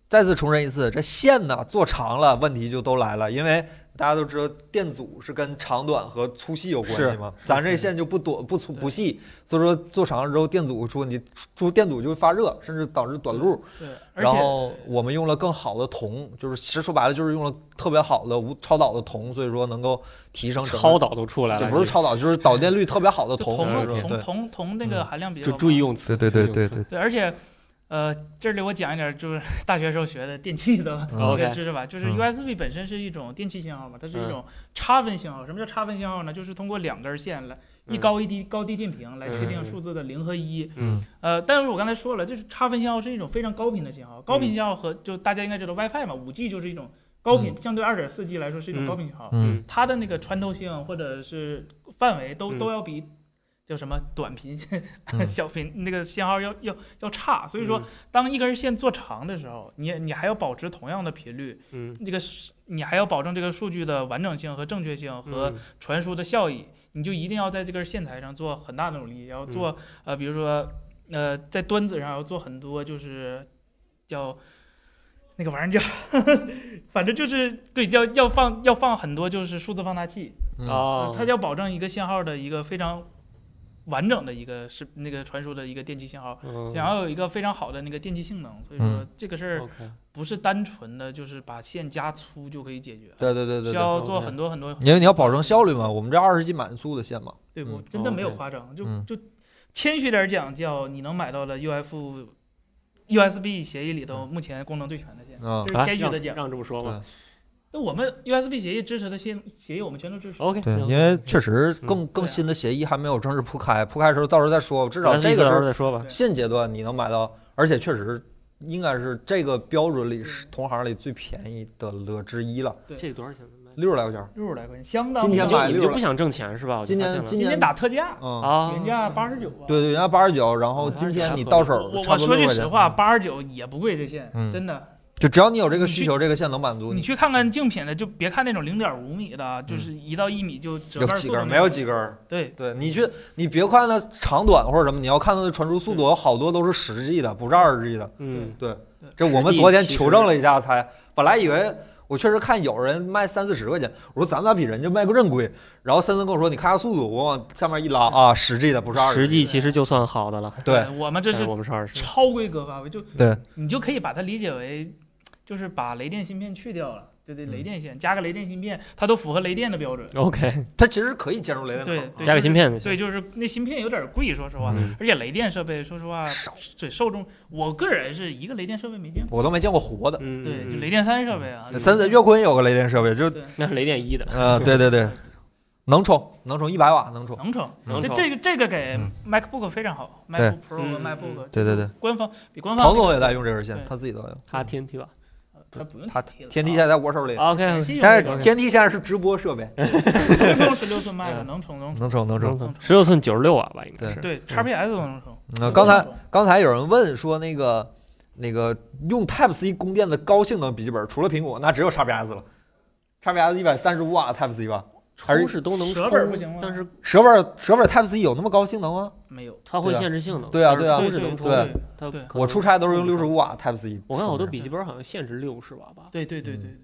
A: 再次重申一次，这线呢做长了，问题就都来了，因为大家都知道电阻是跟长短和粗细有关系
B: 是
A: 嘛，咱这线就不短不粗
C: 对
A: 不细，所以说做长了之后电阻出问题，出电阻就会发热，甚至导致短路。
C: 对，而
A: 然
C: 且
A: 后我们用了更好的铜，就是其实说白了就是用了特别好的无超导的铜，所以说能够提升整个
B: 嗯超导都出来
A: 这
B: 了，
A: 不是超导，就是导电率特别好的
C: 就
A: 铜，
C: 铜
A: 所以
B: 是
A: 说
B: 吧
C: 铜
A: 对嗯
C: 铜铜那个含量比较
B: 就
C: 高，
B: 注意用词，
A: 对对
B: 注意用
A: 对
B: 词
A: 对，
C: 对，而且，呃，这里我讲一点，就是大学时候学的电气的
A: 嗯
B: OK 嗯
C: 知识吧。就是
A: 嗯
C: USB 本身是一种电气信号嘛，它是一种差分信号。什么叫差分信号呢？就是通过两根线来一
B: 嗯
C: 高一低高低电平来确定
B: 嗯
C: 数字的零和一。
A: 嗯
C: 呃，但是我刚才说了，就是差分信号是一种非常高频的信号，
B: 嗯
C: 高频信号和就大家应该知道 WiFi 嘛，五 G 就是一种高频，相对二点四 G 来说是一种
B: 嗯
C: 高频信号。
A: 嗯
B: 嗯
C: 它的那个穿透性或者是范围都、
B: 嗯
C: 都要比叫什么短频、
A: 嗯
C: 小频那个信号要要要差，所以
B: 嗯
C: 说当一根线做长的时候，你你还要保持同样的频率，
B: 嗯
C: 这个数你还要保证这个数据的完整性和正确性
B: 嗯
C: 和传输的效益，你就一定要在这根线材上做很大的努力，要做、
B: 嗯
C: 呃，比如说呃，在端子上要做很多，就是叫那个玩意儿叫， 反正就是对，要要放要放很多就是数字放大器，
A: 嗯
B: 哦，
C: 呃它要保证一个信号的一个非常完整的一个是那个传输的一个电气信号。
B: 嗯
C: 想要有一个非常好的那个电气性能，所以说
A: 嗯
C: 这个事儿
B: OK，
C: 不是单纯的就是把线加粗就可以解决，
A: 对对对对
C: 需
A: 对，
C: 要做
B: OK
C: 很多很多，
A: 因为你要保证效率嘛，我们这二十 G 满速的线嘛，
C: 对我
A: 嗯
C: 真的没有
B: OK
C: 夸张，
A: 嗯
C: 就就谦虚点儿讲，叫你能买到的 UF USB 协议
A: 嗯
C: 里头目前功能最全的线，
A: 啊，
C: 这
B: 啊
C: 是谦虚
B: 让
C: 的讲。
B: 让这么说嘛
C: 那我们 USB 协议支持的线协议，我们全都支持。
B: ，OK，
A: 对，
B: 行
A: 因为确实
B: 嗯
A: 更更
C: 对啊
A: 新的协议还没有正式铺开，铺开的时候到时候再说。至少
B: 那
A: 这
B: 意思
A: 个
B: 到
A: 时
B: 时候
A: 候
B: 再说吧，
A: 现阶段你能买到，而且确实应该是这个标准
C: 嗯
A: 里是同行里最便宜的了之一了，
C: 对
B: 这个多少钱？
A: 六十来块钱儿。
C: 六十来块钱，相当
A: 今
B: 你
A: 天
B: 就
C: 于
A: 买
B: 你
A: 六
B: 就
A: 了
B: 不想挣钱是吧？我就
A: 今
B: 发
A: 年
B: 现了
A: 今
C: 今天打特价，
A: 嗯，
B: 啊，
C: 原价八十九吧。
A: 对对，原来八十九，然后
B: 哦
A: 今
B: 那
A: 天
B: 还
A: 你
B: 合
A: 到
B: 理
A: 手
C: 啊我
A: 差
C: 我
A: 不多
C: 说句
A: 60
C: 实
A: 块
C: 话，
A: 钱，
C: 八十九也不贵，这线
A: 嗯
C: 真的。
A: 就只要你有这个
C: 你
A: 需
C: 去
A: 求，这个线能满足
C: 你
A: 你。
C: 去看看竞品的，就别看那种零点五米的啊，就是一到一米就折
A: 嗯有
C: 半
A: 几
C: 速
A: 根
C: 的
A: 儿？
C: 那
A: 没有
C: 种
A: 几根儿。
C: 对，
A: 对你去，你别看它长短或者什么，你要看它的传输
C: 嗯
A: 速度，有好多都是十 G 的，不是二十 G 的。
B: 嗯，
A: 对
C: 对，
A: 这我
B: 实
A: 们
B: 际
A: 昨天
B: 其
A: 求
B: 实
A: 证了一下才，本来以为我确实看有人卖三四十块钱，我说咱咋比人家卖个这么贵？然后森森跟我说你看下速度，我往下面一拉啊，十 G 的不是二
B: 实
A: 十。
B: 际其实就算好的了，
A: 对，哎
C: 我 们这
B: 但
C: 是
B: 我们是二十，
C: 超规格发挥，就
A: 对
C: 你就可以把它理解为，就是把雷电芯片去掉了，就这雷
A: 嗯
C: 电线加个雷电芯片，它都符合雷电的标准。
B: OK，
A: 它其实可以兼容雷电
C: 对
A: 口，
C: 对
B: 加个芯片就
C: 所以
B: 行。
C: 就是那芯片有点贵，说实话，
B: 嗯
C: 而且雷电设备，说实话，
A: 少
C: 对受众，我个人是一个雷电设备没见过。
A: 我都没见过活的。
B: 嗯，
C: 对，就
B: 嗯
C: 雷电三设备啊，
A: 森森岳坤有个雷电设备，就
C: 对
B: 那是雷电一的，
A: 呃，对对对，能充能充一百瓦能充。
C: 能成。
A: 能
C: 这
B: 成
C: 这个这个给
A: 嗯
C: MacBook 非常好
A: 对
C: ，MacBook Pro 和
B: 嗯嗯
C: MacBook，
A: 对对对，
C: 官方比官方
A: 庞
C: 那个
A: 总也在用这根线，
C: 对
A: 他自己都在用。
B: 他天梯吧
C: 呃它不用
A: 他
C: 提了
A: 天梯
C: 啊
A: 现在在我手里，
B: ，OK，嗯
A: 现
C: 现在
A: 在
B: 有这个
A: 天梯现在是直播设备，
C: 天空十六寸 Mac
A: 嗯
C: 能成能成，
A: 能充能充
B: 能。从十六寸九十六瓦吧，应该
A: 对
B: 是。
C: 对，XPS 都能成。
A: 嗯那刚才
C: 都能成
A: 刚才有人问说那个那个用 Type C 供电的高性能笔记本，除了苹果，那只有 XPS 了。XPS 一百三十五瓦 Type C 吧，还
B: 充
A: 是
B: 是都能
C: 舍
B: 充
C: 本儿不行吗，
B: 但是
A: 舍本舍本 Type C 有那么高性能吗？
C: 没有，
B: 它会
A: 对啊
B: 限制性能。
A: 对啊
B: 但是
A: 对啊
B: 充是能充
A: 对
B: 的。
A: 对
B: 它
C: 对
B: 可能
A: 我出差都是用
B: 更
A: 六十五瓦 Type C。
B: 我看好多笔
A: 是
B: 记本好像限制六十瓦吧，
C: 对对对对对。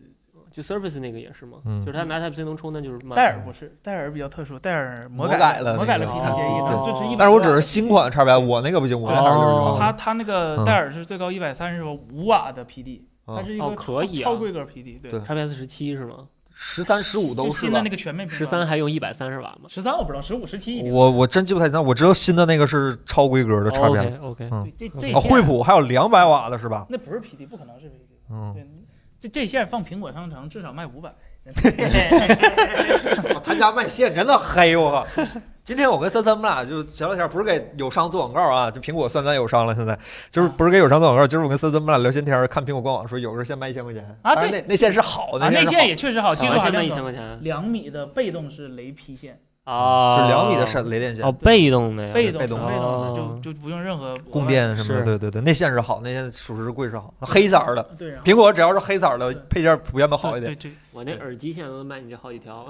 B: 就 Surface 那个也是嘛，
A: 嗯
B: 就是它拿 Type C 能充，那就是慢
C: 戴尔不是，戴尔比较特殊，戴尔魔
A: 魔改了那
C: 魔改
A: 个
C: 了皮卡协议，
B: 哦
C: 它支持一
A: 不是
C: 百。
A: 但是我只是新款 XPS，我那个不行，我那还是六十
B: 哦
A: 瓦
C: 它。它那
A: 嗯
C: 个戴尔是最高一百三十五瓦的 PD，它是一
B: 哦
C: 个
B: 可以啊
C: 超超规格 PD，对
A: 对
B: XPS 十七是吗？
A: 十三、十五都
C: 就是新的
A: 吧
C: 那？个全面屏
B: 十三还用一百三十瓦吗？
C: 十三我不知道，十五十七一定。
A: 我我真记不太清，我知道新的那个是超规格的 XPS。
B: 哦 OK，
C: 对，这这
A: 啊，
C: 线
A: 惠普还有两百瓦的是吧？
C: 那不是 PD，不可能是 PD。
A: 嗯，
C: 对，这这线放苹果商城至少卖五百。
A: 哦他家卖线真的黑我靠！今天我跟森森，我们俩就前两天不是给友商做广告啊，就苹果算咱友商了。现在就是不是给友商做广告，就是我跟森森，我们俩聊闲天儿，看苹果官网说有根线卖一千块钱
C: 啊
A: 当然
C: 对
A: 那那线是好的，
C: 啊，那
A: 是
C: 线也确实好，技术
B: 完
C: 含
B: 先卖
C: 量
B: 一千
C: 高。
B: 块钱
C: 两米的被动式雷劈线，
A: 好
B: 啊
A: 就是两米的闪雷电线
B: 哦，，被动的呀，
C: 被动
A: 被
C: 被
A: 动
C: 动
B: 的
C: 的
B: 哦
C: 就就不用任何
A: 供。电什么的，
B: 是
A: 对对对，那线是好，那线属实是贵是好，黑色儿的。
C: 呃对，然后
A: 苹果只要是黑色儿的
C: 对
A: 配件普遍都好一
C: 对
A: 点。
C: 对，对
B: 我那耳机现在都能卖你这好几条，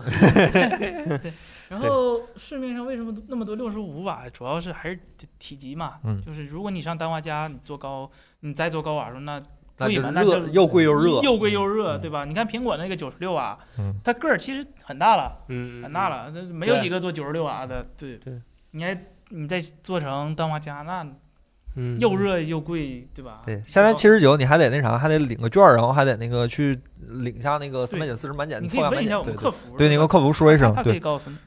C: 然后市面上为什么那么多六十五瓦？主要是还是体积嘛，
A: 嗯
C: 就是如果你上单瓦家，你做高，你再做高瓦数，那
A: 那
C: 贵
A: 就
C: 嘛
A: 是
C: 那
A: 热
C: 就
A: 又贵又热，
C: 又贵又热，
A: 嗯
C: 对吧？你看苹果那个九十六瓦
A: 嗯，
C: 它个儿其实很大了，
B: 嗯，
C: 很大，了，那没有几个做九十六瓦的，对
B: 对，
C: 你还你再做成单瓦家，那
B: 嗯，
C: 又热又贵，对吧？
A: 对，下单七十九你还得那啥，还得领个券儿，然后还得那个去领下那个三
C: 对
A: 百减四十满减，
C: 你可
A: 凑
C: 以
A: 下
C: 问
A: 满
C: 一
A: 减，
C: 下我
A: 对
C: 们
A: 对
C: 客服，
A: 对，那个客服说一声
C: 他，可以
A: 对，
C: 告诉你，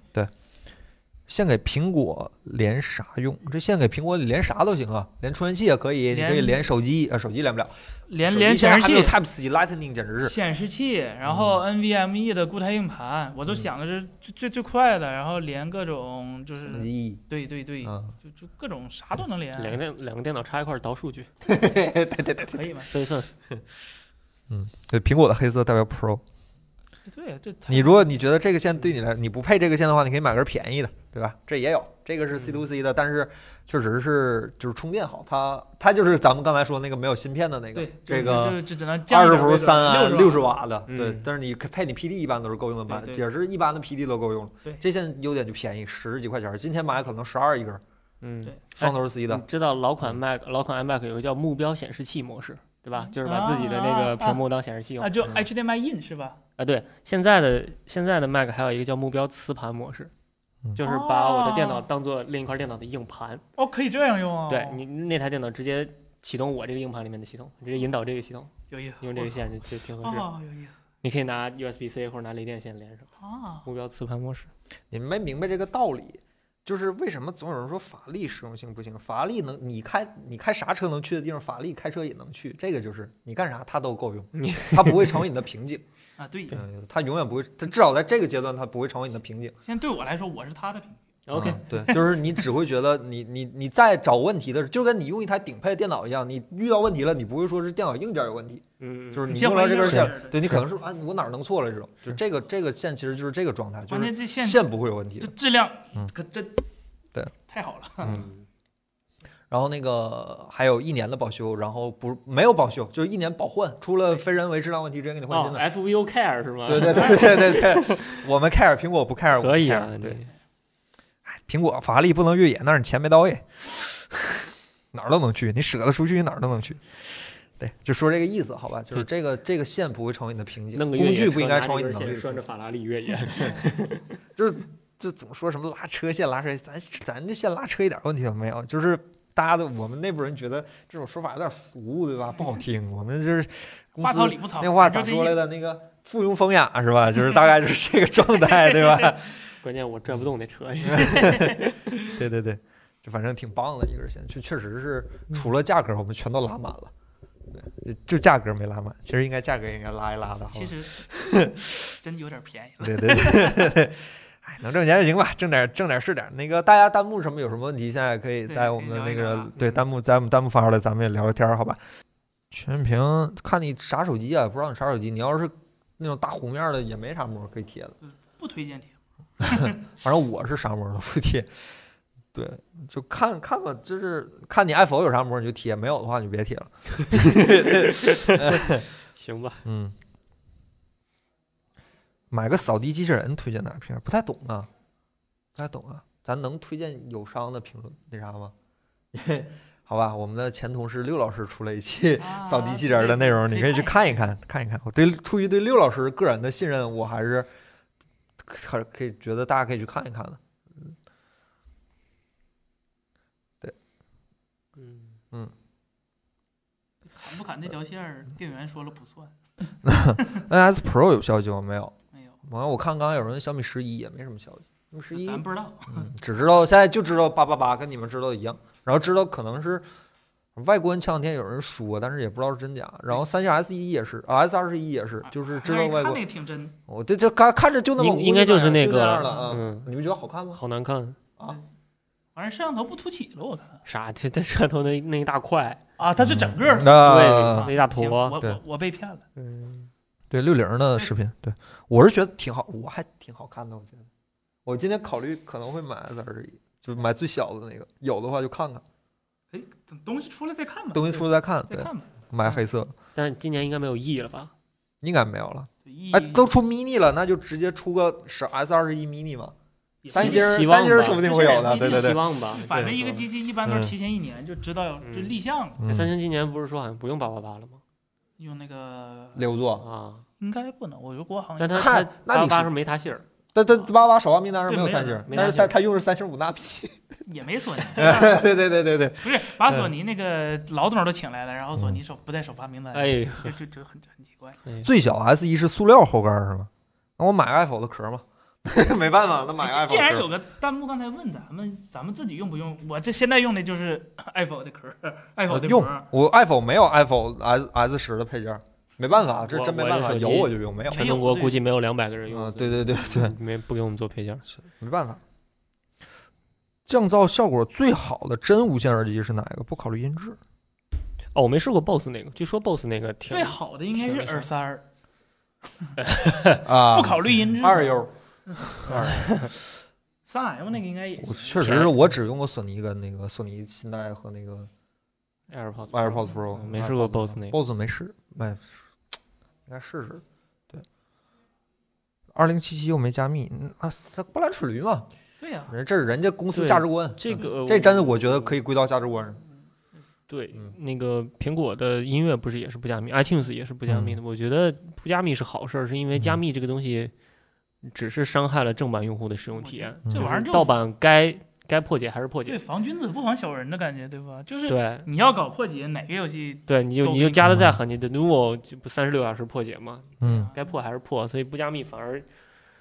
A: 献给苹果连啥用？这献给苹果连啥都行啊，连充电器也可以，你可以
C: 连
A: 连手机，呃，手机连不了，
C: 连
A: 手机
C: 连
A: 现
C: 显
A: 在
C: 示
A: 还没有
C: 器、
A: Type C Lightning，简直是
C: 显示器，然后 NVMe E 的固态硬盘，我都
A: 嗯
C: 想的是最最最快的，然后连各种就是
A: 机
C: 对对对，
A: 嗯，
C: 就就各种啥都能连，
B: 两个电两个电脑插一块儿导数据
C: 可以吗？
B: 备份，
A: 对，苹果的黑色代表 Pro。
C: 对，这太
A: 你如果你觉得这个线对你来，你不配这个线的话，你可以买根便宜的，对吧？这也有，这
C: 嗯
A: 个是 C to C 的，但是确实是就是充电好，它它就是咱们刚才说那个没有芯片的那个
C: 对，
A: 这
C: 就
A: 个
C: 就就只能降
A: 二
C: 一
A: 十
C: 点
A: 伏
C: 微
A: 三安
C: 转
A: 六
C: 六
A: 十瓦的，对
B: 嗯，
A: 但是你配你 PD 一般都是够用的版，
C: 对对
A: 也是一般的 PD 都够用了
C: 对。
A: 这线优点就便宜，十几块钱儿，今天买可能十二一根儿，
B: 嗯，
C: 对
A: 双头 C
B: 你
A: 的。
B: 知道老款 Mac 老款 iMac 有个叫目标显示器模式，对吧？就是把自己的那个屏幕当显示器用
C: 啊，就
A: 嗯
C: HDMI in 是吧？
B: 啊，对，现在的现在的 Mac 还有一个叫目标磁盘模式
A: 嗯，
B: 就是把我的电脑
C: 哦
B: 当做另一块电脑的硬盘，
C: 哦，可以这样用啊、
B: 对你那台电脑直接启动我这个硬盘里面的系统，直接引导这个系统，
C: 有意思，
B: 用这个线就就挺合适。
C: 哦，有意思
B: 你可以拿 USB-C 或者拿雷电线连上，
C: 啊，
B: 目标磁盘模式。
A: 你们没明白这个道理，就是为什么总有人说法力实用性不行？法力能你开你开啥车能去的地方，法力开车也能去，这个就是你干啥它都够用
B: 你，
A: 它不会成为你的瓶颈，
C: 啊，对，
A: 嗯，它永远不会，它至少在这个阶段它不会成为你的瓶颈。
C: 现在对我来说，我是他的屏幕
B: OK，、
A: 嗯对，就是你只会觉得你你你在找问题的时候，就跟你用一台顶配的电脑一样，你遇到问题了，你不会说是电脑硬件有问题，
B: 嗯，
A: 就是你
C: 你
A: 用
C: 先
A: 了
C: 回
A: 这根
C: 一
A: 线
C: 下
A: 儿，对你可能是啊我哪儿弄错了这种，就是这个这个线其实就是这个状态，就
C: 关
A: 是
C: 键这线
A: 线不会有问题
C: 这
A: 的。
C: 质量
A: 嗯
C: 可真
A: 对
C: 太好了。
A: 嗯
B: 嗯
A: 然后那个还有一年的保修，然后不没有保修，就是一年保换，出了非人为质量问题直接给你换新
B: 哦
A: 的。
B: ，FVO Care 是 吗？
A: 对对对对对对，我们 care 苹果不 care，我们
B: 可以
A: care，
B: 啊，
A: 对，，哎苹果法拉利不能越野，那是你钱没到位， 哪儿都能去，你舍得出去哪儿都能去。对，就说这个意思，好吧？就是
B: 对
A: 这个这个线不会成为你的瓶颈，
B: 弄个越野
A: 工具不
B: 车
A: 应该
B: 拿
A: 成为
B: 着
A: 你
B: 根
A: 能力
B: 线
A: 的
B: 拴
A: 瓶
B: 着
A: 颈。
B: 法拉利越野，
A: 就是就怎么说什么拉车线拉车，咱咱这线拉车一点问题都没有，就是。大家的我们内部人觉得这种说法有点俗，对吧？不好听。我们就是公
C: 话
A: 司
C: 糙理不糙，
A: 那话
C: 就
A: 咋
C: 这
A: 说
C: 意
A: 来
C: 思？
A: 的？那个附庸风雅是吧？就是大概就是这个状态，对吧？
B: 关键我拽不动那车，
A: 对对对，就反正挺棒的一根线，就确实是
C: 嗯
A: 除了价格，我们全都拉满了。对，就价格没拉满，其实应该价格也应该拉一拉的。好吧
C: 其实 真有点便宜了。
A: 对对对对，哎，能挣钱就行吧，挣点挣点是点儿。那个大家弹幕什么有什么问题，现在可以
C: 对
A: 在
C: 可
A: 我
C: 以
A: 们的
C: 聊
A: 那
C: 一
A: 个
C: 聊啊
A: 对
B: 嗯
A: 弹幕，咱们弹幕发出来，咱们也聊聊天儿，好吧？全屏看你啥手机啊？不知道你啥手机，你要是那种大弧面儿的，也没啥膜可以贴的。
C: 不推荐贴，
A: 反正我是啥膜都不贴。 对，就看看吧，就是看你 iPhone 有啥膜你就贴，没有的话你就别贴了。
B: 行吧？
A: 嗯，买个扫地机器人推荐哪个品牌？不太懂啊，不太懂啊。咱能推荐友商的评论那啥吗？ 好吧，我们的前同事六老师出了一期
C: 啊
A: 扫地机器人的内容，
C: 对
A: 你可以去看一看，看一看。我对出于对六老师个人的信任，我还是还是可以觉得大家可以去看一看的。
B: 嗯，
C: 砍不砍这条线儿，店员说了不算，
A: NS Pro 有消息吗？没有。
C: 没有，
A: 我我看刚刚有人小米十一也没什么消息，小米十一，
C: 咱不知道。
A: 嗯，只知道现在就知道八八八，跟你们知道一样，然后知道可能是外观前两天有人说，但是也不知道是真假。然后三星 S 一也是、啊、，S 二十一也是，就是知道
C: 哎
A: 外
C: 看
A: 观
C: 那。个挺真，
A: 我这这看看着就那么
B: 应应该
A: 就
B: 就是
A: 那
B: 那
A: 样就
B: 个
A: 那样了啊。
B: 嗯，
A: 你们觉得好看吗？
B: 好难看，
C: 完事摄像头不凸起了，我看
B: 啥？这这摄像头那那一大块，
C: 啊，它是整个
A: 嗯
C: 儿。
A: 那
B: 那大坨
C: 行我
A: 对
C: 我我被骗了。
B: 嗯，
A: 对六零的视频，对我是觉得挺好，我还挺好看的，我觉得。我今天考虑可能会买 S 二十一，就买最小的那个，有的话就看看，
C: 哎，等东西出来再看吧。
A: 东西出来再看。
C: 再
A: 对，
C: 看吧。
A: 买黑色的
B: 但今年应该没有 E 了吧？
A: 应该没有了。
B: 嗯
C: 一
A: 哎，都出 mini 了，那就直接出个十 S 二十一 mini 嘛。
C: 也
A: 三
C: 是
A: 星儿
B: 希
A: 三
B: 望
A: 星儿
B: 吧
A: 说不定会有的，
C: 就是
A: 对对
B: 希
A: 啊对。
B: 望吧。
C: 反正
B: 对
C: 一个
B: 说
C: 机器一般都
A: 嗯
C: 是提前一年就知道就
B: 嗯
C: 立项了，
B: 那三
A: 嗯，
B: 星今年不是说好像不用八八八了吗？
C: 用那个
A: 留作，
B: 啊，
C: 应该不能，我觉得国行
B: 但他
A: 看那
B: 八
A: 你
B: 八
A: 是
B: 是没他信儿，
A: 但但八八首发名单上
C: 对
A: 没有
C: 没
A: 三
C: 有
A: 星儿
B: 没，
A: 但
B: 三
A: 是
B: 星
A: 三
B: 儿
A: 他用的是三星五纳米。
C: 也 没索尼，
A: 对对对对对，
C: 不是把索
A: 嗯
C: 尼那个老总都请来了，然后索尼首不在首发名单，
B: 哎，
C: 这这这很很奇怪。
A: 最小 S 一是塑料后盖儿是吗？那我买个 iPhone 的壳嘛， 没办法，那买个 iPhone
C: 这竟然
A: 壳
C: 有个弹幕刚才问咱们，咱们自己用不用？我这现在用的就是 iPhone 的壳，iPhone
A: 我
C: 的
A: 哦用
C: 壳，
A: 我 iPhone 没有 iPhone S S 十的配件儿，没办法，这
B: 我
A: 真没
B: 我
A: 办
B: 这
A: 法，
B: 手
A: 有
B: 机
A: 我就用，没有，
B: 全中国估计没有两百个人用。
A: 嗯，对对对对，
B: 没不给我们做配件儿，
A: 没办法。降噪效果最好的真无线耳机是哪一个？不考虑音质，
B: 哦，我没试过 BOSS 那个，据说 BOSS 那个挺
C: 最好的应该
B: 挺
C: 是
B: 那啥
C: 耳塞儿，
A: 啊
C: 不考虑音质。
A: 二优，二
C: 三 M 那个应该也
A: 我确实是我只用过索尼跟那个索尼新代和那个
B: AirPods
A: AirPods Pro，
B: 嗯没试过 BOSS 那个
A: BOSS 没试，没，应该试试。对，二零七七又没加密嗯啊，它波兰齿驴嘛，
C: 对呀，
A: 人这是人家公司
B: 对
A: 价值观，
B: 这个
A: 嗯这真的我觉得
B: 以。
A: 可以归到价值观上。
B: 对
A: 嗯，
B: 那个苹果的音乐不是也是不加密，iTunes 也是不加密的。我觉得不加密是好事儿，是因为加
A: 嗯
B: 密这个东西只是伤害了正版用户的使用体验，
A: 嗯
C: 这
B: 就
C: 玩意儿
B: 是
C: 就
B: 盗版该该破解还是破
C: 对
B: 解。
C: 防君子不防小人的感觉，对吧？就是
B: 对
C: 你要搞破解，哪个游戏
B: 对，你就
C: 都
B: 你
C: 可
B: 就
C: 以
B: 加的再狠，你的 Nuvo 就不三十六小时破解吗？
A: 嗯，
B: 该破还是破，所以不加密反而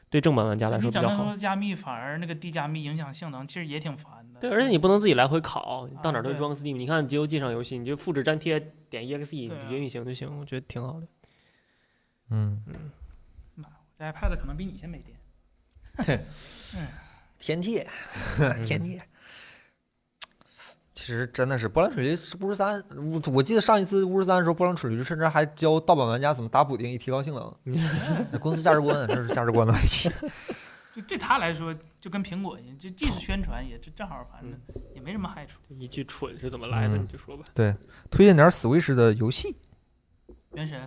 B: 对正版玩家来
C: 你
B: 说比
C: 整
B: 较
C: 那
B: 好
C: 么。多加密，反而那个低加密影响性能，其实也挺烦的。
B: 对，而且你不能自己来回拷，你到
C: 啊
B: 哪儿都
C: 对
B: 装 Steam。你看 GOG 上游戏，你就复制粘贴点 EXE，你
C: 对
B: 直
C: 啊
B: 接运行就行，我觉得挺好的。
A: 嗯，
C: 妈，我这 iPad 可能比你先没电。
A: 天界，天界。嗯其实真的是波兰齿驴是巫师三，我我记得上一次巫师三的时候，波兰齿驴甚至还教盗版玩家怎么打补丁以提高性能。公司价值观，这是价值观的问题。
C: 就对他来说，就跟苹果一样，就既是宣传，也是正好，反正
B: 嗯
C: 也没什么害处。
B: 一句蠢是怎么来的？
A: 嗯
B: 你就说吧。
A: 推荐点 Switch 的游戏，
C: 原神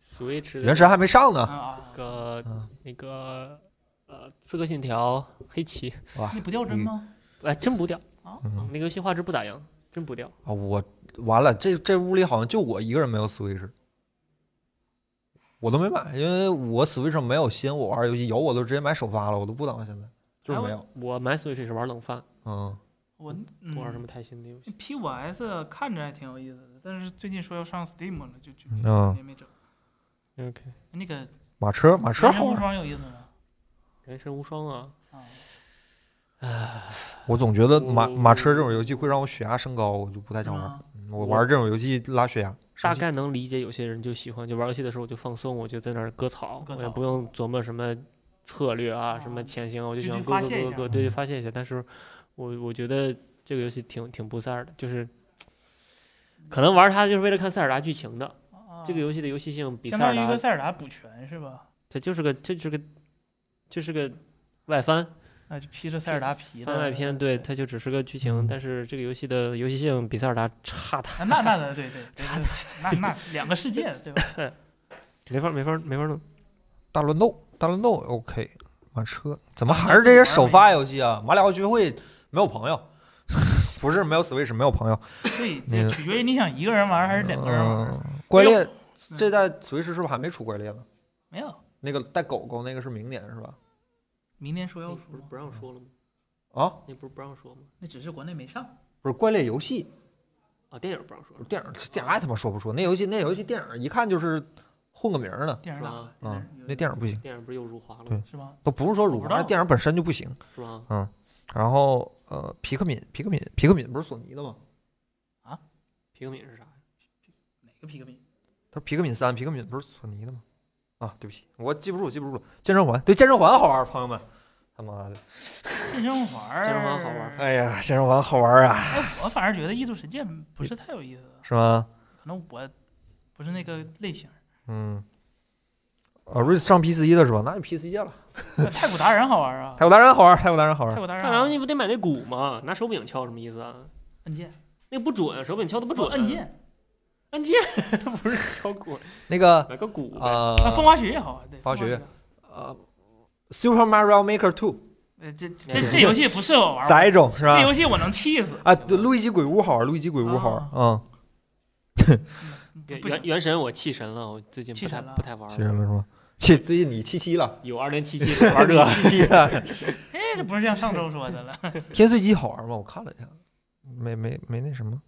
B: Switch 的
A: 原神还没上呢，
C: 啊
B: 那，个
A: 嗯
B: 那个呃，《刺客信条》黑棋，
A: 哇
C: 你不掉帧吗？
B: 哎，真不掉，
A: 嗯
B: 那个游戏画质不咋样，真不掉。
A: 啊，我完了，这这屋里好像就我一个人没有 Switch，我都没买，因为我 Switch 上没有吸引我玩儿游戏，有我都直接买首发了，我都不等了，现在就是没有，
B: 我买 Switch 是玩冷饭，
A: 嗯，
C: 我嗯
B: 不玩什么太新的游戏。
C: P 五 S 看着还挺有意思的，但是最近说要上 Steam 了，就就
A: 嗯
C: 也没整。嗯
B: OK，
C: 那个
A: 马车
B: 啊
A: 马车
C: 人
A: 好
C: 人无
A: 玩儿，
C: 双有意思吗？
B: 人生无双啊，
C: 啊，
A: 我总觉得马马车这种游戏会让我血压升高，我就不太想玩儿，
C: 嗯
A: 嗯我玩儿这种游戏拉血压，
B: 大
A: 生气
B: 概能理解有些人就喜欢，就玩游戏的时候我就放松，我就在那儿割草，
C: 割
B: 我也
C: 草
B: 不用琢磨什么策略啊，什么
C: 啊
B: 前行啊，我就
C: 就
B: 喜欢
C: 就
B: 割
C: 发
B: 割
C: 泄一
B: 割
C: 下嗯
B: 割，对，就发泄一下。但是我我觉得这个游戏挺挺不塞尔的，就是
C: 嗯
B: 可能玩它就是为了看塞尔达剧情的。
C: 啊
B: 这个游戏的游戏性比
C: 相
B: 塞尔
C: 当于一
B: 达
C: 个塞尔达补全是吧？
B: 它就是个，这就是个，就是个外翻
C: 那就披着塞尔达皮的
B: 番外篇，对，，它就只是个剧情，
A: 嗯
B: 但是这个游戏的游戏性比塞尔达差太，
C: 那那那对 对对，对那那两个世界对吧？
B: 没法没法没法弄。
A: 大乱斗，大乱斗 OK，马车怎么还是这些首发游戏啊？马里奥聚会没有朋友， 不是没有 Switch 没有朋友，
C: 对，
A: 那
C: 这
A: 个
C: 取决于你想一个人玩还是两个人玩。
A: 嗯，怪猎
C: 哎呦
A: 这代 Switch 是不是还没出怪猎呢？
C: 没有，
A: 那个带狗狗那个是明年是吧？
C: 明年说要
B: 那
C: 出
B: 不是
C: 吗，
B: 不让说了吗？
A: 啊，
B: 那不是不让说吗？
C: 那只是国内没上。
A: 不是怪猎游戏，
B: 啊，电影不让说
A: 不，是电影，这爱他妈说不说那游戏那游戏电影一看就是混个名儿呢
C: 电影
B: 是
C: 打
B: 吧
C: 了，
A: 啊
C: 有，
A: 那电影不行，
B: 电影不是又辱华了
A: 对
B: 吗？
C: 是吗？
A: 都不是说辱
C: 我不
A: 华，
C: 知道
A: 电影本身就不行。
B: 是吧？
A: 然后呃，皮克敏皮克敏皮克敏不是索尼的吗？
B: 皮克敏是啥呀？
C: 哪个皮克敏？
A: 他说皮克敏三，皮克敏不是索尼的吗？啊，对不起，我记不住，记不住了。健身环，对，健身环好玩，朋友们，他妈的，
C: 健身环儿，
B: 健身环好玩儿
A: 哎呀，健身环好玩啊，
C: 哎，我反而觉得《异度神剑》不是太有意思了，
A: 是吗？
C: 可能我不是那个类型。
A: 嗯，啊，Riz 上 PC 的是吧？那就 PC 界了。
C: 太古达人好玩儿啊
A: 泰，国达人好玩，泰国达人好
C: 太
A: 玩。
C: 古达人
B: 看
C: 好
B: 咱
C: 玩
B: 们
C: 儿，
B: 你不得买那鼓吗？拿手柄敲什么意思啊？
C: 按键
B: 那不准，啊手柄敲的不
C: 不
B: 准。
C: 按，键。
B: 按 键，不是敲鼓，
A: 那个
B: 买个鼓呗。
C: 啊，风
A: 呃
C: 花雪月好玩儿，对，
A: 风花雪月
C: 月。
A: 呃，Super Mario Maker Two
C: 呃，这这
B: 对
C: 这游戏不适合我玩儿，
A: 载种是
C: 这
A: 吧？
C: 游戏我能气死。
A: 啊，对，路易吉鬼屋好玩，路易吉鬼屋好玩。嗯，
C: 嗯
B: 原
C: 不行
B: 原原神我弃神了，我最近
C: 弃
B: 不
C: 神
B: 太
C: 了
B: 不太玩
A: 气
B: 了。
A: 人了是吗？气，最近你七七了，
B: 有二零七七
A: 玩
B: 玩
A: 这
B: 这
A: 七七了。
C: 哎，这不是像上周说的了，
A: 天碎机好玩吗？我看了一下，没没没那什么。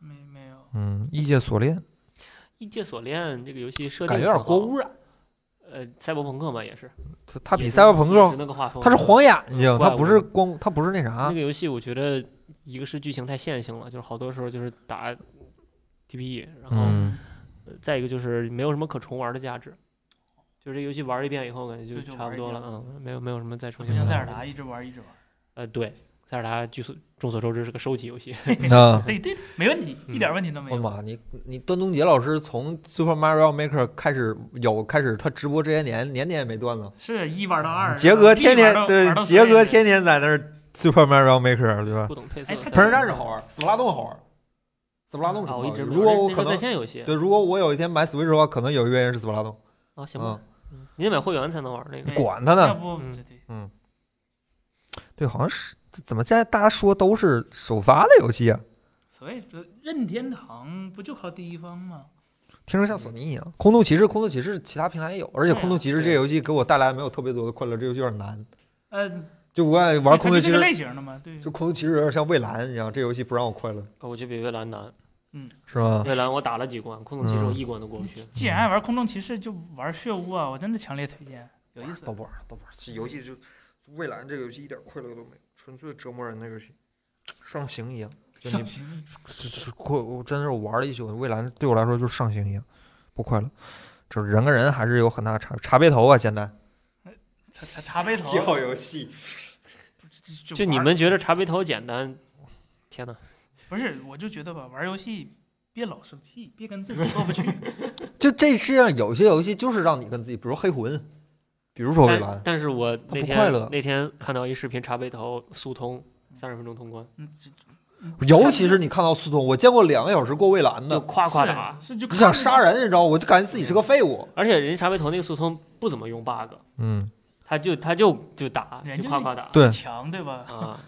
C: 没没有，
A: 嗯，异界锁链
B: 《异界锁链》这个游戏设定
A: 感觉有点
B: 挺
A: 过
B: 好
A: 污染，
B: 呃，赛博朋克嘛也是，
A: 它它比
B: 也是
A: 赛博朋
B: 也是
A: 克，
B: 那个画风，
A: 它是啊黄眼睛，
B: 嗯怪
A: 它
B: 物
A: 不是光，它不是那啥
B: 那。个游戏我觉得一个是剧情太线性了，就是好多时候就是打 TPE，然后
A: 嗯，
B: 呃再一个就是没有什么可重玩的价值，就是这游戏玩一遍以后感觉
C: 就
B: 就
C: 就
B: 差
C: 玩
B: 不
C: 一
B: 多了
C: 遍，
B: 嗯，没有没有什么再重
C: 不
B: 新
C: 像
B: 玩的
C: 塞尔
B: 东
C: 达
B: 西
C: 一直玩儿一直玩儿。
B: 呃，对，塞尔达据所众所周知是个收集 游戏，
A: 那
C: 对对，没问题，
A: 嗯
C: 一点问题都没
A: 我的
C: 有。
A: 妈，你你段东杰老师从 Super Mario Maker 开始有开始，他直播这些年年年也没断呢。
C: 是一玩到二，
A: 嗯杰哥天
C: 一玩
A: 天
C: 到
A: 对
C: 玩到
A: 杰
C: 三
A: 哥天天在那儿 Super Mario Maker 对吧？
B: 不懂配色。
C: 哎它
A: 城市战士好玩，死不拉洞好玩，死不拉洞是
B: 啊，
A: 好
B: 我一
A: 玩
B: 直
A: 的。
B: 没
A: 如果
B: 玩那
A: 我
B: 那
A: 可
B: 个在
A: 能
B: 线游戏
A: 对，如果我有一天买 Switch 的话，可能有一个原因是死不拉洞。
B: 啊，行吧
A: 嗯，，
B: 你得买会员才能玩那个
A: 你。管他
C: 要
A: 呢。
C: 不
B: 嗯
C: 对对，
A: 对，好像是这怎么现在大家说都是首发的游戏啊？
C: 所以说任天堂不就靠第一方吗？
A: 听着像索尼一样。空洞骑士，空洞骑士其他平台也有，而且
C: 对啊
A: 空洞骑士这
B: 对
A: 个游戏给我带来没有特别多的快乐，这游戏有点难。
C: 呃，
A: 就我感觉
C: 对
A: 玩
C: 它
A: 空
C: 就
A: 洞骑
C: 这个
A: 士
C: 类型的嘛，对，
A: 就空洞骑士有点像蔚蓝一样，这游戏不让我快乐，
B: 啊我觉得比蔚蓝难，
A: 是吗？
B: 蔚蓝我打了几关，
A: 嗯
B: 空洞骑士我一关都过不去。
C: 既然爱玩空洞骑士，就玩血屋啊！我真的强烈推荐，有意思
A: 都。不玩，都不玩。这游戏就蔚蓝这个游戏一点快乐都没有，纯粹折磨人的游戏，上刑一样。就你
C: 上行
A: 这这快，我真是我玩了一宿，蔚蓝对我来说就是上刑一样，不快乐。就是人跟人还是有很大差别，茶杯头啊，简 单。
C: 茶茶茶杯头，
A: 游戏，
C: 就
B: 就
C: 玩
B: 你们觉得茶杯头简单？天哪，
C: 不是？我就觉得吧，玩游戏别老生气， 别跟自己过不去。
A: 啊就这世界上有些游戏就是让你跟自己，比如黑魂，比如说蔚
B: 但
A: 蓝，
B: 但是我那
A: 不
B: 天
A: 快乐
B: 那天看到一视频，茶杯头速通三十分钟通关，
C: 嗯，这
A: 尤其是你看到速通，我见过两个小时过蔚蓝
B: 就
A: 的，
B: 夸夸打。
C: 是是就
A: 啊你想
C: 看着
A: 杀人，你知道，我就感觉自己是个废物。
B: 而且人家茶杯头那个速通不怎么用 bug，
A: 嗯，
B: 他就他就就打，
C: 人
B: 就
C: 家
B: 夸
C: 那
B: 夸打。
A: 对，
C: 强对吧？
B: 啊，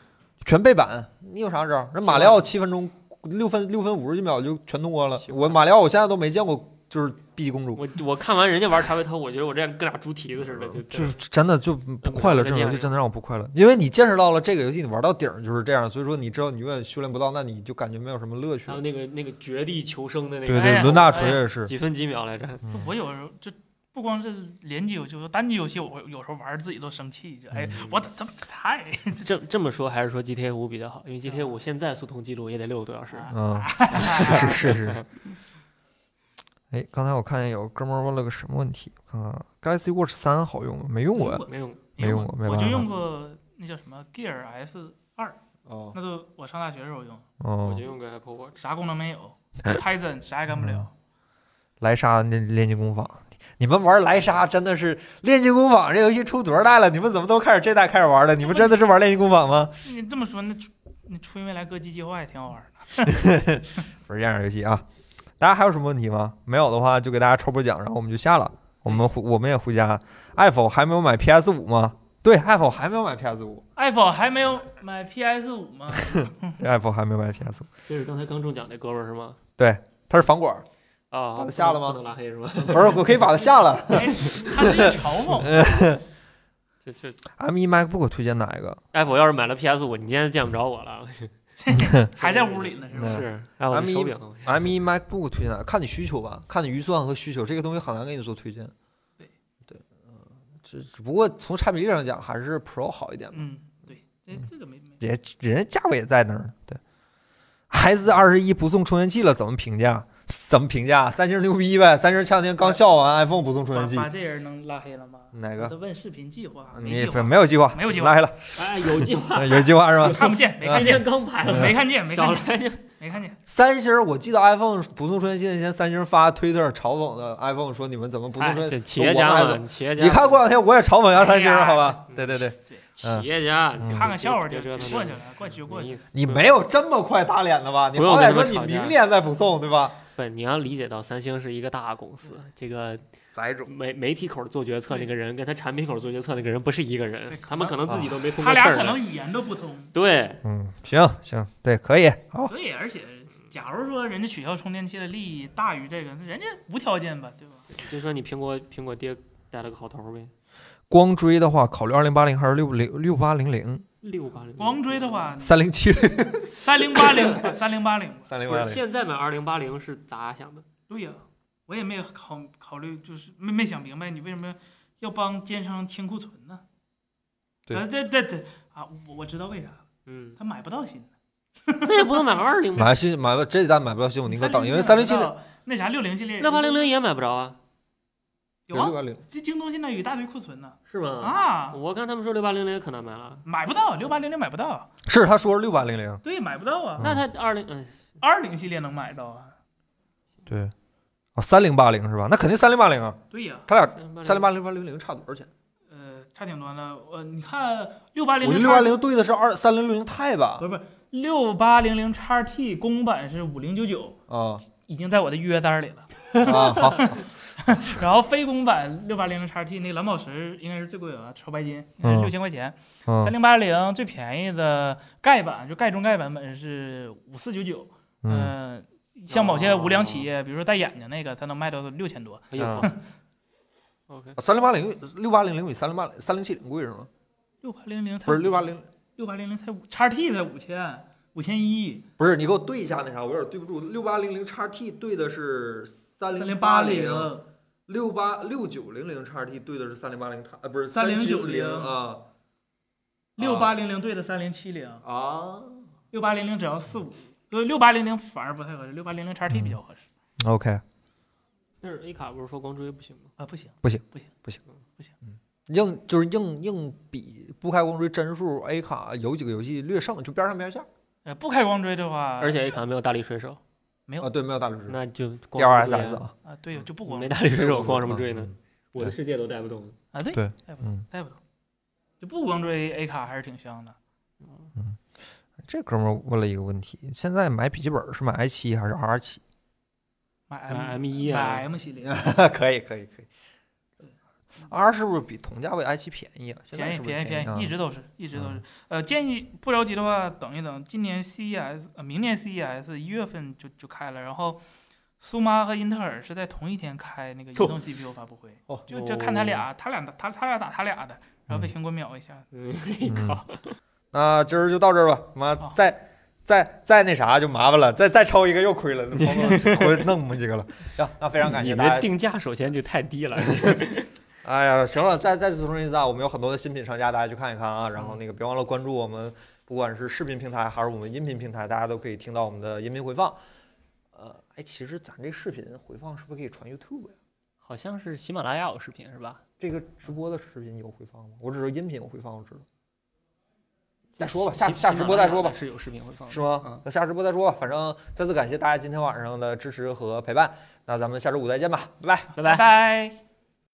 A: 全背板，你有啥招儿？人马里奥七分钟六分六分五十几秒就全通关了。
B: 行吧
A: 我马里奥我现在都没见过，就是碧姬公主，
B: 我我看完人家玩茶杯头，我觉得我这样跟俩猪蹄子似的，就
A: 就是真的就不快乐，
B: 嗯
A: 这种游戏真的让我不快乐，因为你见识到了这个游戏你玩到顶儿就是这样，所以说你知道你永远修炼不到，那你就感觉没有什么乐趣
B: 还。有那个那个绝地求生的那个，
A: 对
B: 啊哎
A: 对，
B: 呀
A: 伦大锤
B: 哎呀
A: 也是，
B: 几分几秒来着？
C: 就
A: 嗯
C: 我有时候就不光是联机游戏，我单机游戏我有时候玩儿自己都生气，就哎
A: 嗯，
C: 我怎么菜？
B: 这这么说还是说 GTA 五比较好，因为 GTA 五现在速通记录也得六个多小 时。
C: 啊
A: 嗯， 是是是是。哎，刚才我看见有哥们儿问了个什么问题，我看看啊 Galaxy Watch 三好用吗？没用啊过呀。
B: 没用，
A: 没用过没
C: 我
A: 办
C: 就
A: 法
C: 用过那叫什么 Gear S 二，
A: 哦
C: 那都我上大学时候用，
B: 我
A: 哦
B: 就，用个 Apple Watch。
C: 啥功能没有，Python 啥也干不了。
A: 莱莎那炼金工坊，你们玩莱莎真的是炼金工坊这游戏出多少代了？你们怎么都开始这代开始玩了？你们真的是玩炼金工坊吗？
C: 你这么说，那出那初音未来歌机器化也挺好玩儿的。
A: 不是这样的游戏啊！大家还有什么问题吗？没有的话就给大家抽波奖，然后我们就下了。我们回我们也回家。iPhone 还没有买 PS 五吗？对，iPhone 还没有买 PS 五
C: iPhone 还没有买 PS 五吗？
A: ，iPhone 还没有买 PS 五。
B: 这是刚才刚中奖那哥们儿是吗？
A: 它是房管儿，
B: 啊，
A: 把他
B: 不
A: 下了
B: 能
A: 吗
B: 不能拉黑是 吗？
A: 不是，我可以把它下了。
C: 哎他是 嘲讽，
B: 这这
A: M1 E MacBook 推荐哪一个
B: Apple 要是买了 PS 五，你今天就见不着我了。
C: 还在屋里呢，是吧？
A: 嗯
B: 是，哎，我这
A: M1
B: 手柄呢我现在
A: ？M1 E MacBook 推荐哪个？看你需求吧，看你预算和需求，这个东西很难给你做推荐。
C: 对
A: 对，嗯，只只不过从产品力上讲，还是 Pro 好一点吧。
C: 嗯，对，这这个没没。
A: 也人家价位也在那儿呢。对，孩子二十一不送充电器了，怎么评价？怎么评价？三星牛逼呗！三星前两天刚笑完 iPhone 不送充
C: 把
A: 电器，
C: 把这人能拉黑了吗？
A: 哪个
C: 他问视频计划，
A: 你
C: 计
A: 也
C: 划，
A: 没有计划，
C: 没有计划
A: 拉黑了，
B: 哎，有计 划，
A: 有计划是吧？
C: 看不见，没看
B: 今
C: 见
B: 天，刚拍了，
C: 没看见，没
B: 少
C: 看
B: 了
C: 见，没看见。
A: 三星，我记得 iPhone 不送充电器那天，三星发推特嘲讽的 iPhone 说你们怎么不送
B: 哎，
A: 充
B: 这
A: 电器？
B: 企业家
A: 我们 iPhone
B: 嘛，企业家，
A: 你看过两天我也嘲讽一下三星，
C: 哎呀
A: 好吧？
B: 这
A: 对对对，嗯
B: 企业家，
A: 嗯
B: 你
C: 看看笑话就
B: 别折
C: 就
B: 腾
C: 过去
B: 了，
C: 了，过去过
B: 没
C: 去
B: 意
C: 了。
B: 思。
A: 你
B: 不
A: 没有这么快打脸的吧？你
B: 不用
A: 好歹说
B: 跟他们
A: 你
B: 吵架
A: 明年再不送，对吧？
B: 不，你要理解到三星是一个大公司，
C: 嗯
B: 这个
A: 崽种，
B: 媒媒体口做决策那个人跟他产品口做决策那个人不是一个人
C: 对，
B: 他们
C: 可
B: 可能自己都没通
C: 他
B: 过
C: 俩
B: 事
C: 可
B: 儿呢。
C: 能语言都不通，
B: 对，
A: 嗯，行行，对，可以，好，
C: 对，而且假如说人家取消充电器的利益大于这个，那人家无条件吧，对吧？
B: 就说你苹果苹果爹带了个好头儿呗，
A: 光追的话，考虑二零八零还是六零六八零零
B: 六八零。
C: 光追的话，
A: 三零七零
C: 三零八零， 三零八零，
A: 三零
B: 不是现在买二零八零是咋想的？
C: 对呀、我也没考考虑，就是没没想明白，你为什么要帮奸商清库存呢？
A: 对
C: 啊，对对对啊，我我知道为啥了，
B: 嗯，
C: 他买不到新的。
B: 那也不能买个二零吧？
A: 买新买不这一代买不到新，我宁可等，因为三零
C: 307
A: 七
C: 买
A: 零
C: 不到那啥六零系列，
A: 嗯
B: 六八零零也买不着啊，
C: 有啊，
A: 八零，
C: 这京东现在有一大堆库存呢。
B: 是
A: 嗯
B: 吗？
C: 啊，
B: 我看他们说六八零零可难买了，
C: 买不到，六八零零买不到，
A: 是他说是六八零零，
C: 对，买不到啊。
B: 那他二零嗯，
C: 二零系列能买到啊？
A: 对，哦三零八零是吧？那肯定三零八零啊，
C: 对呀、
A: 他俩
B: 380
A: 三零八零八零零差多少钱？
C: 呃，差挺多的。呃，你看六八零
A: 我
C: 零
A: 六八零对的是二三零六零钛吧
C: 不？是不是六八零零 x T 公版是五零九九，
A: 啊
C: 已经在我的预约单里了。
A: 啊好，
C: 然后非公版六八零零 x T 那蓝宝石应该是最贵的，超白金应该是
A: 嗯
C: 六千块钱。三
A: 嗯
C: 零八零最便宜的盖版就盖中盖版本是五四九九，
A: 嗯，哦
C: 嗯。像某些无良企业，比如说戴眼睛那个，它能卖到六千多。
B: 哎呦
A: 啊
B: 呵，OK，
A: 三零八零六八零零比三零八三零七零贵是吗？
C: 六八零零
A: 不是六八，零，
C: 六八零零才五，x T 才五千，五千一。
A: 不是你给我对一下那啥，我有点对不住，六八零零叉 T 对的是三
C: 三零八
A: 八
C: 零，
A: 六八六九零零叉 T 对的是三零八零叉，呃，不是
C: 3090
A: 啊
C: 六八零零对的三零七零，
A: 啊。
C: 六八零零只要四五，呃，六八零零反而不太合适，六八零零 XT 比较合适。
A: OK，
B: 那是 A 卡不是说光追不行吗？
C: 啊，不行，
A: 不行，
C: 不行，
A: 不行，
C: 不行。
A: 硬就是硬硬比不开光追帧数 A 卡有几个游戏略胜，就边上边下
C: 呃，不开光追的话，
A: 啊
C: 啊
B: 而且 A 卡没有大力水手，
C: 没有
A: 啊，对，没有大力水
B: 那就光追啊
A: DLSS 啊，嗯
C: 啊，对，就不
B: 嗯
C: 光
B: 没大力水手，光什么
A: 追
B: 追呢？？我的世界都带不动。
C: 啊，对，
A: 对
C: 带不动，
A: 嗯，
C: 带不动。就不光追 A 卡还是挺香的，
A: 这哥们儿问了一个问题：现在买笔记本是买 i 七还是 R 七？
C: 买 M
B: 买 M 一
C: 买
B: 啊，
C: M 系列，
A: 可以，可以，可以。R 是不是比同价位 i 七便宜啊？ 啊嗯现在
C: 便宜
A: 是不是
C: 便宜
A: 便
C: 便宜，一直都是一直都是。呃，建议不着急的话，等一等，今年 CES 呃明年 CES 一月份就就开了，然后苏妈和英特尔是在同一天开那个移
A: 哟
C: 动 CPU 发布会，
A: 哦
C: 就就看他俩，他俩他他俩打他俩的，然后被
A: 嗯
C: 苹果秒一下，
B: 嗯，你靠，
A: 那今儿就到这儿吧。妈，
C: 好
A: 再再再那啥就麻烦了，再再超一个又亏了，那朋友圈回去弄不几个了。行，那非常感
B: 你
A: 谢
B: 们
A: 大
B: 这
A: 家。
B: 定价首先就太低了。
A: 哎呀，行了，再再次重申一次啊，我们有很多的新品上架，大家去看一看啊。然后那个别忘了关注我们，不管是视频平台还是我们音频平台，大家都可以听到我们的音频回放。呃，哎，其实咱这视频回放是不是可以传 YouTube 呀？
B: 好像是喜马拉雅有视频是吧？
A: 这个直播的视频有回放吗？我只是音频有回放，我知道。再说吧，下
B: 喜
A: 下直播再说吧。，
B: 喜马拉雅是有视频会放的，
A: 是吗？
B: 嗯，
A: 那下直播再说吧。反正再次感谢大家今天晚上的支持和陪伴，那咱们下周五再见吧，拜拜。
B: 拜
C: 拜
B: 拜。
C: 拜。